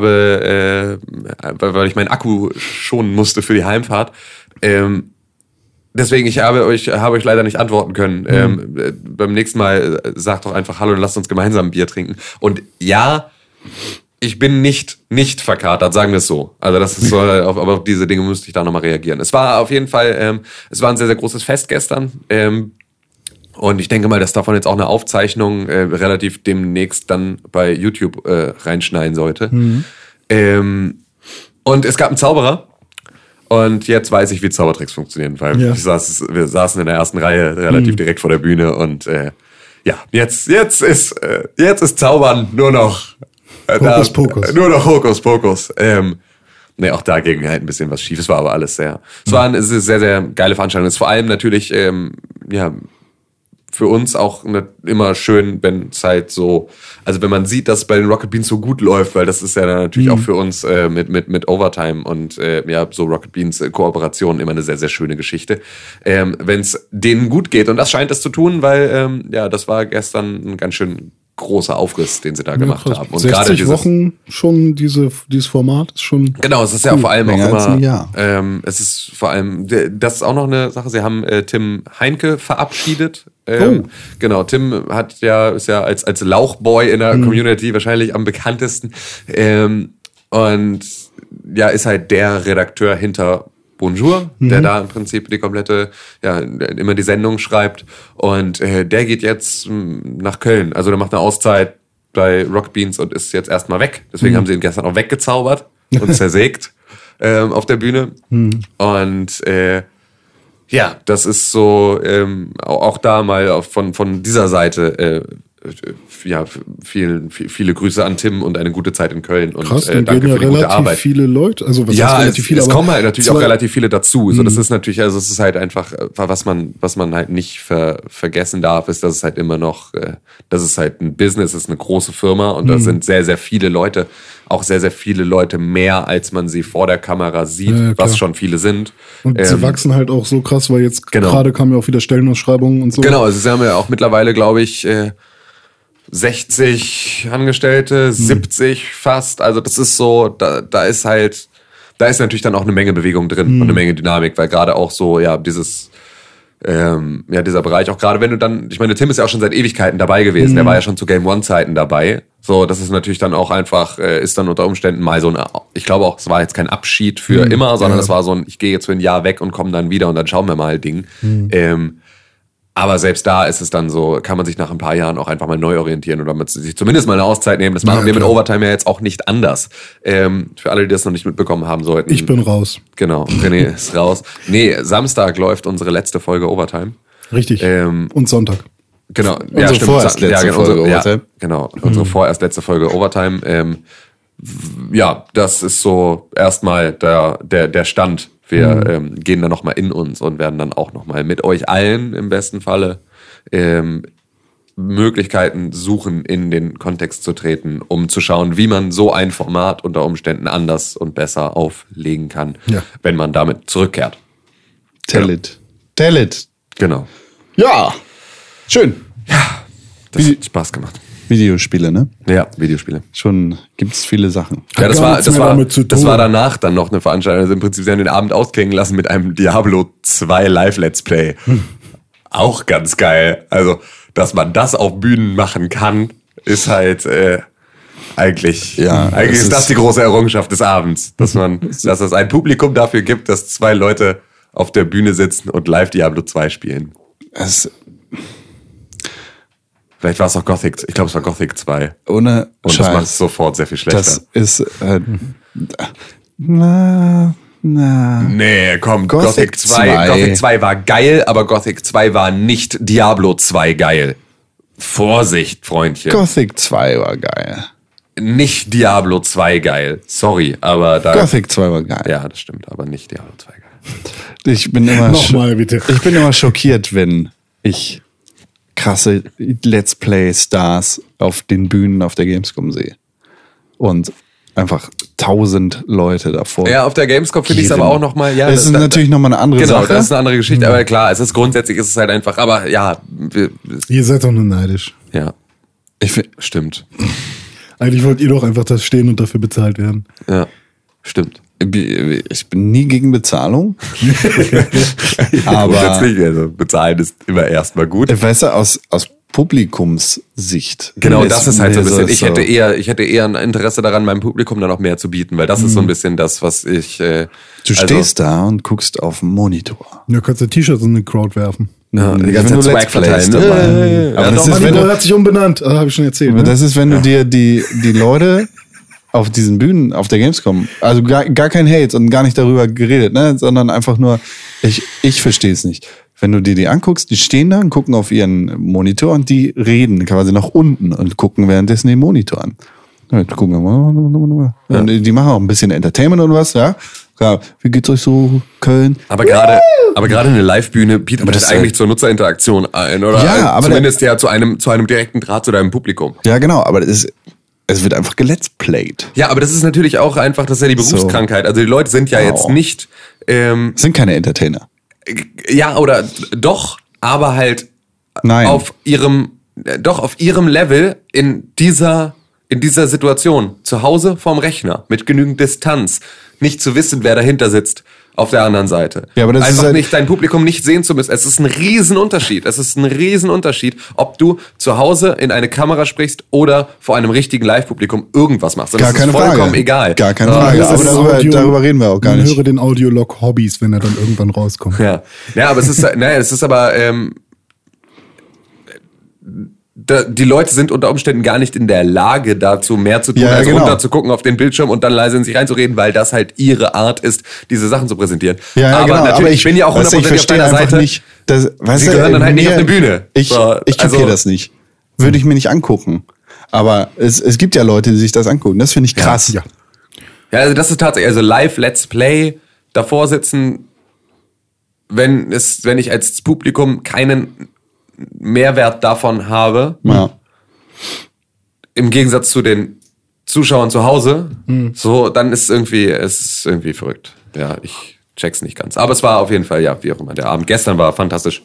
S5: habe, äh, weil ich meinen Akku schonen musste für die Heimfahrt, ähm, Deswegen, ich habe euch, habe euch leider nicht antworten können. Ähm, äh, beim nächsten Mal äh, sagt doch einfach Hallo und lasst uns gemeinsam ein Bier trinken. Und ja, ich bin nicht, nicht verkatert, sagen wir es so. Also das ist so, auf, aber auf diese Dinge müsste ich da nochmal reagieren. Es war auf jeden Fall, ähm, es war ein sehr, sehr großes Fest gestern. Ähm, und ich denke mal, dass davon jetzt auch eine Aufzeichnung äh, relativ demnächst dann bei YouTube äh, reinschneiden sollte. Ähm, und es gab einen Zauberer. Und jetzt weiß ich, wie Zaubertricks funktionieren, weil
S4: Ja.
S5: ich saß, wir saßen in der ersten Reihe relativ direkt vor der Bühne und äh, ja, jetzt, jetzt ist, äh, jetzt ist Zaubern nur noch äh,
S4: Hokus Pokus.
S5: äh, Nur noch Hokus Pokus. Ähm, ne, auch dagegen halt ein bisschen was Schiefes war, aber alles sehr. Es war eine sehr, sehr, sehr geile Veranstaltung. Es ist vor allem natürlich, ähm, ja, für uns auch ne, immer schön, wenn es halt so, also wenn man sieht, dass es bei den Rocket Beans so gut läuft, weil das ist ja dann natürlich
S4: Mhm.
S5: auch für uns äh, mit, mit, mit Overtime und äh, ja, so Rocket Beans äh, Kooperation immer eine sehr, sehr schöne Geschichte. Ähm, wenn es denen gut geht, und das scheint es zu tun, weil ähm, ja, das war gestern ein ganz schön großer Aufriss, den sie da gemacht
S4: krass.
S5: haben. Und gerade
S4: 60
S5: dieses,
S4: Wochen schon diese, dieses Format ist schon.
S5: Genau, es ist ja vor allem auch
S3: länger als ein
S5: immer.
S3: Jahr.
S5: Ähm, es ist vor allem, d- das ist auch noch eine Sache. Sie haben äh, Tim Heinke verabschiedet. Ähm, Genau, Tim hat ja ist ja als als Lauchboy in der Community wahrscheinlich am bekanntesten ähm, und ja ist halt der Redakteur hinter Bonjour, der da im Prinzip die komplette, ja, immer die Sendung schreibt. Und äh, der geht jetzt mh, nach Köln. Also der macht eine Auszeit bei Rock Beans und ist jetzt erstmal weg. Deswegen haben sie ihn gestern auch weggezaubert und zersägt ähm, auf der Bühne.
S4: Hm.
S5: Und äh, ja, das ist so ähm, au- auch da mal auf- von, von dieser Seite äh, äh, ja, f- vielen, vi- viele Grüße an Tim und eine gute Zeit in Köln und
S4: Krass,
S5: äh,
S4: dann
S5: danke
S4: gehen ja
S5: für die gute
S4: relativ
S5: Arbeit.
S4: viele Leute. Also was heißt
S5: Ja,
S4: relativ
S5: es,
S4: viele,
S5: es
S4: aber Mhm.
S5: kommen halt natürlich auch
S4: zwei-
S5: relativ viele dazu. So, das ist natürlich, also es ist halt einfach, äh, was man, was man halt nicht ver, vergessen darf, ist, dass es halt immer noch, äh, dass es halt ein Business ist, eine große Firma und
S4: Mhm.
S5: da sind sehr, sehr viele Leute, auch sehr, sehr viele Leute mehr, als man sie vor der Kamera sieht,
S4: Ja, ja,
S5: was
S4: klar.
S5: schon viele sind.
S4: Und sie wachsen halt auch so krass, weil jetzt
S5: ähm, Genau.
S4: gerade kamen ja auch wieder Stellenausschreibungen und so.
S5: Genau, also sie haben ja auch mittlerweile, glaube ich, äh, 60 Angestellte, 70 fast. Also das ist so, da, da ist halt, da ist natürlich dann auch eine Menge Bewegung drin und eine Menge Dynamik, weil gerade auch so, ja, dieses, ähm, ja, dieser Bereich, auch gerade wenn du dann, ich meine, Tim ist ja auch schon seit Ewigkeiten dabei gewesen, der war ja schon zu Game One-Zeiten dabei. So, das ist natürlich dann auch einfach, äh, ist dann unter Umständen mal so ein, ich glaube auch, es war jetzt kein Abschied für immer, sondern es war so ein, ich gehe jetzt für ein Jahr weg und komme dann wieder und dann schauen wir mal Ding. Ähm, aber selbst da ist es dann so, kann man sich nach ein paar Jahren auch einfach mal neu orientieren oder mit, sich zumindest mal eine Auszeit nehmen. Das machen wir mit Overtime ja jetzt auch nicht anders. Ähm, für alle, die das noch nicht mitbekommen haben sollten.
S4: Ich bin raus.
S5: Genau, René ist raus. Nee, Samstag läuft unsere letzte Folge Overtime.
S4: Richtig.
S5: Ähm,
S4: und Sonntag.
S5: Genau,
S3: Unsere vorerst letzte
S5: genau,
S3: Folge
S5: unsere, ja,
S3: Overtime. Mhm.
S5: genau, unsere vorerst letzte Folge Overtime. Ähm, w- ja, das ist so erstmal der, der, der Stand. Wir
S3: Mhm.
S5: ähm, gehen dann nochmal in uns und werden dann auch nochmal mit euch allen im besten Falle ähm, Möglichkeiten suchen, in den Kontext zu treten, um zu schauen, wie man so ein Format unter Umständen anders und besser auflegen kann,
S4: Ja.
S5: wenn man damit zurückkehrt.
S3: Tell it. Tell it.
S5: Genau.
S3: Ja. Schön.
S5: Das hat Spaß gemacht.
S3: Videospiele, ne?
S5: Ja, Videospiele.
S3: Schon gibt's viele Sachen.
S5: Ja, das
S4: gar
S5: war,
S4: nichts
S5: das,
S4: mehr
S5: war,
S4: damit zu
S5: das
S4: tun.
S5: war danach dann noch eine Veranstaltung. Also im Prinzip, sie haben den Abend ausklingen lassen mit einem Diablo 2 Live-Let's Play.
S4: Hm.
S5: Auch ganz geil. Also, dass man das auf Bühnen machen kann, ist halt äh, eigentlich,
S3: Ja,
S5: eigentlich
S3: es
S5: ist das
S3: ist-
S5: die große Errungenschaft des Abends. Dass man, dass es ein Publikum dafür gibt, dass zwei Leute auf der Bühne sitzen und live Diablo 2 spielen.
S3: Es,
S5: Vielleicht war es auch Gothic, ich glaube, es war Gothic 2.
S3: ohne
S5: Und das macht es
S3: Scheiß.
S5: sofort sehr viel schlechter.
S3: Das, ist, äh, na, na.
S5: Nee, komm, Gothic,
S3: Gothic 2.
S5: 2, Gothic 2 war geil, aber Gothic 2 war nicht Diablo 2 geil. Vorsicht, Freundchen.
S3: Gothic 2 war geil.
S5: Nicht Diablo 2 geil. Sorry, aber da.
S3: Gothic 2 war geil.
S5: Ja, das stimmt, aber nicht Diablo 2 geil.
S3: Ich bin immer,
S4: Nochmal,
S3: scho-
S4: bitte.
S3: Ich bin immer schockiert, wenn ich krasse Let's Play Stars auf den Bühnen auf der Gamescom sehe. Und einfach 1000 Leute davor.
S5: Ja, auf der Gamescom finde ich es
S3: Jedem.
S5: aber auch nochmal, ja.
S3: Das ist natürlich nochmal eine andere
S5: Genau,
S3: Sache. Mhm.
S5: das ist eine andere Geschichte, aber klar, es ist grundsätzlich ist es halt einfach, aber ja, wir,
S4: Ihr seid doch nur neidisch.
S5: ja,
S3: ich fi-
S5: stimmt.
S4: Eigentlich wollt ihr doch einfach da stehen und dafür bezahlt werden.
S5: Ja, stimmt.
S3: ich bin nie gegen Bezahlung. aber Äh,
S5: grundsätzlich, also bezahlen ist immer erstmal gut.
S3: weißt du, aus, aus Publikumssicht.
S5: Genau, das ist halt so ein bisschen.
S3: es
S5: Ich hätte eher, ich hätte eher ein Interesse daran, meinem Publikum dann auch mehr zu bieten, weil das ist so ein bisschen das, was ich. Äh,
S3: Mhm. Du stehst da und guckst auf den Monitor.
S4: Du kannst ja T-Shirts in den Crowd werfen.
S3: ne?
S5: ja, die ganze Zeit Swag verteilen.
S3: dabei.
S5: Ne?
S3: Aber
S5: Ja,
S3: das
S5: doch,
S3: ist,
S4: Mann,
S3: wenn
S4: die
S3: du,
S4: hat sich umbenannt. Ah, habe ich schon erzählt.
S3: Aber
S4: Ne?
S3: das ist, wenn du dir die, die Leute auf diesen Bühnen, auf der Gamescom, also gar, gar kein Hate und gar nicht darüber geredet, ne, sondern einfach nur, ich, ich verstehe es nicht. Wenn du dir die anguckst, die stehen da und gucken auf ihren Monitor und die reden quasi nach unten und gucken währenddessen den Monitor an. Ja, die gucken immer. Und die machen auch ein bisschen Entertainment und was, ja. Klar, wie geht's euch so, Köln?
S5: Aber gerade, aber gerade eine Live-Bühne bietet das
S3: das
S5: eigentlich
S3: ist- halt
S5: zur Nutzerinteraktion ein, oder?
S3: Ja,
S5: Also
S3: aber
S5: zumindest ja zu einem, zu einem direkten Draht zu deinem Publikum.
S3: Ja, genau, aber es, ist- es wird einfach gelet's played.
S5: Ja, aber das ist natürlich auch einfach, das ist ja die
S3: So. Genau.
S5: Berufskrankheit. Also die Leute sind ja
S3: Wow.
S5: jetzt nicht, ähm,
S3: Es sind keine Entertainer.
S5: ja oder doch, aber halt
S3: Nein.
S5: auf ihrem, äh, doch auf ihrem Level in dieser, in dieser Situation, zu Hause vorm Rechner, mit genügend Distanz, nicht zu wissen, wer dahinter sitzt auf der anderen Seite.
S3: Ja, aber das ist
S5: Einfach
S3: halt-
S5: nicht dein Publikum nicht sehen zu müssen. Es ist ein Riesenunterschied. Es ist ein Riesenunterschied, ob du zu Hause in eine Kamera sprichst oder vor einem richtigen Live-Publikum irgendwas machst. Und
S3: Gar
S5: das
S3: keine
S5: ist vollkommen
S3: Frage.
S5: egal.
S3: Gar keine
S5: Äh,
S3: Frage.
S5: das
S3: Aber
S5: ist-
S3: darüber- darüber reden wir auch gar
S4: Man
S3: nicht.
S4: höre den Audiolog Hobbys, wenn er dann irgendwann rauskommt.
S5: Ja, ja aber es ist, äh, naja, es ist aber, ähm, da, die Leute sind unter Umständen gar nicht in der Lage dazu, mehr zu tun,
S3: Ja, ja,
S5: als
S3: genau.
S5: runter zu gucken auf den Bildschirm und dann leise in sich reinzureden, weil das halt ihre Art ist, diese Sachen zu präsentieren.
S3: Ja, ja
S5: aber
S3: genau.
S5: natürlich,
S3: aber
S5: ich, bin ja auch
S3: weißt du, ich
S5: 100% auf
S3: verstehe
S5: deiner
S3: einfach
S5: Seite.
S3: Nicht, dass, weißt
S5: Sie
S3: du,
S5: gehören dann halt nicht
S3: mir-
S5: auf eine Bühne.
S3: Ich,
S5: So,
S3: ich kapiere
S5: also-
S3: das nicht. Würde ich mir nicht angucken. Aber es, es gibt ja Leute, die sich das angucken. Das finde ich krass.
S4: ja.
S5: Ja, also das ist tatsächlich, also live Let's Play davor sitzen, wenn es, wenn ich als Publikum keinen Mehrwert davon habe,
S3: Ja.
S5: im Gegensatz zu den Zuschauern zu Hause,
S4: Hm.
S5: so, dann ist irgendwie, es ist irgendwie verrückt. Ja, ich check's nicht ganz. Aber es war auf jeden Fall, ja, wie auch immer, der Abend gestern war fantastisch.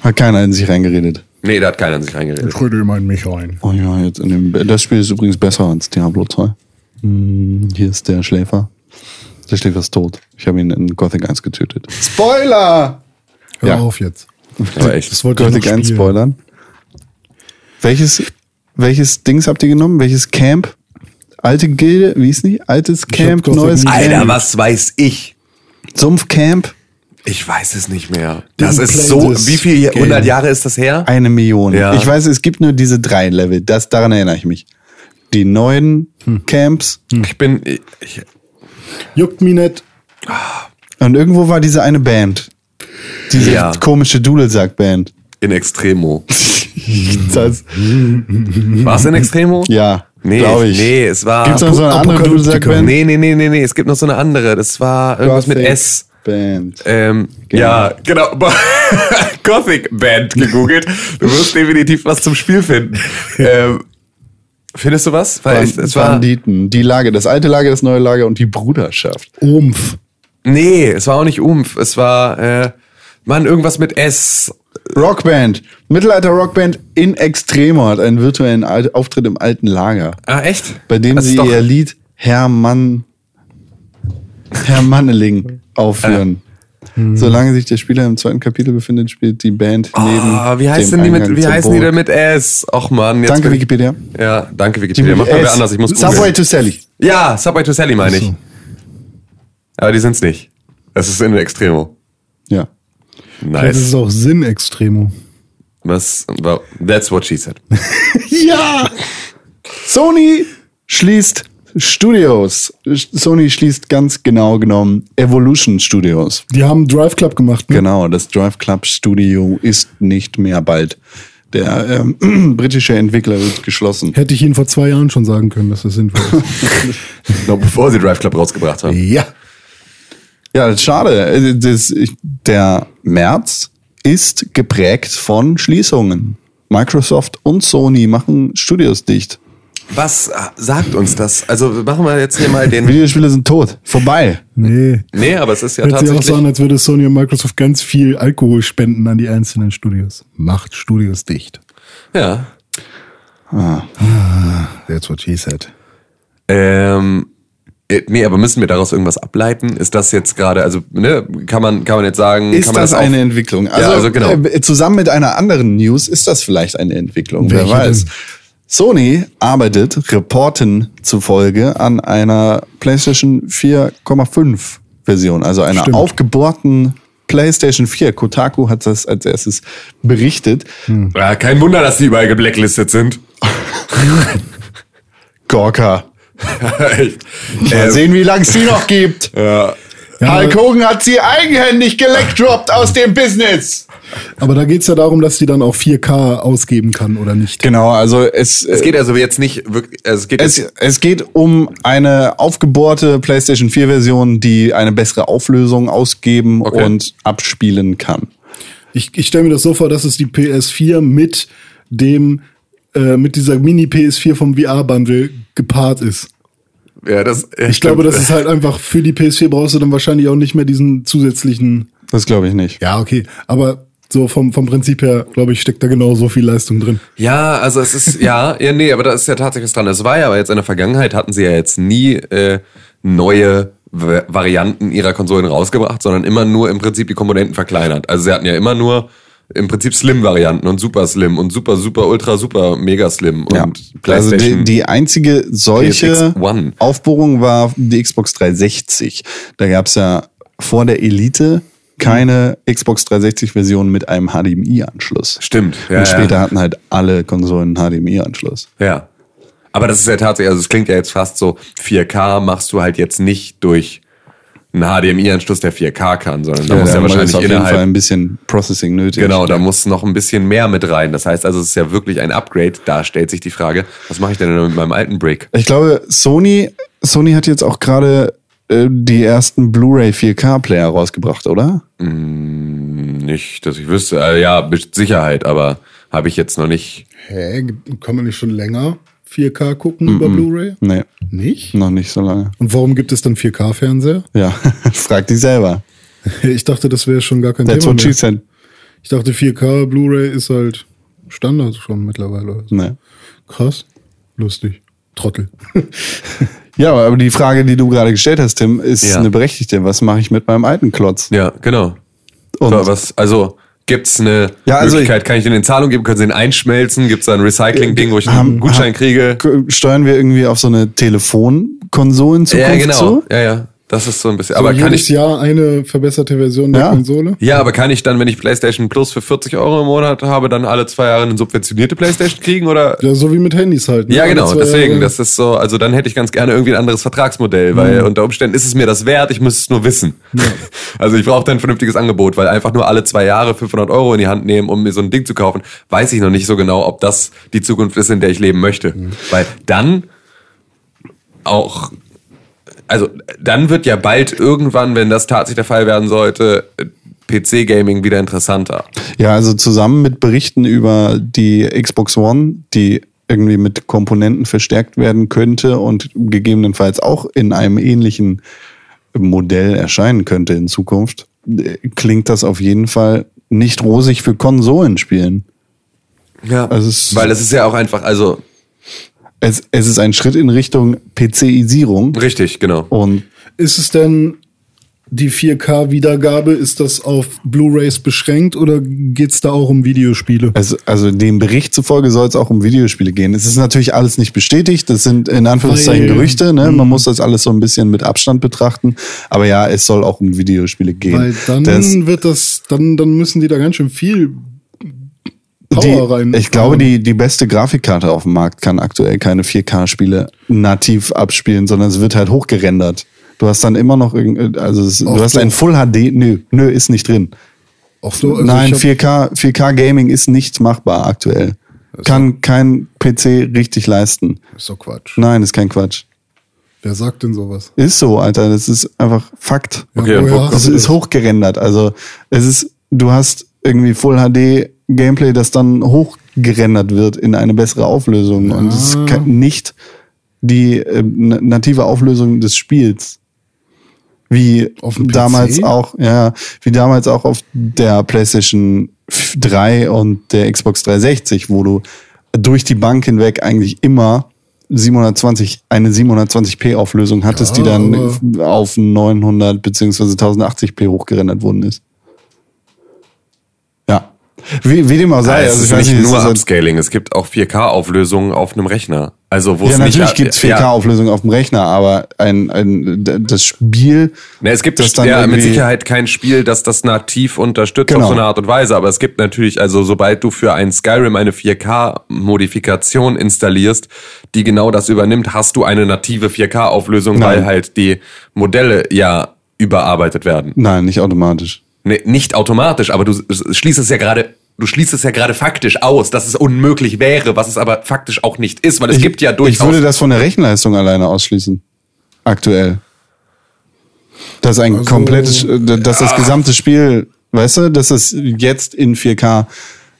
S3: Hat keiner in sich reingeredet.
S5: Nee, da hat keiner an sich reingeredet.
S4: Ich rede immer in mich rein.
S3: Oh ja, jetzt in dem, das Spiel ist übrigens besser als Diablo 2. Hm, hier ist der Schläfer. Der Schläfer ist tot. Ich habe ihn in Gothic 1 getötet. Spoiler!
S4: Hör
S3: Ja.
S4: auf jetzt.
S5: Aber echt.
S4: Das wollte ich
S3: Gothic
S4: noch
S3: 1
S4: spielen.
S3: spoilern. Welches, welches Dings habt ihr genommen? Welches Camp? Alte Gilde, wie ist die? Altes Camp,
S4: Gothic
S3: neues
S4: nie
S3: Camp,
S5: Alter, was weiß ich?
S3: Sumpfcamp?
S5: Ich weiß es nicht mehr. Das
S4: Didn't play
S5: ist so,
S4: this
S5: wie viel,
S4: game.
S5: 100 Jahre ist das her?
S3: Eine Million.
S5: Ja.
S3: Ich weiß, es gibt nur diese drei Level. Das, daran erinnere ich mich. Die neuen
S4: Hm.
S3: Camps.
S5: Ich bin, ich, ich,
S4: Juckt mich nicht.
S3: Und irgendwo war diese eine Band. Diese
S5: Ja.
S3: komische Dudelsack-Band.
S5: in Extremo.
S4: Mhm.
S3: Das,
S5: War es in Extremo?
S3: ja,
S5: Nee,
S3: glaube ich.
S5: nee, es war.
S3: Gibt's noch so eine andere Dudelsack-Band?
S5: Nee, nee, nee, nee, nee, es gibt noch so eine andere. Das war irgendwas mit
S3: Gothic
S5: S.
S3: Band.
S5: Ähm, Ja, genau. Gothic Band gegoogelt. Du wirst definitiv was zum Spiel finden. Ähm, findest du was? Weil es, es war,
S3: Banditen. Die Lage, das alte Lager, das neue Lager und die Bruderschaft.
S4: Umf.
S5: nee, es war auch nicht Umf. Es war, äh, Mann, irgendwas mit S.
S3: Rockband. Mittelalter-Rockband in Extremo hat einen virtuellen Al- Auftritt im alten Lager,
S5: Ah, echt?
S3: bei dem
S5: Das ist
S3: sie
S5: doch-
S3: ihr Lied Hermann, Hermanneling
S5: Ah.
S3: aufführen. Solange sich der Spieler im zweiten Kapitel befindet, spielt die Band neben.
S5: Ah, wie heißt
S3: dem
S5: denn die mit,
S3: Eingang
S5: wie
S3: zur
S5: heißen die
S3: Burg.
S5: denn mit S? Och Mann, jetzt.
S3: Danke,
S5: bin-
S3: Wikipedia.
S5: Ja, danke, Wikipedia. Mach mal
S3: S.
S5: wer anders, ich muss
S3: Subway
S5: googeln.
S3: to Sally.
S5: Ja, Subway to Sally meine ich. Aber die sind's nicht. Das ist in Extremo.
S3: Ja.
S5: Nice.
S4: Das ist auch Sinn extremo.
S5: Was, wa- that's what she said.
S3: Ja! Sony schließt Studios. Sony schließt ganz genau genommen Evolution Studios.
S4: Die haben Drive Club gemacht. Ne?
S3: Genau, das Drive Club Studio ist nicht mehr bald. Der ähm, britische Entwickler wird geschlossen.
S4: Hätte ich Ihnen vor zwei Jahren schon sagen können, dass das sinnvoll ist.
S5: Noch bevor sie Drive Club rausgebracht haben.
S4: ja.
S3: Ja, das ist schade. Äh, Das, ich- der März ist geprägt von Schließungen. Microsoft und Sony machen Studios dicht.
S5: Was sagt uns das? Also machen wir jetzt hier mal den.
S3: Videospiele sind tot. Vorbei.
S4: Nee.
S5: Nee, aber es ist ja
S4: Hört sich auch
S5: tatsächlich.
S4: so an, als würde Sony und Microsoft ganz viel Alkohol spenden an die einzelnen Studios. Macht Studios dicht.
S5: ja.
S4: That's what she said.
S5: Ähm, äh, nee, aber müssen wir daraus irgendwas ableiten? Ist das jetzt gerade, also ne, kann man, kann man jetzt sagen,
S3: Ist
S5: kann man
S3: das
S5: auch-
S3: eine Entwicklung? Also,
S5: also genau.
S3: äh, zusammen mit einer anderen News ist das vielleicht eine Entwicklung. Wer
S4: Welche
S3: weiß.
S4: denn?
S3: Sony arbeitet Reporten zufolge an einer PlayStation 4,5 Version, also einer
S4: Stimmt.
S3: aufgebohrten PlayStation 4. Kotaku hat das als erstes berichtet.
S4: Hm.
S5: Ja, kein Wunder, dass die überall geblacklistet sind.
S3: Gorka.
S5: Echt. Ähm, Äh,
S3: Mal sehen, wie lange es die noch gibt. Hulk Hogan hat sie eigenhändig gelecktroppt aus dem Business.
S4: Aber da geht's ja darum, dass sie dann auch 4K ausgeben kann oder nicht.
S3: Genau, also es,
S5: Es geht also jetzt nicht wirklich, also es geht
S3: Es,
S5: jetzt,
S3: es geht um eine aufgebohrte PlayStation 4 Version, die eine bessere Auflösung ausgeben
S5: Okay.
S3: und abspielen kann.
S4: Ich, ich stelle mir das so vor, dass es die PS4 mit dem äh, mit dieser Mini PS4 vom VR Bundle gepaart ist.
S5: ja, das,
S4: Ich glaube, das ist halt einfach für die PS4 brauchst du dann wahrscheinlich auch nicht mehr diesen zusätzlichen.
S3: Das glaube ich nicht.
S4: Ja, okay. Aber so vom, vom Prinzip her, glaube ich, steckt da genau so viel Leistung drin.
S5: Ja, also es ist, ja, ja, nee, aber da ist ja tatsächlich was dran. Es war ja aber jetzt in der Vergangenheit, hatten sie ja jetzt nie äh, neue Va- Varianten ihrer Konsolen rausgebracht, sondern immer nur im Prinzip die Komponenten verkleinert. Also sie hatten ja immer nur im Prinzip Slim-Varianten und Super Slim und Super, Super, Ultra, Super, Mega Slim und
S3: Ja. Also
S5: PlayStation.
S3: die, die einzige solche
S5: PSX One.
S3: Aufbohrung war die Xbox 360. Da gab es ja vor der Elite keine Xbox 360 Version mit einem HDMI-Anschluss.
S5: Stimmt.
S3: und später hatten halt alle Konsolen einen HDMI-Anschluss.
S5: Ja. Aber das ist ja tatsächlich, also es klingt ja jetzt fast so, 4K machst du halt jetzt nicht durch einen HDMI-Anschluss, der 4K kann, sondern da muss ja
S3: dann ist
S5: wahrscheinlich
S3: auf jeden Fall
S5: innerhalb.
S3: ein bisschen Processing nötig.
S5: Genau, da muss noch ein bisschen mehr mit rein. Das heißt also, es ist ja wirklich ein Upgrade. Da stellt sich die Frage, was mache ich denn mit meinem alten Break?
S3: Ich glaube, Sony, Sony hat jetzt auch gerade äh, die ersten Blu-ray 4K-Player rausgebracht, oder?
S5: Nicht, dass ich wüsste. Äh, ja, mit Sicherheit, aber habe ich jetzt noch nicht.
S4: Hä? Kann man nicht schon länger 4K gucken über Blu-ray?
S3: Nee,
S4: Nicht?
S3: noch nicht so lange.
S4: Und warum gibt es dann 4K-Fernseher?
S3: Ja, frag dich selber.
S4: Ich dachte, das wäre schon gar kein
S3: That's
S4: Thema
S3: what she
S4: mehr.
S3: said.
S4: Ich dachte, 4K Blu-ray ist halt Standard schon mittlerweile.
S3: Nee.
S4: Krass. Lustig. Trottel.
S3: Ja, aber die Frage, die du gerade gestellt hast, Tim, ist
S5: Ja.
S3: eine berechtigte. Was mache ich mit meinem alten Klotz?
S5: Ja, genau.
S3: Und-
S5: Aber was, also, gibt's eine
S3: Ja, also
S5: Möglichkeit? Kann ich den in Zahlung geben? Können sie den einschmelzen? Gibt's da ein Recycling-Ding, wo ich einen
S3: Haben-
S5: Gutschein
S3: haben-
S5: kriege?
S3: Ähm, K- Steuern wir irgendwie auf so eine Telefonkonsolen Zukunft
S5: Ja, genau.
S3: zu?
S5: Ja, ja. Das ist so ein bisschen. aber
S4: so
S5: kann
S4: jedes
S5: ich.
S4: Jahr eine verbesserte Version der
S3: Ja.
S4: Konsole?
S5: Ja, aber kann ich dann, wenn ich PlayStation Plus für 40 Euro im Monat habe, dann alle zwei Jahre eine subventionierte PlayStation kriegen? Oder?
S4: Ja, so wie mit Handys halt. ne?
S5: Ja,
S4: Alle
S5: genau.
S4: zwei
S5: Deswegen,
S4: Jahre.
S5: das ist so. Also dann hätte ich ganz gerne irgendwie ein anderes Vertragsmodell, weil unter Umständen ist es mir das wert. Ich muss es nur wissen. Also ich brauche dann ein vernünftiges Angebot, weil einfach nur alle zwei Jahre 500 Euro in die Hand nehmen, um mir so ein Ding zu kaufen, weiß ich noch nicht so genau, ob das die Zukunft ist, in der ich leben möchte. Weil dann auch, also dann wird ja bald irgendwann, wenn das tatsächlich der Fall werden sollte, PC-Gaming wieder interessanter.
S3: Ja, also zusammen mit Berichten über die Xbox One, die irgendwie mit Komponenten verstärkt werden könnte und gegebenenfalls auch in einem ähnlichen Modell erscheinen könnte in Zukunft, äh, klingt das auf jeden Fall nicht rosig für Konsolenspielen.
S5: Ja,
S3: Also es-
S5: weil es ist ja auch einfach, also
S3: Es, es ist ein Schritt in Richtung PCisierung
S5: richtig, genau.
S3: und
S4: Ist es denn die 4K-Wiedergabe, ist das auf Blu-rays beschränkt oder geht's da auch um Videospiele?
S3: es, also dem Bericht zufolge soll es auch um Videospiele gehen. Es ist natürlich alles nicht bestätigt, das sind in Anführungszeichen
S4: Weil-
S3: Gerüchte, ne?
S4: Mhm.
S3: man muss das alles so ein bisschen mit Abstand betrachten, aber ja, es soll auch um Videospiele gehen.
S4: Weil dann
S3: das,
S4: wird das, dann, dann müssen die da ganz schön viel Power rein. ne?
S3: die, ich glaube, die, die beste Grafikkarte auf dem Markt kann aktuell keine 4K-Spiele nativ abspielen, sondern es wird halt hochgerendert. Du hast dann immer noch, irgend- also es,
S4: Och,
S3: du hast ein
S4: doch.
S3: Full HD, nö, nö, ist nicht drin.
S4: Auch so, also
S3: Nein,
S4: ich hab-
S3: 4K, 4K Gaming ist nicht machbar aktuell.
S4: Also
S3: Kann kein PC richtig leisten.
S4: Ist doch Quatsch.
S3: Nein, ist kein Quatsch.
S4: Wer sagt denn sowas?
S3: Ist so, Alter. Das ist einfach Fakt.
S5: Okay,
S4: woher
S5: und wo
S4: hast
S3: Es
S4: du
S3: ist Also
S4: das?
S3: hochgerendert. Also es ist, du hast irgendwie Full HD Gameplay, das dann hochgerendert gerendert wird in eine bessere Auflösung. Und es
S4: Ah.
S3: ist ke- nicht die äh, na- native Auflösung des Spiels. Wie
S4: Auf dem PC?
S3: damals auch, ja, wie damals auch auf der PlayStation 3 und der Xbox 360, wo du durch die Bank hinweg eigentlich immer 720, eine 720p Auflösung hattest, die
S5: Oh.
S3: dann auf 900 beziehungsweise 1080p hochgerendert worden ist. Ja. Wie, wie dem auch sei,
S5: es
S3: also ich
S5: ist
S3: weiß
S5: nicht
S3: nicht, es
S5: nur
S3: ist halt-
S5: Upscaling, es gibt auch 4K-Auflösungen auf einem Rechner. Also wo
S3: ja,
S5: es nicht
S3: natürlich gibt's
S5: ja.
S3: 4K-Auflösung auf dem Rechner, aber ein, ein, d- das Spiel.
S5: Ne, es gibt
S3: das dann
S5: ja mit
S3: irgendwie-
S5: Sicherheit kein Spiel, das das nativ unterstützt
S3: Genau.
S5: auf so eine Art und Weise, aber es gibt natürlich, also sobald du für ein Skyrim eine 4K-Modifikation installierst, die genau das übernimmt, hast du eine native 4K-Auflösung,
S3: Nein.
S5: weil halt die Modelle ja überarbeitet werden.
S3: Nein, nicht automatisch.
S5: Ne, nicht automatisch, aber du s- schließt es ja gerade, du schließt es ja gerade faktisch aus, dass es unmöglich wäre, was es aber faktisch auch nicht ist, weil es gibt ja
S3: Ich würde
S5: durchaus
S3: das von der Rechenleistung alleine ausschließen. Aktuell. Dass ein komplettes, äh, dass das gesamte Spiel, weißt du, dass es jetzt in 4K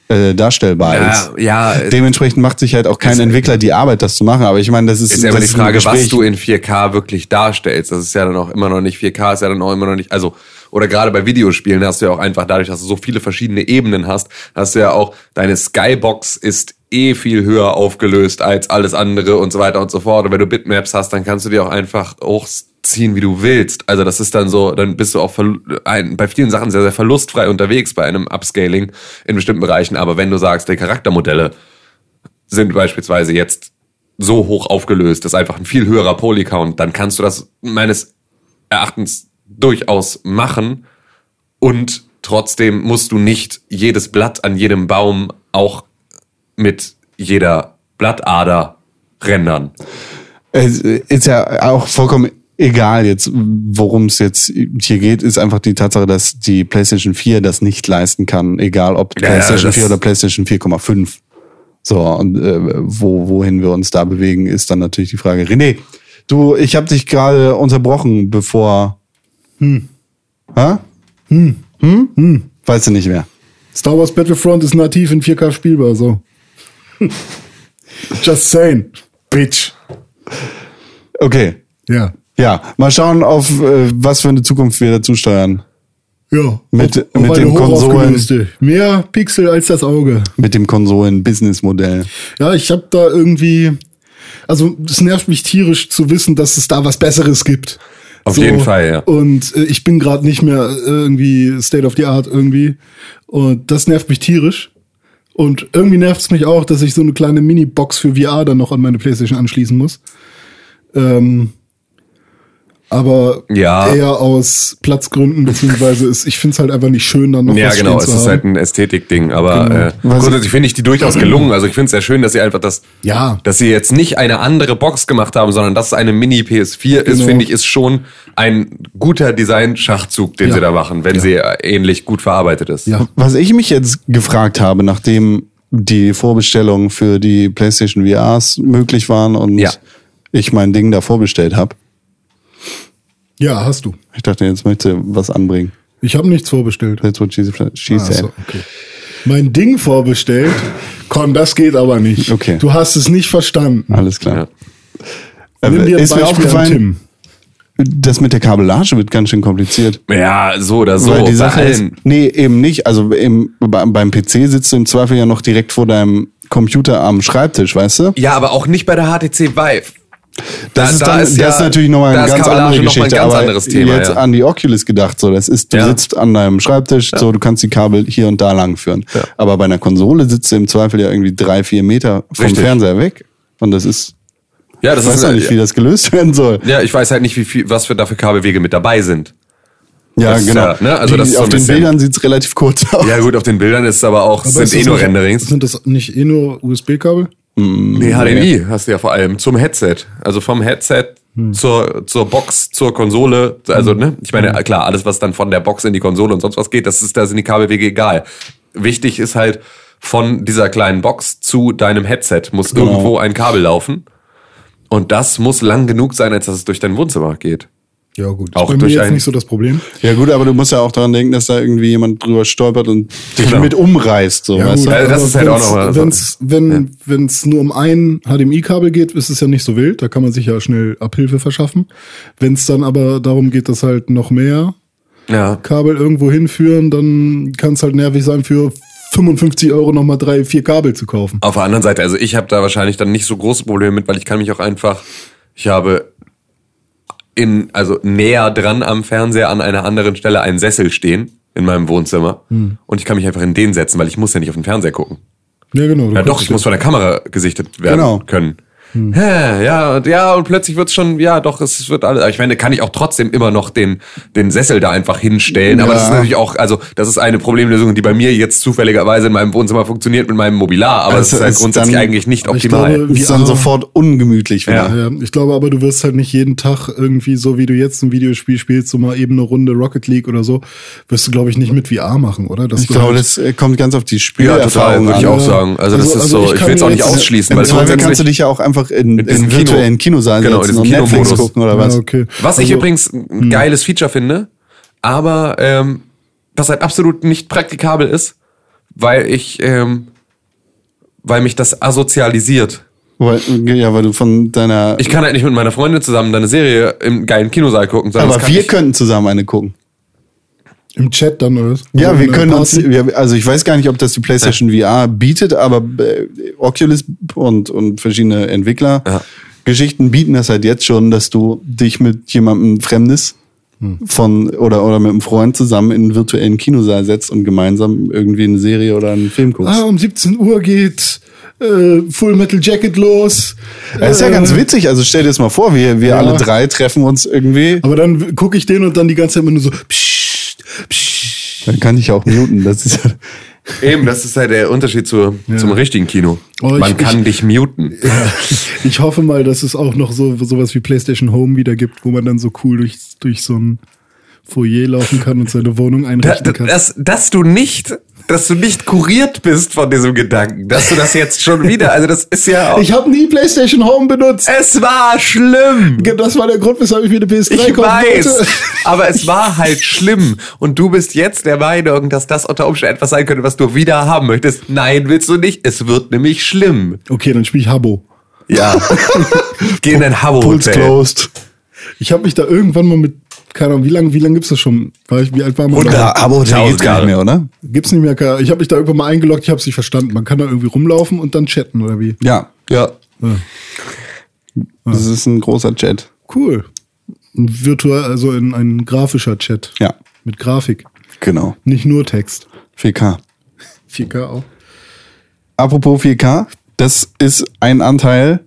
S3: äh, darstellbar ist.
S5: ja, ja,
S3: Dementsprechend macht sich halt auch kein Entwickler die Arbeit, das zu machen. Aber ich meine, das ist,
S5: Ist ja immer
S3: das
S5: die
S3: ein
S5: Frage, was
S3: Gespräch.
S5: du in 4K wirklich darstellst. Das ist ja dann auch immer noch nicht 4K, ist ja dann auch immer noch nicht, also, oder gerade bei Videospielen hast du ja auch einfach dadurch, dass du so viele verschiedene Ebenen hast, hast du ja auch, deine Skybox ist eh viel höher aufgelöst als alles andere und so weiter und so fort. Und wenn du Bitmaps hast, dann kannst du die auch einfach hochziehen, wie du willst. Also das ist dann so, dann bist du auch verlu- ein, bei vielen Sachen sehr, sehr verlustfrei unterwegs bei einem Upscaling in bestimmten Bereichen. Aber wenn du sagst, die Charaktermodelle sind beispielsweise jetzt so hoch aufgelöst, dass einfach ein viel höherer Polycount, dann kannst du das meines Erachtens durchaus machen und trotzdem musst du nicht jedes Blatt an jedem Baum auch mit jeder Blattader rendern.
S3: Es ist ja auch vollkommen egal jetzt, worum es jetzt hier geht, ist einfach die Tatsache, dass die PlayStation 4 das nicht leisten kann, egal ob
S5: Ja, ja,
S3: PlayStation
S5: das-
S3: 4 oder PlayStation 4,5. So, und äh, wo, wohin wir uns da bewegen, ist dann natürlich die Frage. René, du, ich habe dich gerade unterbrochen, bevor. Hm. Hä? Hm. Hm? Hm. Weißt du nicht mehr.
S4: Star Wars Battlefront ist nativ in 4K spielbar, so. Just saying, bitch.
S3: Okay.
S4: Ja.
S3: Ja, mal schauen, auf äh, was für eine Zukunft wir dazu steuern.
S4: Ja.
S3: Mit-
S4: auf, auf
S3: mit
S4: eine
S3: den
S4: hoch
S3: Konsolen.
S4: aufgelöste. Mehr Pixel als das Auge.
S3: Mit dem Konsolen-Business-Modell.
S4: Ja, ich habe da irgendwie. Also es nervt mich tierisch zu wissen, dass es da was Besseres gibt.
S5: Auf jeden Fall, ja.
S4: Und äh, ich bin gerade nicht mehr äh, irgendwie State of the Art irgendwie. Und das nervt mich tierisch. Und irgendwie nervt es mich auch, dass ich so eine kleine Mini-Box für VR dann noch an meine Playstation anschließen muss. Ähm, aber
S5: Ja.
S4: eher aus Platzgründen, beziehungsweise ist, ich finde es halt einfach nicht schön, dann noch
S5: Ja,
S4: was
S5: genau,
S4: stehen
S5: es
S4: zu
S5: ist
S4: haben.
S5: halt ein Ästhetikding, aber äh,
S3: Was-
S5: grundsätzlich finde ich die durchaus gelungen. Also ich finde es sehr schön, dass sie einfach das,
S4: Ja.
S5: dass sie jetzt nicht eine andere Box gemacht haben, sondern dass es eine Mini PS4 ist,
S4: Genau.
S5: finde ich, ist schon ein guter Design-Schachzug, den
S4: Ja.
S5: sie da machen, wenn sie äh, ähnlich gut verarbeitet ist.
S4: Ja.
S3: Was ich mich jetzt gefragt habe, nachdem die Vorbestellungen für die PlayStation VRs möglich waren und
S5: Ja.
S3: ich mein Ding da vorbestellt habe,
S4: ja, hast du.
S3: ich dachte, jetzt möchte sie was anbringen.
S4: Ich habe nichts vorbestellt.
S3: That's what she, she
S4: Ah,
S3: said.
S4: so, okay. Mein Ding vorbestellt. Komm, das geht aber nicht.
S3: Okay.
S4: Du hast es nicht verstanden.
S3: Alles klar.
S5: Ja.
S3: Äh,
S4: Nimm dir ein
S3: ist mir
S4: Beispiel an
S3: aufgefallen, das mit der Kabellage wird ganz schön kompliziert.
S5: Ja, so oder so.
S3: weil die Sache
S5: bei
S3: ist,
S5: allen.
S3: nee, eben nicht. Also eben be- beim PC sitzt du im Zweifel ja noch direkt vor deinem Computer am Schreibtisch, weißt du?
S5: ja, aber auch nicht bei der HTC Vive. Da-
S3: Das ist,
S5: da
S3: dann,
S5: ist ja-
S3: das ist natürlich nochmal
S5: da
S3: eine
S5: ist
S3: ganz
S5: Kabellage
S3: andere
S5: noch mal ein
S3: Geschichte.
S5: ganz
S3: aber
S5: anderes Thema,
S3: jetzt
S5: ja.
S3: an die Oculus gedacht, so das ist, du
S5: Ja.
S3: sitzt an deinem Schreibtisch, so du kannst die Kabel hier und da lang führen. Aber bei einer Konsole sitzt du im Zweifel ja irgendwie drei, vier Meter vom
S5: Richtig.
S3: Fernseher weg. Und das ist,
S5: Ja, das
S3: ich weiß
S5: ist
S3: noch nicht, wie das gelöst werden soll.
S5: ja, ich weiß halt nicht, wie viel, was für dafür Kabelwege mit dabei sind.
S3: Ja,
S5: das ist
S3: genau.
S5: ja, ne, also das
S3: die,
S5: ist so
S3: auf
S5: ein
S3: den
S5: bisschen-
S3: Bildern sieht's relativ kurz aus.
S5: Ja, gut, auf den Bildern ist es aber auch,
S4: Aber ist
S5: sind eh
S4: das
S5: nur
S4: nicht-
S5: Renderings.
S4: Sind das nicht eh nur USB-Kabel?
S5: Nee, HDMI hast du ja vor allem zum Headset. Also vom Headset zur, zur Box, zur Konsole. Also, ne? Ich meine, klar, alles, was dann von der Box in die Konsole und sonst was geht, das ist, da sind die Kabelwege egal. Wichtig ist halt, von dieser kleinen Box zu deinem Headset muss irgendwo ein Kabel laufen. Und das muss lang genug sein, als dass es durch dein Wohnzimmer geht.
S4: Ja, gut.
S3: Auch
S4: Bei mir
S3: durch
S4: jetzt
S3: ein-
S4: nicht so das Problem.
S3: Ja gut, aber du musst ja auch daran denken, dass da irgendwie jemand drüber stolpert und dich
S5: Genau.
S3: mit umreißt. So, weißt du?
S5: Ja, das
S4: aber
S5: ist halt auch
S4: wenn's-
S5: noch mal so.
S4: Wenn's, wenn es nur um ein HDMI-Kabel geht, ist es ja nicht so wild. Da kann man sich ja schnell Abhilfe verschaffen. Wenn es dann aber darum geht, dass halt noch mehr
S5: Ja.
S4: Kabel irgendwo hinführen, dann kann es halt nervig sein, für 55 Euro nochmal drei, vier Kabel zu kaufen.
S5: Auf der anderen Seite, also ich habe da wahrscheinlich dann nicht so große Probleme mit, weil ich kann mich auch einfach, ich habe in, also näher dran am Fernseher an einer anderen Stelle einen Sessel stehen in meinem Wohnzimmer und ich kann mich einfach in den setzen, weil ich muss ja nicht auf den Fernseher gucken.
S4: Ja, genau. du
S5: Ja doch,
S4: kannst-
S5: ich muss von der Kamera gesichtet werden
S3: Genau.
S5: können. Hä, Ja, und ja, und plötzlich wird's schon, ja, doch, es wird alles. Aber ich meine, kann ich auch trotzdem immer noch den, den Sessel da einfach hinstellen. Aber das ist
S3: Ja.
S5: natürlich auch, also, das ist eine Problemlösung, die bei mir jetzt zufälligerweise in meinem Wohnzimmer funktioniert mit meinem Mobilar. Aber es
S3: Also
S5: ist halt
S3: ist
S5: grundsätzlich
S3: dann-
S5: eigentlich nicht
S4: Aber ich
S5: optimal.
S4: glaube,
S3: ist dann
S4: Ja.
S3: sofort ungemütlich wieder.
S4: Ja, ich glaube aber, du wirst halt nicht jeden Tag irgendwie so, wie du jetzt ein Videospiel spielst, so mal eben eine Runde Rocket League oder so, wirst du, glaube ich, nicht mit VR machen, oder? Dass
S3: Ich
S4: du
S3: glaube,
S4: halt-
S3: das äh, kommt ganz auf die
S5: ja, total,
S3: Spielerfahrung
S5: würde ich
S3: an. ne?
S5: auch sagen. Also, das
S4: Also-
S5: ist
S4: also
S5: so,
S4: ich
S5: ich
S4: kann
S5: will es auch
S4: mir
S5: nicht
S4: jetzt-
S5: ausschließen,
S3: Im
S5: weil
S3: Zweifel kannst du
S5: grundsätzlich.
S3: dich ja auch einfach in, in,
S5: diesem Kino.
S3: virtuellen Kinosaal
S5: Genau, in
S3: setzen und
S5: diesem
S3: Netflix
S5: Kinomodus.
S3: gucken oder was.
S4: Ja, okay. Also
S5: Was ich übrigens
S4: hm.
S5: ein geiles Feature finde, aber ähm, das halt absolut nicht praktikabel ist, weil ich, ähm, weil mich das asozialisiert.
S3: Weil, ja, weil du von deiner...
S5: Ich kann halt nicht mit meiner Freundin zusammen deine Serie im geilen Kinosaal gucken. sondern das
S3: aber
S5: kann
S3: wir
S5: ich,
S3: könnten zusammen eine gucken.
S4: Im Chat dann, oder? was?
S3: Ja,
S4: Oder
S3: wir
S4: in
S3: können
S4: einer
S3: uns,
S4: Party?
S3: wir, also ich weiß gar nicht, ob das die PlayStation VR bietet, aber äh, Oculus und, und verschiedene Entwickler
S5: Ja.
S3: Geschichten bieten das halt jetzt schon, dass du dich mit jemandem Fremdes
S4: Hm.
S3: von oder, oder mit einem Freund zusammen in einen virtuellen Kinosaal setzt und gemeinsam irgendwie eine Serie oder einen Film guckst.
S4: Ah, um 17 Uhr geht äh, Full Metal Jacket los.
S3: das ist ja
S4: Äh,
S3: ganz witzig, also stell dir das mal vor, wir, wir
S4: Ja.
S3: alle drei treffen uns irgendwie.
S4: Aber dann gucke ich den und dann die ganze Zeit immer nur so, psst, psst.
S3: Dann kann ich auch muten, das ist ja,
S5: Eben, das ist halt der Unterschied zu, zum richtigen Kino.
S4: Oh, ich-
S5: Man kann dich muten.
S4: Ich hoffe mal, dass es auch noch so sowas wie PlayStation Home wieder gibt, wo man dann so cool durch, durch so ein Foyer laufen kann und seine Wohnung
S5: Da,
S4: einrichten
S5: da,
S4: kann.
S5: dass, dass du nicht, dass du nicht kuriert bist von diesem Gedanken, dass du das jetzt schon wieder, also das ist ja auch,
S4: Ich habe nie PlayStation Home benutzt.
S5: es war schlimm.
S4: Das war der Grund, weshalb ich mir eine PS3
S5: Ich
S4: kaufen wollte.
S5: weiß, aber es war halt schlimm. Und du bist jetzt der Meinung, dass das unter Umständen etwas sein könnte, was du wieder haben möchtest. Nein, willst du nicht. Es wird nämlich schlimm.
S4: Okay, dann spiele ich Habbo.
S5: Ja. Geh in ein
S3: Puls
S5: Habo-Hotel.
S3: closed.
S4: Ich habe mich da irgendwann mal mit, keine Ahnung, wie lange wie lang gibt's das schon? War ich, wie alt war man?
S5: Hundert.
S4: da?
S3: Ja, aber Hotel
S5: Tausend
S3: geht gar
S5: Jahre.
S3: nicht mehr, oder?
S4: Gibt's nicht mehr. keine- Ich habe mich da irgendwann mal eingeloggt, ich habe es nicht verstanden. Man kann da irgendwie rumlaufen und dann chatten oder wie?
S3: Ja. Ja. Das ist ein großer Chat.
S4: Cool. Ein virtuell, also in ein grafischer Chat.
S3: Ja.
S4: Mit Grafik.
S3: Genau.
S4: Nicht nur Text.
S3: 4K.
S4: 4K auch.
S3: Apropos 4K, das ist ein Anteil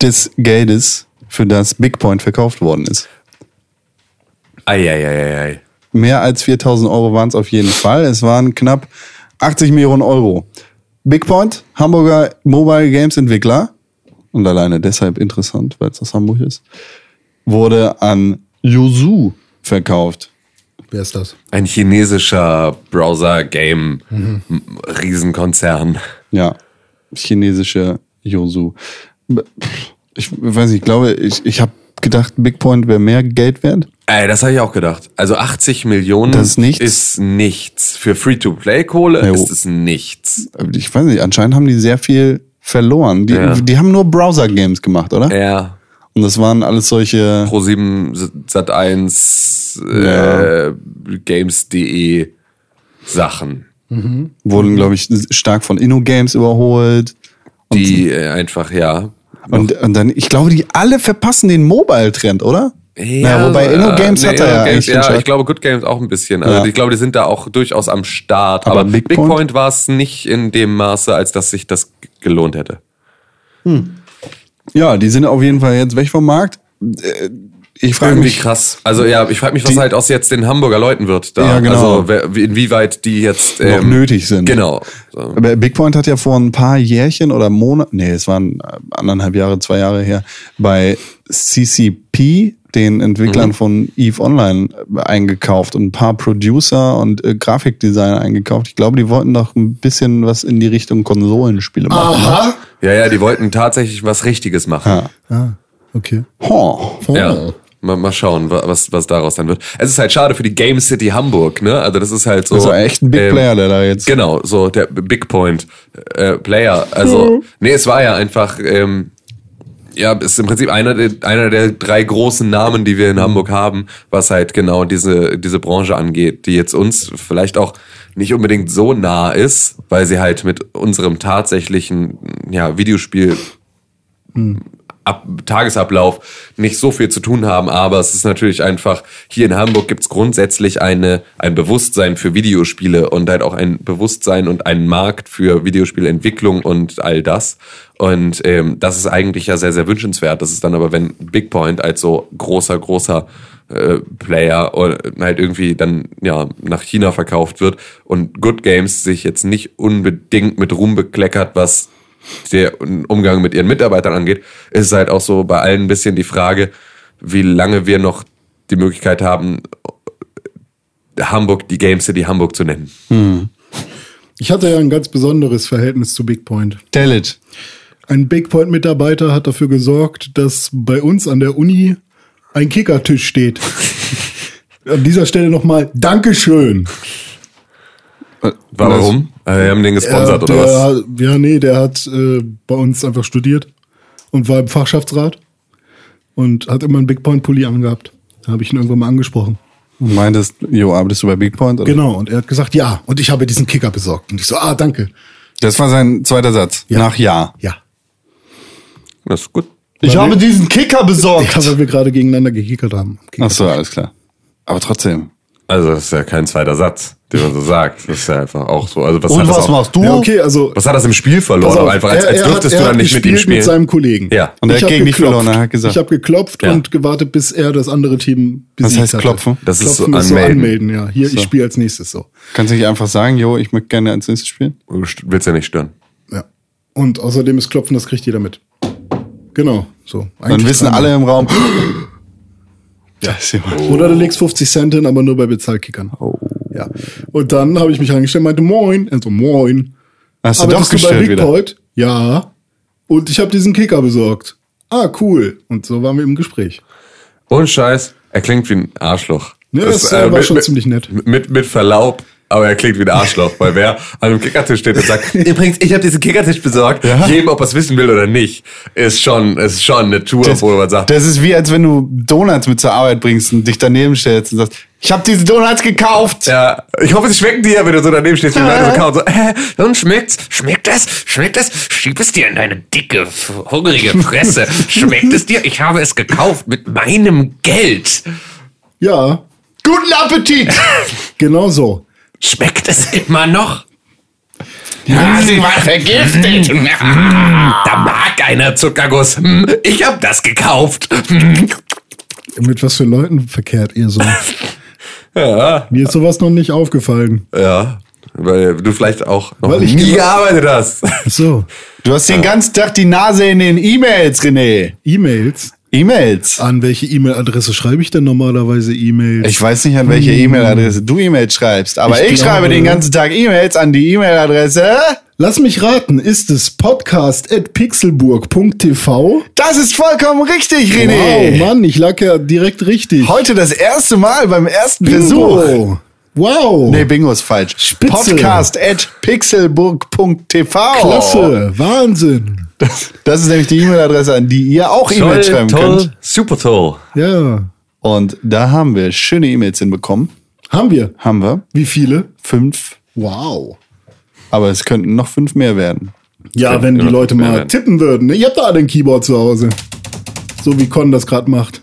S3: des Geldes, für das Bigpoint verkauft worden ist.
S5: Eieieiei.
S3: Mehr als 4000 Euro waren es auf jeden Fall. Es waren knapp 80 Millionen Euro. Bigpoint, Hamburger Mobile Games Entwickler, und alleine deshalb interessant, weil es aus Hamburg ist, wurde an Yuzu verkauft.
S4: Wer ist das?
S5: Ein chinesischer Browser-Game-Riesenkonzern.
S3: Ja, chinesische Yosu. Ich weiß nicht, ich glaube, ich, ich habe gedacht, Big Point wäre mehr Geld wert.
S5: Ey, das habe ich auch gedacht. Also 80 Millionen
S3: Das ist nichts.
S5: ist nichts. Für Free-to-Play-Kohle
S3: Jo.
S5: ist es nichts.
S3: Aber Ich weiß nicht, anscheinend haben die sehr viel verloren. Die,
S5: Ja.
S3: die haben nur Browser-Games gemacht, oder?
S5: Ja.
S3: Und das waren alles solche.
S5: Pro7 Sat1 äh, Games.de Sachen, Mhm.
S3: Wurden, glaube ich, stark von InnoGames überholt.
S5: die äh, einfach ja.
S3: Und, und dann, ich glaube, die alle verpassen den Mobile-Trend, oder? Na, wobei
S5: so,
S3: InnoGames
S5: äh,
S3: hat
S5: nee,
S3: er ja
S5: InnoGames,
S3: eigentlich den
S5: ja,
S3: Start.
S5: ich glaube Good Games auch ein bisschen. Also
S3: Ja.
S5: ich glaube, die sind da auch durchaus am Start. Aber,
S3: Aber
S5: Big,
S3: Big
S5: Point,
S3: Point?
S5: war es nicht in dem Maße, als dass sich das g- gelohnt hätte.
S3: Ja, die sind auf jeden Fall jetzt weg vom Markt. Äh, Ich frage
S5: Irgendwie
S3: mich,
S5: krass. Also ja, ich frage mich, was
S3: Die-
S5: halt aus jetzt den Hamburger Leuten wird da.
S3: Ja, genau.
S5: Also wer, wie- inwieweit die jetzt
S3: Noch nötig sind.
S5: Genau. So.
S3: Aber Big Point hat ja vor ein paar Jährchen oder Monaten, nee, es waren anderthalb Jahre, zwei Jahre her, bei CCP, den Entwicklern
S5: Mhm.
S3: von Eve Online, äh, eingekauft und ein paar Producer und äh, Grafikdesigner eingekauft. Ich glaube, die wollten noch ein bisschen was in die Richtung Konsolenspiele machen.
S4: Aha.
S5: Ja, ja, die wollten tatsächlich was Richtiges machen.
S3: Ja.
S4: Ah, okay.
S3: Ho.
S4: Oh.
S5: Ja. Mal, mal schauen, wa- was, was daraus dann wird. Es ist halt schade für die Game City Hamburg, ne? Also das ist halt so.
S3: Also echt ein Big Player, der da jetzt-
S5: Genau, so der Big Point äh, Player. Also, nee, es war ja einfach, ähm, ja, ist im Prinzip einer der, einer der drei großen Namen, die wir in Hamburg haben, was halt genau diese, diese Branche angeht, die jetzt uns vielleicht auch nicht unbedingt so nah ist, weil sie halt mit unserem tatsächlichen ja, Videospiel Ab Tagesablauf nicht so viel zu tun haben, aber es ist natürlich einfach, hier in Hamburg gibt's grundsätzlich eine, ein Bewusstsein für Videospiele und halt auch ein Bewusstsein und einen Markt für Videospielentwicklung und all das. Und ähm, das ist eigentlich ja sehr, sehr wünschenswert. Das ist dann aber, wenn Big Point als so großer, großer äh, Player oder halt irgendwie dann ja nach China verkauft wird und Good Games sich jetzt nicht unbedingt mit Ruhm bekleckert, was der Umgang mit ihren Mitarbeitern angeht, ist halt auch so bei allen ein bisschen die Frage, wie lange wir noch die Möglichkeit haben, Hamburg, die Game City Hamburg zu nennen.
S4: Ich hatte ja ein ganz besonderes Verhältnis zu Big Point.
S3: Tell it.
S4: Ein Big Point Mitarbeiter hat dafür gesorgt, dass bei uns an der Uni ein Kickertisch steht. an dieser Stelle nochmal Dankeschön.
S5: Warum? Äh, Wir haben den gesponsert, oder
S4: der,
S5: was?
S4: Ja, nee, der hat äh, bei uns einfach studiert und war im Fachschaftsrat und hat immer einen Big Point Pulli angehabt. Da habe ich ihn irgendwann mal angesprochen.
S3: Und meintest, jo, arbeitest du bei Big Point? Oder?
S4: Genau, und er hat gesagt, ja, und ich habe diesen Kicker besorgt. Und ich so, ah, danke.
S3: Das war sein zweiter Satz. Nach Ja.
S4: Ja.
S5: Das ist gut.
S3: Ich
S4: habe
S3: diesen Kicker besorgt.
S4: Ja, weil wir gerade gegeneinander gekickert haben.
S3: Ach so, alles klar. Aber trotzdem.
S5: Also, das ist ja kein zweiter Satz, den man so sagt. Das ist ja einfach auch so. Also, was hat das auch,
S3: du?
S4: Ja, okay, also.
S5: Was hat das im Spiel verloren?
S4: pass auf,
S5: Aber einfach, als, als
S4: er
S5: dürftest
S4: hat-
S5: du
S4: er
S5: dann
S4: hat
S5: nicht mit ihm
S4: gespielt
S5: spielen.
S4: Mit seinem Kollegen.
S5: Ja.
S3: Und er
S4: Ich
S3: hat
S4: hab
S3: gegen dich
S4: geklopft.
S3: verloren, er hat gesagt.
S4: Ich habe geklopft
S5: Ja.
S4: und gewartet, bis er das andere Team besiegt
S3: heißt
S4: hatte.
S3: klopfen?
S5: Das ist so
S4: Klopfen
S5: anmelden.
S4: ja. Hier, ich spiele als nächstes so.
S3: Kannst du nicht einfach sagen, jo, ich möchte gerne als nächstes spielen?
S5: Du st- willst ja nicht stören.
S4: Ja. Und außerdem ist Klopfen, das kriegt jeder mit. Genau, so.
S3: Dann
S4: Eigentlich
S3: wissen
S4: dreimal.
S3: alle im Raum. Da ist jemand.
S4: Oder du legst 50 Cent hin, aber nur bei Bezahlkickern. Oh. Ja. Und dann habe ich mich reingestellt und meinte, moin. Also, moin.
S3: Hast du
S4: Aber
S3: doch gestellt wieder.
S4: Point? Ja. Und ich habe diesen Kicker besorgt. Ah, cool. Und so waren wir im Gespräch.
S5: Ohne Scheiß, er klingt wie ein Arschloch.
S4: Ja, das, äh, war schon ziemlich nett.
S5: Mit, mit Verlaub, aber er klingt wie ein Arschloch, weil wer an einem Kickertisch steht und sagt, übrigens, ich habe diesen Kickertisch besorgt, jedem, ob er es wissen will oder nicht, ist schon, ist schon eine Tour,
S3: Das,
S5: wo man sagt,
S3: das ist wie, als wenn du Donuts mit zur Arbeit bringst und dich daneben stellst und sagst, ich habe diese Donuts gekauft.
S5: ja, ich hoffe, sie schmecken dir, wenn du so daneben stehst mit deinem Account und so, äh, und schmeckt's, schmeckt es, schmeckt es, schieb es dir in deine dicke, f- hungrige Fresse, schmeckt es dir, ich habe es gekauft mit meinem Geld,
S4: Ja,
S3: Guten Appetit.
S4: genau so.
S5: schmeckt es immer noch? Hm,
S3: Ja, sie war
S5: vergiftet. Hm, da mag einer Zuckerguss. Hm, Ich hab das gekauft. Hm.
S4: Mit was für Leuten verkehrt ihr so?
S5: Ja,
S4: Mir ist sowas noch nicht aufgefallen.
S5: ja. Weil du vielleicht auch noch
S4: Weil ich
S3: genau
S5: nie
S4: immer-
S5: gearbeitet hast.
S4: So,
S3: Du hast den ganzen Tag die Nase in den E-Mails, René.
S4: E-Mails.
S3: E-Mails.
S4: An welche E-Mail-Adresse schreibe ich denn normalerweise E-Mails?
S3: Ich weiß nicht, an welche E-Mail-Adresse du E-Mails schreibst, aber ich,
S4: Hm. Ich glaube-
S3: schreibe den ganzen Tag E-Mails an die E-Mail-Adresse.
S4: Lass mich raten, ist es podcast.pixelburg.tv?
S3: Das ist vollkommen richtig, René.
S4: Wow, Mann, ich lag ja direkt richtig.
S3: Heute das erste Mal beim ersten Versuch.
S4: Bingo. Wow.
S3: Nee, Bingo ist falsch.
S4: Spitze.
S3: Podcast at pixelburg.tv.
S4: Klasse,
S3: Oh.
S4: Wahnsinn.
S3: Das ist nämlich die E-Mail-Adresse, an die ihr auch E-Mails schreiben könnt.
S5: super toll.
S4: Ja,
S3: Und da haben wir schöne E-Mails hinbekommen.
S4: haben wir.
S3: Haben wir.
S4: Wie viele?
S3: Fünf.
S4: Wow.
S3: Aber es könnten noch fünf mehr werden.
S4: Ja, wenn die
S5: ja,
S4: Leute
S5: ja,
S4: mal
S5: ja.
S4: tippen würden. Ne? Ihr habt da alle ein Keyboard zu Hause. So wie Con das gerade macht.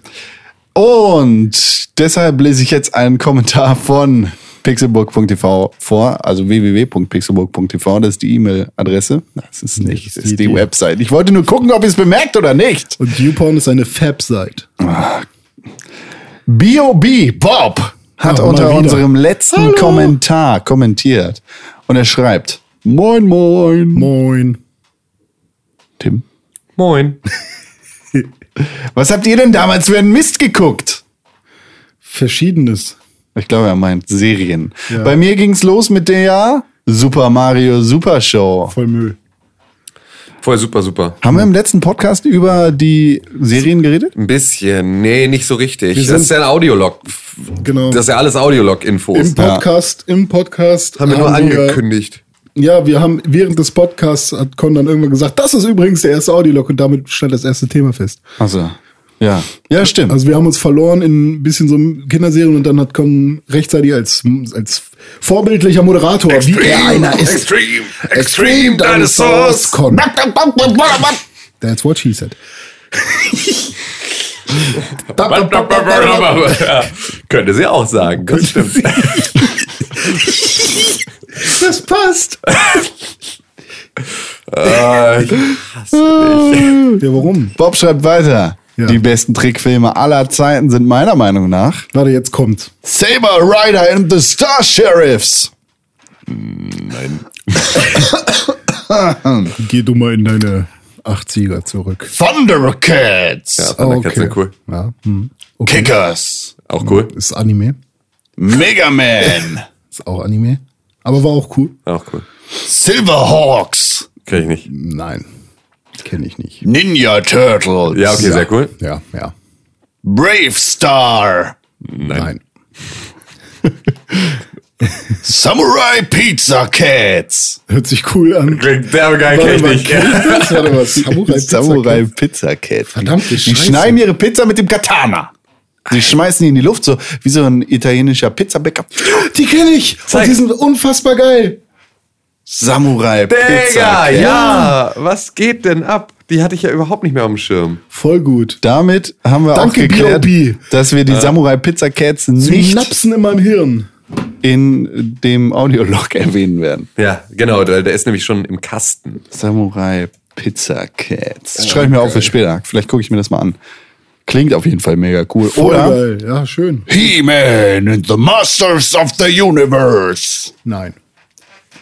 S3: Und deshalb lese ich jetzt einen Kommentar von pixelburg.tv vor, also www.pixelburg.tv, das ist die E-Mail-Adresse. Das ist nicht, das ist die Website. Ich wollte nur gucken, ob ihr es bemerkt oder nicht.
S4: Und YouPorn ist eine Fab-Site.
S3: B.O.B. Bob hat
S4: Ja, mal
S3: unter
S4: wieder.
S3: unserem letzten
S4: Hallo.
S3: Kommentar kommentiert und er schreibt, moin, moin,
S4: Moin.
S3: Tim.
S5: Moin.
S3: Was habt ihr denn damals für einen Mist geguckt?
S4: Verschiedenes.
S3: Ich glaube, er meint Serien.
S4: Ja.
S3: Bei mir ging's los mit der Super Mario Super Show.
S4: Voll Müll.
S5: Voll super, super.
S3: Haben wir im letzten Podcast über die Serien geredet?
S5: Ein bisschen. Nee, nicht so richtig.
S3: sind-
S5: Das ist ja ein Audiolog.
S4: Genau.
S5: Das ist ja alles Audiolog-Infos.
S4: Im Podcast, im Podcast
S5: Haben wir nur angekündigt.
S4: Ja, wir haben während des Podcasts hat Con dann irgendwann gesagt, das ist übrigens der erste Audiolog und damit stand das erste Thema fest.
S3: Also, ja. Ja, stimmt.
S4: Also wir haben uns verloren in ein bisschen so Kinderserien und dann hat Con rechtzeitig als, als vorbildlicher Moderator, wie er einer ist.
S5: Extreme,
S4: Extreme Dinosaurs Con. That's what she said.
S5: ja, könnte sie auch sagen. Das stimmt.
S4: Das passt.
S5: Äh,
S4: Ja, warum?
S3: Bob schreibt weiter.
S4: Ja.
S3: Die besten Trickfilme aller Zeiten sind meiner Meinung nach
S4: Warte, jetzt kommt.
S3: Saber Rider and the Star Sheriffs.
S4: Geh du mal in deine 80er zurück.
S3: Thundercats.
S5: ja, Thundercats sind cool.
S4: Ja, hm. okay.
S3: Kickers.
S5: Auch cool.
S4: Ist Anime.
S3: Mega Man.
S4: Ist auch Anime. Aber war auch cool.
S5: Auch cool.
S3: Silverhawks.
S5: Kenn ich nicht.
S4: Nein. Kenne ich nicht.
S3: Ninja Turtles.
S5: Ja, okay, sehr cool.
S4: Ja, ja.
S3: Brave Star.
S4: Nein.
S3: Samurai Pizza Cats.
S4: Hört sich cool an.
S5: Klingt derbe geil, kenn ich
S4: mal,
S5: nicht.
S4: kenn ich das? Warte mal, Samurai.
S3: Samurai Pizza Cats.
S4: Verdammte
S3: Die
S4: Scheiße.
S3: schneiden ihre Pizza mit dem Katana. Die schmeißen die in die Luft, so wie so ein italienischer Pizzabäcker.
S4: Die kenne ich.
S5: Zeig.
S4: Und die sind unfassbar geil.
S3: Samurai Pizza
S5: Digga,
S3: Cats.
S5: ja. Was geht denn ab? Die hatte ich ja überhaupt nicht mehr auf dem Schirm.
S4: Voll gut.
S3: Damit haben wir
S4: Danke,
S3: auch geklärt,
S4: B.O.B..
S3: dass wir die Samurai Pizza Cats
S4: Die
S3: nicht
S4: Napsen in meinem Hirn.
S3: in dem Audiolog erwähnen werden.
S5: Ja, genau, der, der ist nämlich schon im Kasten.
S3: Samurai Pizza Cats. Das schreibe ich mir auf für später. Vielleicht gucke ich mir das mal an. Klingt auf jeden Fall mega cool.
S4: Voll
S3: Oder
S4: geil. Ja, schön.
S3: He-Man and the Masters of the Universe.
S4: Nein.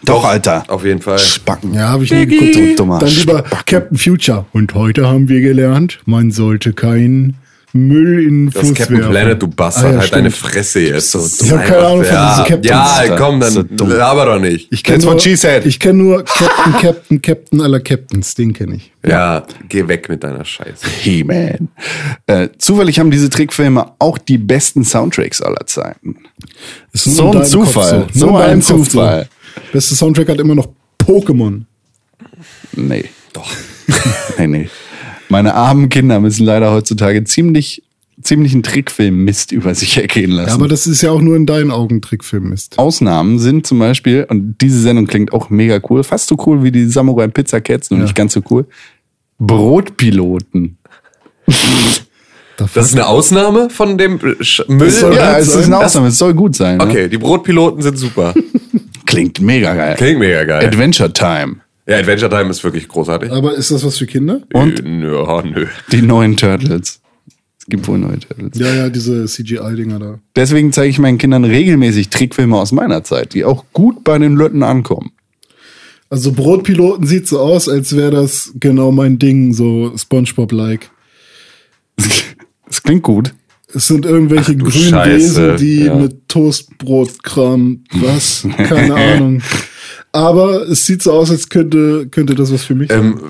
S3: Doch, Alter.
S5: Auf jeden Fall.
S3: Spacken.
S4: Ja, habe ich nie
S3: Biggie.
S4: geguckt.
S3: Du dummer
S4: Dann lieber Captain Future. Und heute haben wir gelernt, man sollte keinen Müll in den
S5: Das
S4: Fluss
S5: Captain
S4: werfen.
S5: Planet, du Bastard,
S4: Ah, ja,
S5: halt
S4: stimmt.
S5: deine Fresse jetzt.
S4: Ich hab keine Ahnung von
S5: ja,
S4: diesen Captains.
S5: Ja, komm, dann
S3: So dumm.
S5: laber doch nicht.
S4: Ich kenn
S3: That's
S4: nur,
S3: what she said.
S4: Ich kenne nur Captain, Captain, Captain aller Captains. Den kenne ich.
S5: ja, geh weg mit deiner Scheiße.
S3: He-Man. Äh, zufällig haben diese Trickfilme auch die besten Soundtracks aller Zeiten.
S4: Ist nur
S3: So
S4: in
S3: ein
S4: deinem Kopf
S3: Zufall.
S4: Nur
S3: So
S4: in
S3: ein
S4: deinem Kopf
S3: Zufall.
S4: So. Beste Soundtrack hat immer noch Pokémon.
S3: Nee. Doch. nee, nee. Meine armen Kinder müssen leider heutzutage ziemlich, ziemlichen Trickfilm-Mist über sich ergehen lassen.
S4: Ja, aber das ist ja auch nur in deinen Augen Trickfilm ist.
S3: Ausnahmen sind zum Beispiel, und diese Sendung klingt auch mega cool, fast so cool wie die Samurai Pizza Cats, nur nicht ganz so cool. Brotpiloten.
S5: Das ist eine Ausnahme von dem Sch Müll?
S3: Das soll,
S5: oder?
S3: ja, es ist eine
S5: Das-
S3: Ausnahme, es soll gut sein. Ne?
S5: Okay, die Brotpiloten sind super.
S3: Klingt mega geil.
S5: Klingt mega geil.
S3: Adventure Time.
S5: ja, Adventure Time ist wirklich großartig.
S4: Aber ist das was für Kinder?
S3: Und?
S5: Äh, Nö, oh, nö.
S3: Die neuen Turtles. Es gibt wohl neue Turtles.
S4: Ja, ja, diese CGI-Dinger da.
S3: Deswegen zeige ich meinen Kindern regelmäßig Trickfilme aus meiner Zeit, die auch gut bei den Leuten ankommen.
S4: Also Brotpiloten sieht so aus, als wäre das genau mein Ding, so SpongeBob-like.
S3: Das klingt gut.
S4: Es sind irgendwelche
S5: du
S4: grünen
S5: Scheiße,
S4: Wesen, die
S5: ja.
S4: mit Toastbrotkram, was? Keine Ahnung. Aber es sieht so aus, als könnte, könnte das was für mich sein.
S5: Ähm,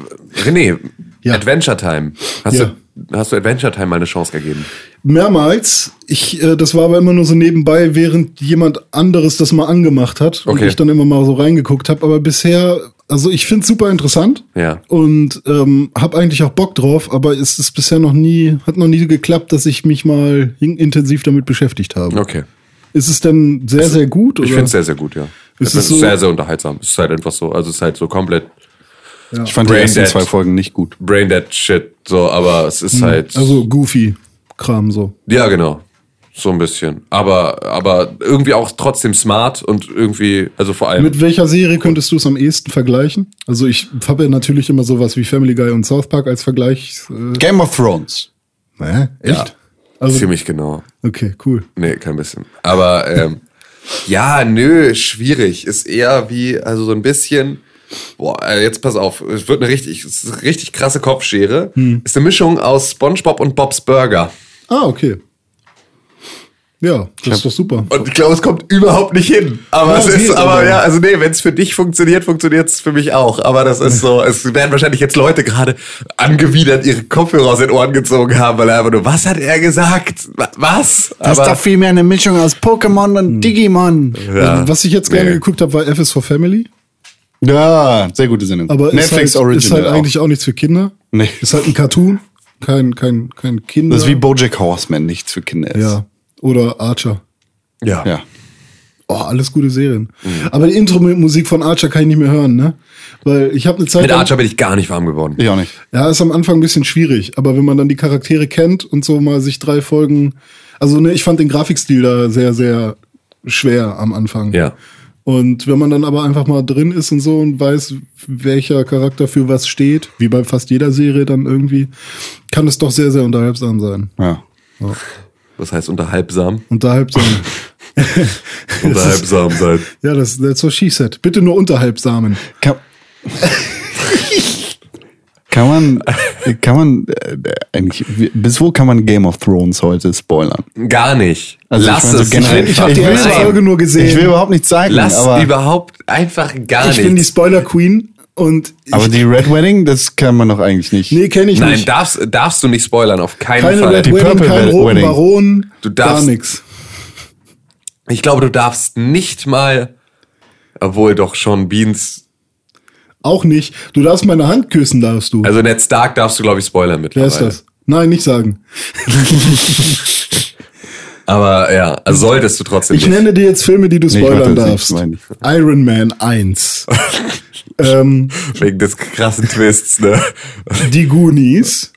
S5: René,
S4: Ja.
S5: Adventure Time. Hast,
S4: Ja.
S5: du, hast du Adventure Time mal eine Chance gegeben?
S4: Mehrmals. Ich, äh, das war aber immer nur so nebenbei, während jemand anderes das mal angemacht hat und
S5: Okay.
S4: ich dann immer mal so reingeguckt habe. Aber bisher, also ich finde es super interessant
S5: Ja.
S4: und ähm, habe eigentlich auch Bock drauf, aber es ist bisher noch nie, hat noch nie geklappt, dass ich mich mal in intensiv damit beschäftigt habe.
S5: Okay. Also,
S4: Ist es denn sehr, sehr gut?
S5: Ich
S4: oder?
S5: finde es sehr, sehr gut, ja.
S4: Ist
S5: Es
S4: es
S5: ist
S4: so-
S5: sehr, sehr unterhaltsam. Es ist halt einfach so, also es ist halt so komplett
S3: Ich fand die
S5: Brain
S3: ersten
S5: Dead.
S3: zwei Folgen nicht gut.
S5: braindead Shit, so, aber es ist halt.
S4: Also Goofy-Kram so.
S5: ja, genau. So ein bisschen. Aber, aber irgendwie auch trotzdem smart und irgendwie, also vor allem.
S4: Mit welcher Serie könntest du es am ehesten vergleichen? Also ich habe ja natürlich immer sowas wie Family Guy und South Park als Vergleich. Äh,
S3: Game of Thrones.
S4: Hä? Echt? Also,
S5: ziemlich genau.
S4: okay, cool.
S5: Nee, kein bisschen. Aber ähm, ja, nö, schwierig. Ist eher wie, also so ein bisschen. Boah, äh, jetzt pass auf, es wird eine richtig, es ist eine richtig krasse Hm. Kopfschere. Ist eine Mischung aus SpongeBob und Bob's Burger.
S4: Ah, okay. Ah, Ja, das ist doch super.
S5: Und ich glaube, es kommt überhaupt nicht hin. Aber
S4: Ja,
S5: es
S4: okay,
S5: ist, aber
S4: aber-
S5: ja, also nee, wenn es für dich funktioniert, funktioniert es für mich auch. Aber das ist so, es werden wahrscheinlich jetzt Leute gerade angewidert ihre Kopfhörer aus den Ohren gezogen haben, weil er einfach nur, was hat er gesagt? Wa- Was?
S3: Das ist doch vielmehr eine Mischung aus Pokémon und Digimon.
S5: ja,
S4: Also, Was ich jetzt gerne
S5: nee.
S4: geguckt habe, war F is for Family.
S3: Ja, sehr gute Sendung.
S4: Aber
S3: Netflix
S4: ist halt,
S3: Original.
S4: ist halt
S3: auch.
S4: eigentlich auch nichts für Kinder.
S3: Nee.
S4: Ist halt ein Cartoon. Kein, kein, kein Kinder.
S3: das ist wie Bojack Horseman, nichts für Kinder ist.
S4: ja. Oder Archer.
S5: ja.
S3: ja.
S4: Oh, alles gute Serien.
S3: Mhm.
S4: Aber die Intro-Musik von Archer kann ich nicht mehr hören, ne? Weil ich habe eine Zeit.
S5: Mit
S4: lang-
S5: Archer bin ich gar nicht warm geworden.
S3: Ich auch nicht.
S4: Ja, ist am Anfang ein bisschen schwierig, aber wenn man dann die Charaktere kennt und so mal sich drei Folgen, also ne, ich fand den Grafikstil da sehr, sehr schwer am Anfang.
S5: Ja.
S4: Und wenn man dann aber einfach mal drin ist und so und weiß, welcher Charakter für was steht, wie bei fast jeder Serie dann irgendwie, kann es doch sehr, sehr unterhaltsam sein.
S3: Ja.
S5: Das heißt unterhalbsam.
S4: Unterhalbsam.
S5: Unterhalbsam sein.
S4: ja, das, that's what she said. Bitte nur unterhalbsamen.
S3: Kann, kann man, kann man äh, eigentlich, wie- bis wo kann man Game of Thrones heute spoilern?
S5: Gar nicht.
S3: Also ich
S5: Lass
S3: meine so
S5: es.
S3: generell-
S4: Ich habe die
S3: will
S4: erste
S3: sagen-
S4: Folge nur gesehen.
S3: Ich will überhaupt nichts sagen,
S5: Lass
S3: aber,
S5: überhaupt einfach gar
S4: ich bin die
S5: nichts.
S4: Spoiler Queen und ich,
S3: aber die Red Wedding, das kann man doch eigentlich nicht.
S4: nee, kenne ich
S5: Nein,
S4: nicht.
S5: darfst, darfst du nicht spoilern, auf keinen
S4: Keine
S5: Fall.
S4: Red
S3: Die
S4: Wedding,
S3: Purple
S4: kein
S3: Red
S4: Roten
S3: Wedding.
S4: Baron,
S5: Du
S4: gar
S5: darfst-
S4: nix.
S5: Ich glaube, du darfst nicht mal, obwohl doch schon Beans,
S4: Auch nicht. Du darfst meine Hand küssen, darfst du.
S5: also Ned Stark darfst du, glaube ich, spoilern
S4: Wer
S5: mittlerweile.
S4: ist das? Nein, nicht sagen.
S5: Aber ja, also solltest du trotzdem
S4: Ich
S5: nicht.
S4: nenne dir jetzt Filme, die du
S3: ich
S4: spoilern
S3: mach das
S4: darfst.
S3: nicht, meine
S4: Iron Man 1. ähm,
S5: Wegen des krassen Twists, ne?
S4: die Goonies.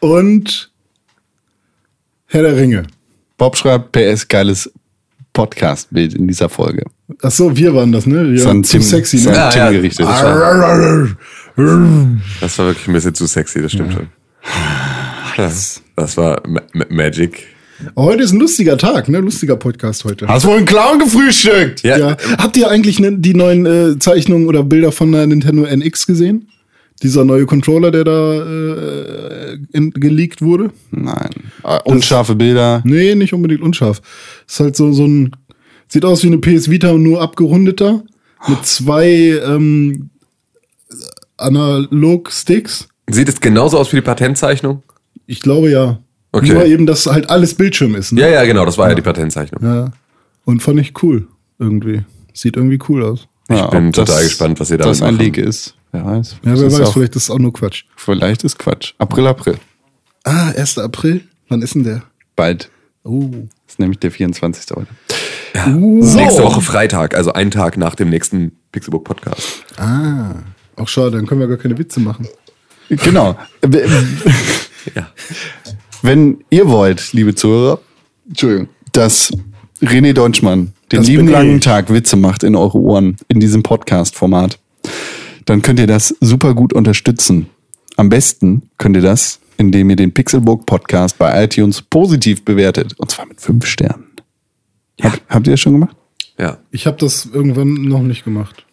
S4: Und Herr der Ringe.
S3: Bob schreibt PS geiles Podcast-Bild in dieser Folge.
S4: Ach so, wir waren das, ne? Wir waren zu sexy, ne?
S5: Ja,
S3: Tim
S5: ja.
S3: gerichtet.
S5: Ah.
S4: Arrrrrrr.
S5: Das war wirklich ein bisschen zu sexy, das stimmt schon. Ja, das war Ma Ma Magic.
S4: Heute ist ein lustiger Tag, ne? Lustiger Podcast heute.
S3: Hast wohl einen Clown gefrühstückt?
S5: Ja,
S4: Ja. Habt ihr eigentlich ne, die neuen äh, Zeichnungen oder Bilder von der Nintendo NX gesehen? Dieser neue Controller, der da äh, in, geleakt wurde?
S3: Nein. Äh, Unscharfe Bilder.
S4: Nee, nicht unbedingt unscharf. Ist halt so, so ein. Sieht aus wie eine PS Vita, nur abgerundeter. Mit zwei ähm, Analog-Sticks.
S5: Sieht es genauso aus wie die Patentzeichnung?
S4: Ich glaube ja.
S5: Okay.
S4: Nur eben, dass halt alles Bildschirm ist. Ne?
S5: Ja, ja, genau, das war ja die Patentzeichnung.
S4: ja. Und fand ich cool. Irgendwie. Sieht irgendwie cool aus.
S3: Ich
S5: bin total gespannt, was ihr damit
S3: Das ein
S5: machen.
S3: Leak ist. Wer weiß.
S4: Ja, wer
S3: Das ist
S4: weiß,
S3: auch-
S4: vielleicht ist es auch nur Quatsch.
S3: vielleicht ist Quatsch. April, April.
S4: Ah, 1. April? Wann ist denn der?
S3: Bald.
S4: Oh.
S3: Das ist nämlich der 24. heute.
S5: Nächste Woche Freitag, also einen Tag nach dem nächsten Pixelbook Podcast.
S4: Ah. Auch schade, dann können wir gar keine Witze machen.
S3: Genau.
S5: Ja.
S3: Wenn ihr wollt, liebe Zuhörer, Entschuldigung, dass René Deutschmann den
S4: Das
S3: lieben
S4: bin ich.
S3: langen Tag Witze macht in eure Ohren, in diesem Podcast-Format, dann könnt ihr das super gut unterstützen. Am besten könnt ihr das, indem ihr den Pixelburg Podcast bei iTunes positiv bewertet. Und zwar mit fünf Sternen. Hab, habt ihr das schon gemacht?
S5: Ja.
S4: Ich habe das irgendwann noch nicht gemacht.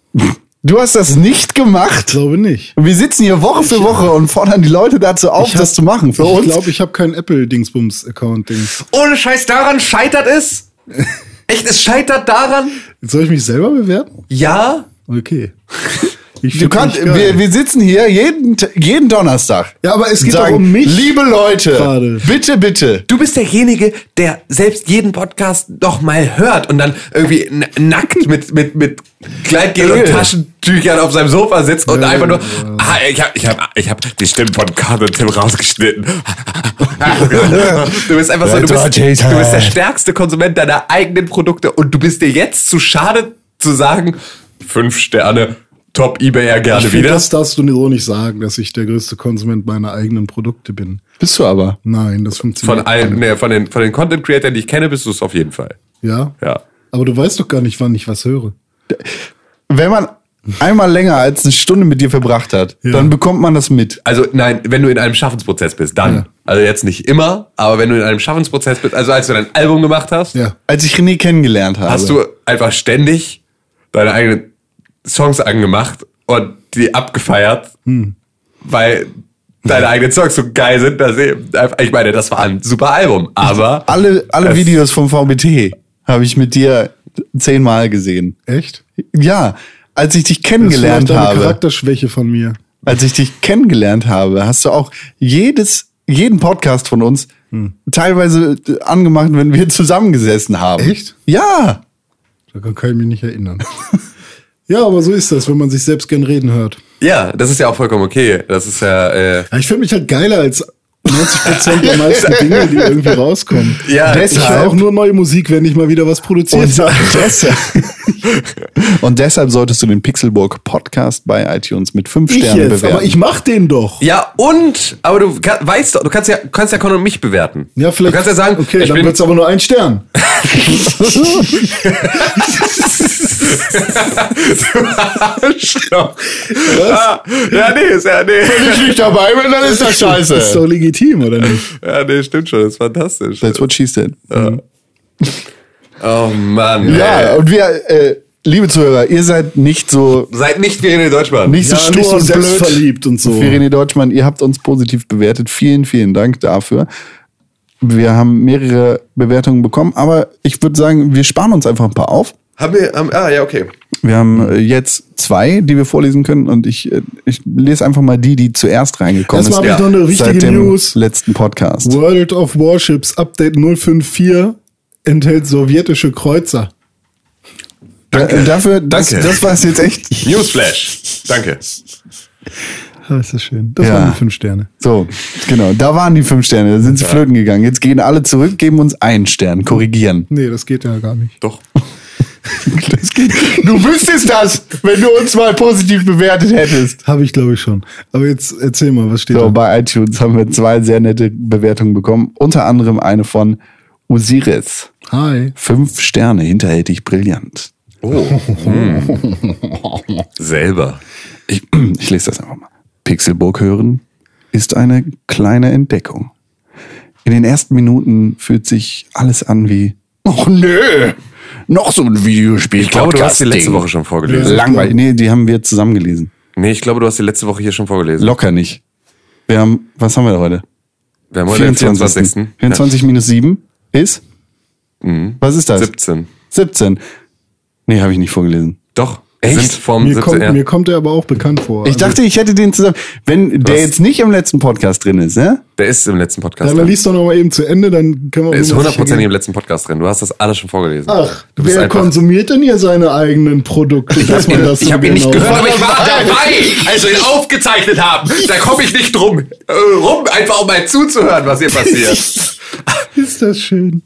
S3: Du hast das nicht
S4: Ich
S3: gemacht.
S4: glaube nicht.
S3: Wir sitzen hier Woche für Woche und fordern die Leute dazu auf,
S4: Ich hab-
S3: das zu machen. Für
S4: ich
S3: uns.
S4: glaube, ich habe keinen Apple-Dingsbums-Account-Dings.
S5: Ohne Scheiß daran scheitert es? Echt, es scheitert daran?
S4: Soll ich mich selber bewerten?
S5: Ja?
S4: Okay. Ich
S3: Du
S4: find
S3: kannst,
S4: mich geil.
S3: wir, wir sitzen hier jeden, T- jeden Donnerstag.
S4: Ja, aber es
S3: und
S4: geht doch um mich
S3: Liebe Leute,
S4: gerade.
S3: bitte, bitte.
S5: Du bist derjenige, der selbst jeden Podcast doch mal hört und dann irgendwie n- nackt mit, mit, mit Kleidgel und
S3: Öl.
S5: Taschentüchern auf seinem Sofa sitzt und einfach nur, ah, ich habe ich hab, ich hab die Stimmen von Karl und Tim rausgeschnitten. du bist einfach so, du bist, du bist
S4: halt.
S5: der stärkste Konsument deiner eigenen Produkte und du bist dir jetzt zu schade zu sagen, fünf Sterne, top Ebayer
S4: ich
S5: gerne
S4: find,
S5: wieder.
S4: Das darfst du so nicht sagen, dass ich der größte Konsument meiner eigenen Produkte bin.
S3: Bist du aber.
S4: Nein, das funktioniert
S5: Von allen, nee, von den, von den Content Creatern, die ich kenne, bist du es auf jeden Fall.
S4: Ja?
S5: Ja.
S4: Aber du weißt doch gar nicht, wann ich was höre.
S3: Wenn man einmal länger als eine Stunde mit dir verbracht hat,
S4: Ja.
S3: dann bekommt man das mit.
S5: Also nein, wenn du in einem Schaffensprozess bist, dann.
S4: Ja.
S5: Also jetzt nicht immer, aber wenn du in einem Schaffensprozess bist, also als du dein Album gemacht hast,
S4: Ja. Also.
S3: Als ich René kennengelernt habe.
S5: hast du einfach ständig deine
S4: Hm.
S5: eigenen Songs angemacht und die abgefeiert, weil deine eigenen Songs so geil sind, dass sie, ich meine, das war ein super Album, aber
S3: Alle, alle
S5: Es-
S3: Videos vom VBT habe ich mit dir zehnmal gesehen.
S4: Echt?
S3: Ja, als ich dich
S4: Das ist
S3: kennengelernt
S4: vielleicht eine
S3: habe,
S4: Charakterschwäche von mir.
S3: als ich dich kennengelernt habe, hast du auch jedes, jeden Podcast von uns teilweise äh, angemacht, wenn wir zusammengesessen haben.
S4: Echt?
S3: Ja.
S4: Daran kann ich mich nicht erinnern. ja, aber so ist das, wenn man sich selbst gern reden hört.
S5: ja, das ist ja auch vollkommen okay. Das ist ja, äh,
S4: Ja, ich finde mich halt geiler als 90% der meisten Dinge, die irgendwie rauskommen.
S5: Ja,
S4: ich höre
S3: deshalb-
S4: auch nur neue Musik, wenn ich mal wieder was produziert
S3: Und,
S4: habe.
S3: deshalb, und deshalb solltest du den Pixelburg Podcast bei iTunes mit fünf
S4: Ich
S3: Sternen
S4: jetzt,
S3: bewerten.
S4: aber ich mach den doch.
S5: ja und, aber du ka- weißt, doch, du kannst ja, du kannst ja Con und mich bewerten.
S4: Ja, vielleicht.
S5: Du kannst ja sagen,
S4: okay,
S5: ich
S4: dann
S5: bin,
S4: wird's aber nur ein Stern.
S5: Arschloch. Ah, ja, nee, ist ja, nee.
S3: ich nicht dabei bin, dann ist das
S4: Ist doch legitim, oder nicht?
S5: Ja, nee, stimmt schon, das ist fantastisch.
S3: That's what she said.
S5: Oh Mann.
S3: Ja,
S5: ey.
S3: und wir, äh, liebe Zuhörer, ihr seid nicht so,
S5: Seid nicht wie René Deutschmann.
S3: nicht so
S4: Ja,
S3: stur
S4: nicht so
S3: und blöd.
S4: selbstverliebt und so.
S3: Für René Deutschmann, ihr habt uns positiv bewertet. Vielen, vielen Dank dafür. Wir haben mehrere Bewertungen bekommen, aber ich würde sagen, wir sparen uns einfach ein paar auf.
S5: Haben wir, haben, ah, ja, okay.
S3: Wir haben äh, jetzt zwei, die wir vorlesen können und ich, äh, ich lese einfach mal die, die zuerst reingekommen
S4: Erstmal habe
S5: ja,
S4: ich noch eine
S3: ist seit
S4: richtige
S3: dem
S4: News.
S3: letzten Podcast. Äh,
S4: World of Warships Update 054 enthält sowjetische Kreuzer.
S3: Äh, dafür, das,
S5: Danke.
S3: das war es jetzt echt.
S5: Newsflash. Danke.
S4: Ah, ist das schön. Das
S3: Ja.
S4: waren die fünf Sterne.
S3: So, genau, da waren die fünf Sterne, da sind sie flöten gegangen. Jetzt gehen alle zurück, geben uns einen Stern, korrigieren.
S4: Nee, das geht ja gar nicht.
S5: Doch.
S3: Du wüsstest das, wenn du uns mal positiv bewertet hättest.
S4: Habe ich, glaube ich, schon. Aber jetzt erzähl mal, was steht
S3: So,
S4: da?
S3: bei iTunes haben wir zwei sehr nette Bewertungen bekommen, unter anderem eine von Osiris.
S4: Hi.
S3: Fünf Sterne, hinterhältig brillant.
S5: Oh, hm. Selber.
S3: Ich, ich lese das einfach mal. Pixelburg hören ist eine kleine Entdeckung. In den ersten Minuten fühlt sich alles an wie, ach nö, noch so ein Videospiel.
S5: Ich glaube, du hast die letzte Woche schon vorgelesen.
S3: Langweilig. Nee, die haben wir zusammen gelesen.
S5: Nee, ich glaube, du hast die letzte Woche hier schon vorgelesen.
S3: Locker nicht. Wir haben, was haben wir heute?
S5: Wir haben heute den 24.
S3: 24 minus 7 ist?
S5: Mhm.
S3: Was ist das?
S5: 17.
S3: 17. Nee, habe ich nicht vorgelesen.
S5: Doch. Echt? Sind vom
S4: Mir
S5: 17.
S4: kommt,
S5: ja.
S4: mir kommt er aber auch bekannt vor. Also,
S3: Ich dachte, ich hätte den zusammen. Wenn der
S5: Was?
S3: jetzt nicht im letzten Podcast drin ist, ne?
S5: Der ist im letzten Podcast
S4: Also, ja, dann
S5: drin.
S4: liest doch noch mal eben zu Ende, dann können wir
S5: Der ist
S4: sehen, was
S5: hundertprozentig
S4: hier-
S5: im letzten Podcast drin. Du hast das alles schon vorgelesen.
S4: Ach,
S5: du bist
S4: wer
S5: einfach.
S4: konsumiert denn hier seine eigenen Produkte? Dass man das
S5: Ich
S4: so
S5: habe ihn nicht
S4: genau-
S5: gehört, aber ich war dabei, als wir ihn aufgezeichnet haben. Da komme ich nicht drum äh, rum, einfach um mal zuzuhören, was hier passiert.
S4: Ist das schön.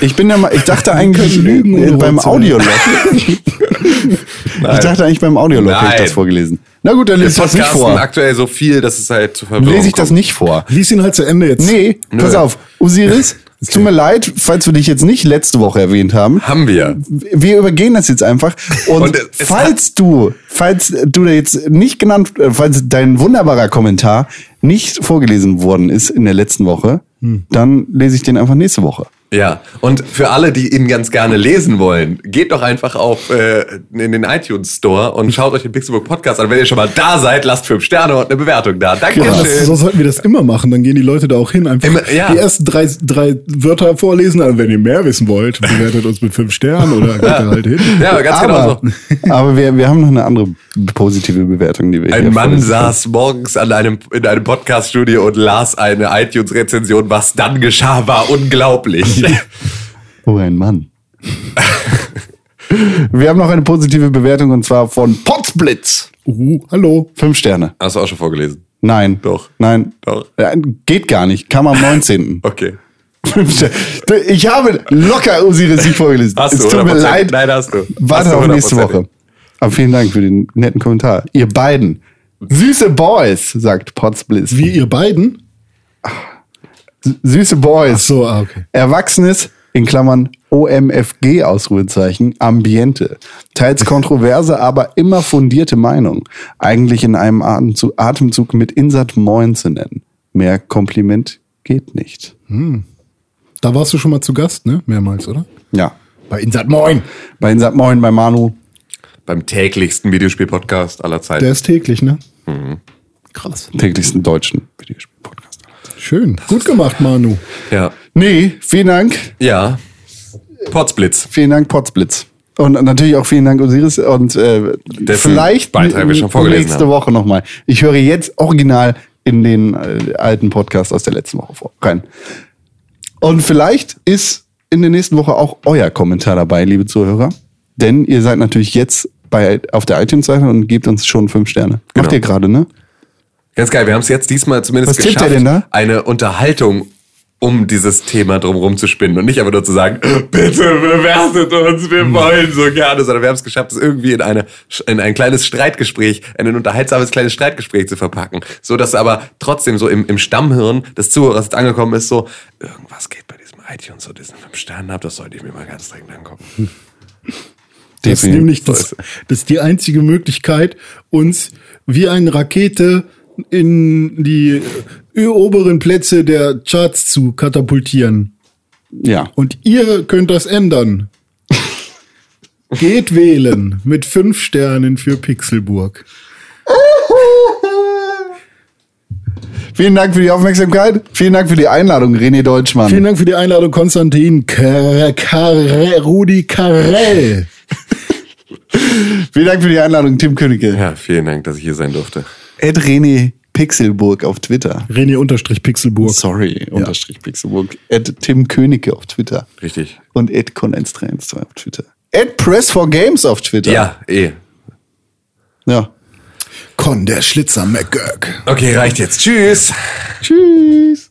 S3: Ich bin ja mal, ich dachte eigentlich
S4: können lügen,
S3: äh,
S4: ohne
S3: beim
S4: rot zu werden.
S3: Audiolog. ich dachte eigentlich beim Audiolog hätte ich
S5: Nein.
S3: das vorgelesen. Na gut, dann lese ich das nicht
S5: Podcasten
S3: vor.
S5: aktuell so viel, dass es halt zu Verwirrung
S3: Lese ich das
S5: kommt.
S3: nicht vor.
S4: Lies ihn halt zu Ende jetzt.
S3: Nee,
S5: Nö.
S3: pass auf. Osiris, es tut mir leid, falls wir dich jetzt nicht letzte Woche erwähnt haben.
S5: Haben wir.
S3: Wir übergehen das jetzt einfach. Und,
S5: Und es- es
S3: falls du, falls du da jetzt nicht genannt, äh, falls dein wunderbarer Kommentar nicht vorgelesen worden ist in der letzten Woche,
S5: Hm.
S3: dann lese ich den einfach nächste Woche.
S5: Ja, und für alle, die ihn ganz gerne lesen wollen, geht doch einfach auf äh, in den iTunes Store und schaut euch den Pixelbook Podcast an. Wenn ihr schon mal da seid, lasst fünf Sterne und eine Bewertung da.
S4: Ja, das, so
S5: Dankeschön.
S4: sollten wir das immer machen, dann gehen die Leute da auch hin. Einfach
S5: Immer- ja.
S4: die ersten drei, drei Wörter vorlesen. Also wenn ihr mehr wissen wollt, bewertet uns mit fünf Sternen oder geht da halt hin.
S5: Ja, ganz genau
S3: aber,
S5: so.
S3: aber wir, wir haben noch eine andere positive Bewertung, die wir
S5: Ein
S3: hier
S5: Mann
S3: vorlesen.
S5: saß morgens an einem, in einem Podcast-Studio und las eine iTunes-Rezension. Was dann geschah, war unglaublich.
S3: Oh, ein Mann. wir haben noch eine positive Bewertung und zwar von Potzblitz.
S4: Uh, hallo.
S3: Fünf Sterne.
S5: Hast du auch schon vorgelesen?
S3: Nein.
S5: Doch.
S3: Nein.
S5: Doch.
S3: Ja, Geht gar nicht. Kam am 19.
S5: Okay.
S3: Fünf Sterne. Ich habe locker Osiris nicht vorgelesen.
S5: Hast
S3: es
S5: du,
S3: tut mir
S5: 100%.
S3: leid.
S5: Nein, hast du. Hast
S3: Warte
S5: du
S3: auf nächste
S5: 100%.
S3: Woche. Aber vielen Dank für den netten Kommentar. Ihr beiden. Süße Boys, sagt Potzblitz.
S4: Wie ihr beiden?
S3: Süße Boys.
S4: So, ah, okay.
S3: Erwachsenes, in Klammern OMFG, Ausrufezeichen, Ambiente. Teils kontroverse, aber immer fundierte Meinung. Eigentlich in einem Atemzug, Atemzug mit Insert Moin zu nennen. Mehr Kompliment geht nicht.
S4: Da warst du schon mal zu Gast, ne? Mehrmals, oder?
S3: Ja.
S4: Bei Insat Moin.
S3: Bei Insert Moin, bei Manu.
S5: Beim täglichsten Videospiel-Podcast aller Zeiten.
S4: Der ist täglich, ne?
S3: Krass. Täglichsten deutschen Videospiel-Podcast.
S4: Schön. Gut gemacht, Manu.
S5: Ja.
S3: Nee, vielen Dank.
S5: Ja. Potzblitz.
S3: Vielen Dank, Potzblitz. Und natürlich auch vielen Dank, Osiris. Und äh, vielleicht
S5: Beitrag wir schon vorgelesen
S3: nächste
S5: haben.
S3: Woche nochmal. Ich höre jetzt original in den äh, alten Podcast aus der letzten Woche vor. Rein. Und vielleicht ist in der nächsten Woche auch euer Kommentar dabei, liebe Zuhörer. Denn ihr seid natürlich jetzt bei, auf der iTunes-Seite und gebt uns schon fünf Sterne.
S5: Genau.
S3: Macht ihr gerade, ne?
S5: Ganz geil, wir haben es jetzt diesmal zumindest
S3: Was tippt
S5: geschafft,
S3: er denn da?
S5: eine Unterhaltung um dieses Thema drumherum zu spinnen und nicht einfach nur zu sagen, bitte bewertet uns, wir wollen so gerne, sondern wir haben es geschafft, es irgendwie in, eine, in ein kleines Streitgespräch, in ein unterhaltsames kleines Streitgespräch zu verpacken, so dass aber trotzdem so im, im Stammhirn des Zuhörers jetzt angekommen ist, so, irgendwas geht bei diesem iTunes so diesen fünf Sternen ab, das sollte ich mir mal ganz dringend angucken.
S4: Das ist
S3: Definitiv.
S4: nämlich das, das ist die einzige Möglichkeit, uns wie eine Rakete in die ö- oberen Plätze der Charts zu katapultieren.
S3: Ja.
S4: Und ihr könnt das ändern. Geht wählen mit fünf Sternen für Pixelburg.
S3: Vielen Dank für die Aufmerksamkeit. Vielen Dank für die Einladung, René Deutschmann.
S4: Vielen Dank für die Einladung, Konstantin Kar Kar Rudi Karel.
S3: Vielen Dank für die Einladung, Tim Königke.
S5: Ja, vielen Dank, dass ich hier sein durfte.
S3: Ed René Pixelburg auf Twitter.
S4: René Unterstrich Pixelburg.
S3: Sorry, unterstrich Pixelburg. Ed Tim Königke auf Twitter.
S5: Richtig.
S3: Und Ed Konenz 312 auf Twitter. Ed Press for Games auf Twitter.
S5: Ja, eh.
S3: ja.
S4: Con der Schlitzer McGurk.
S5: Okay, reicht jetzt. Tschüss.
S3: Tschüss.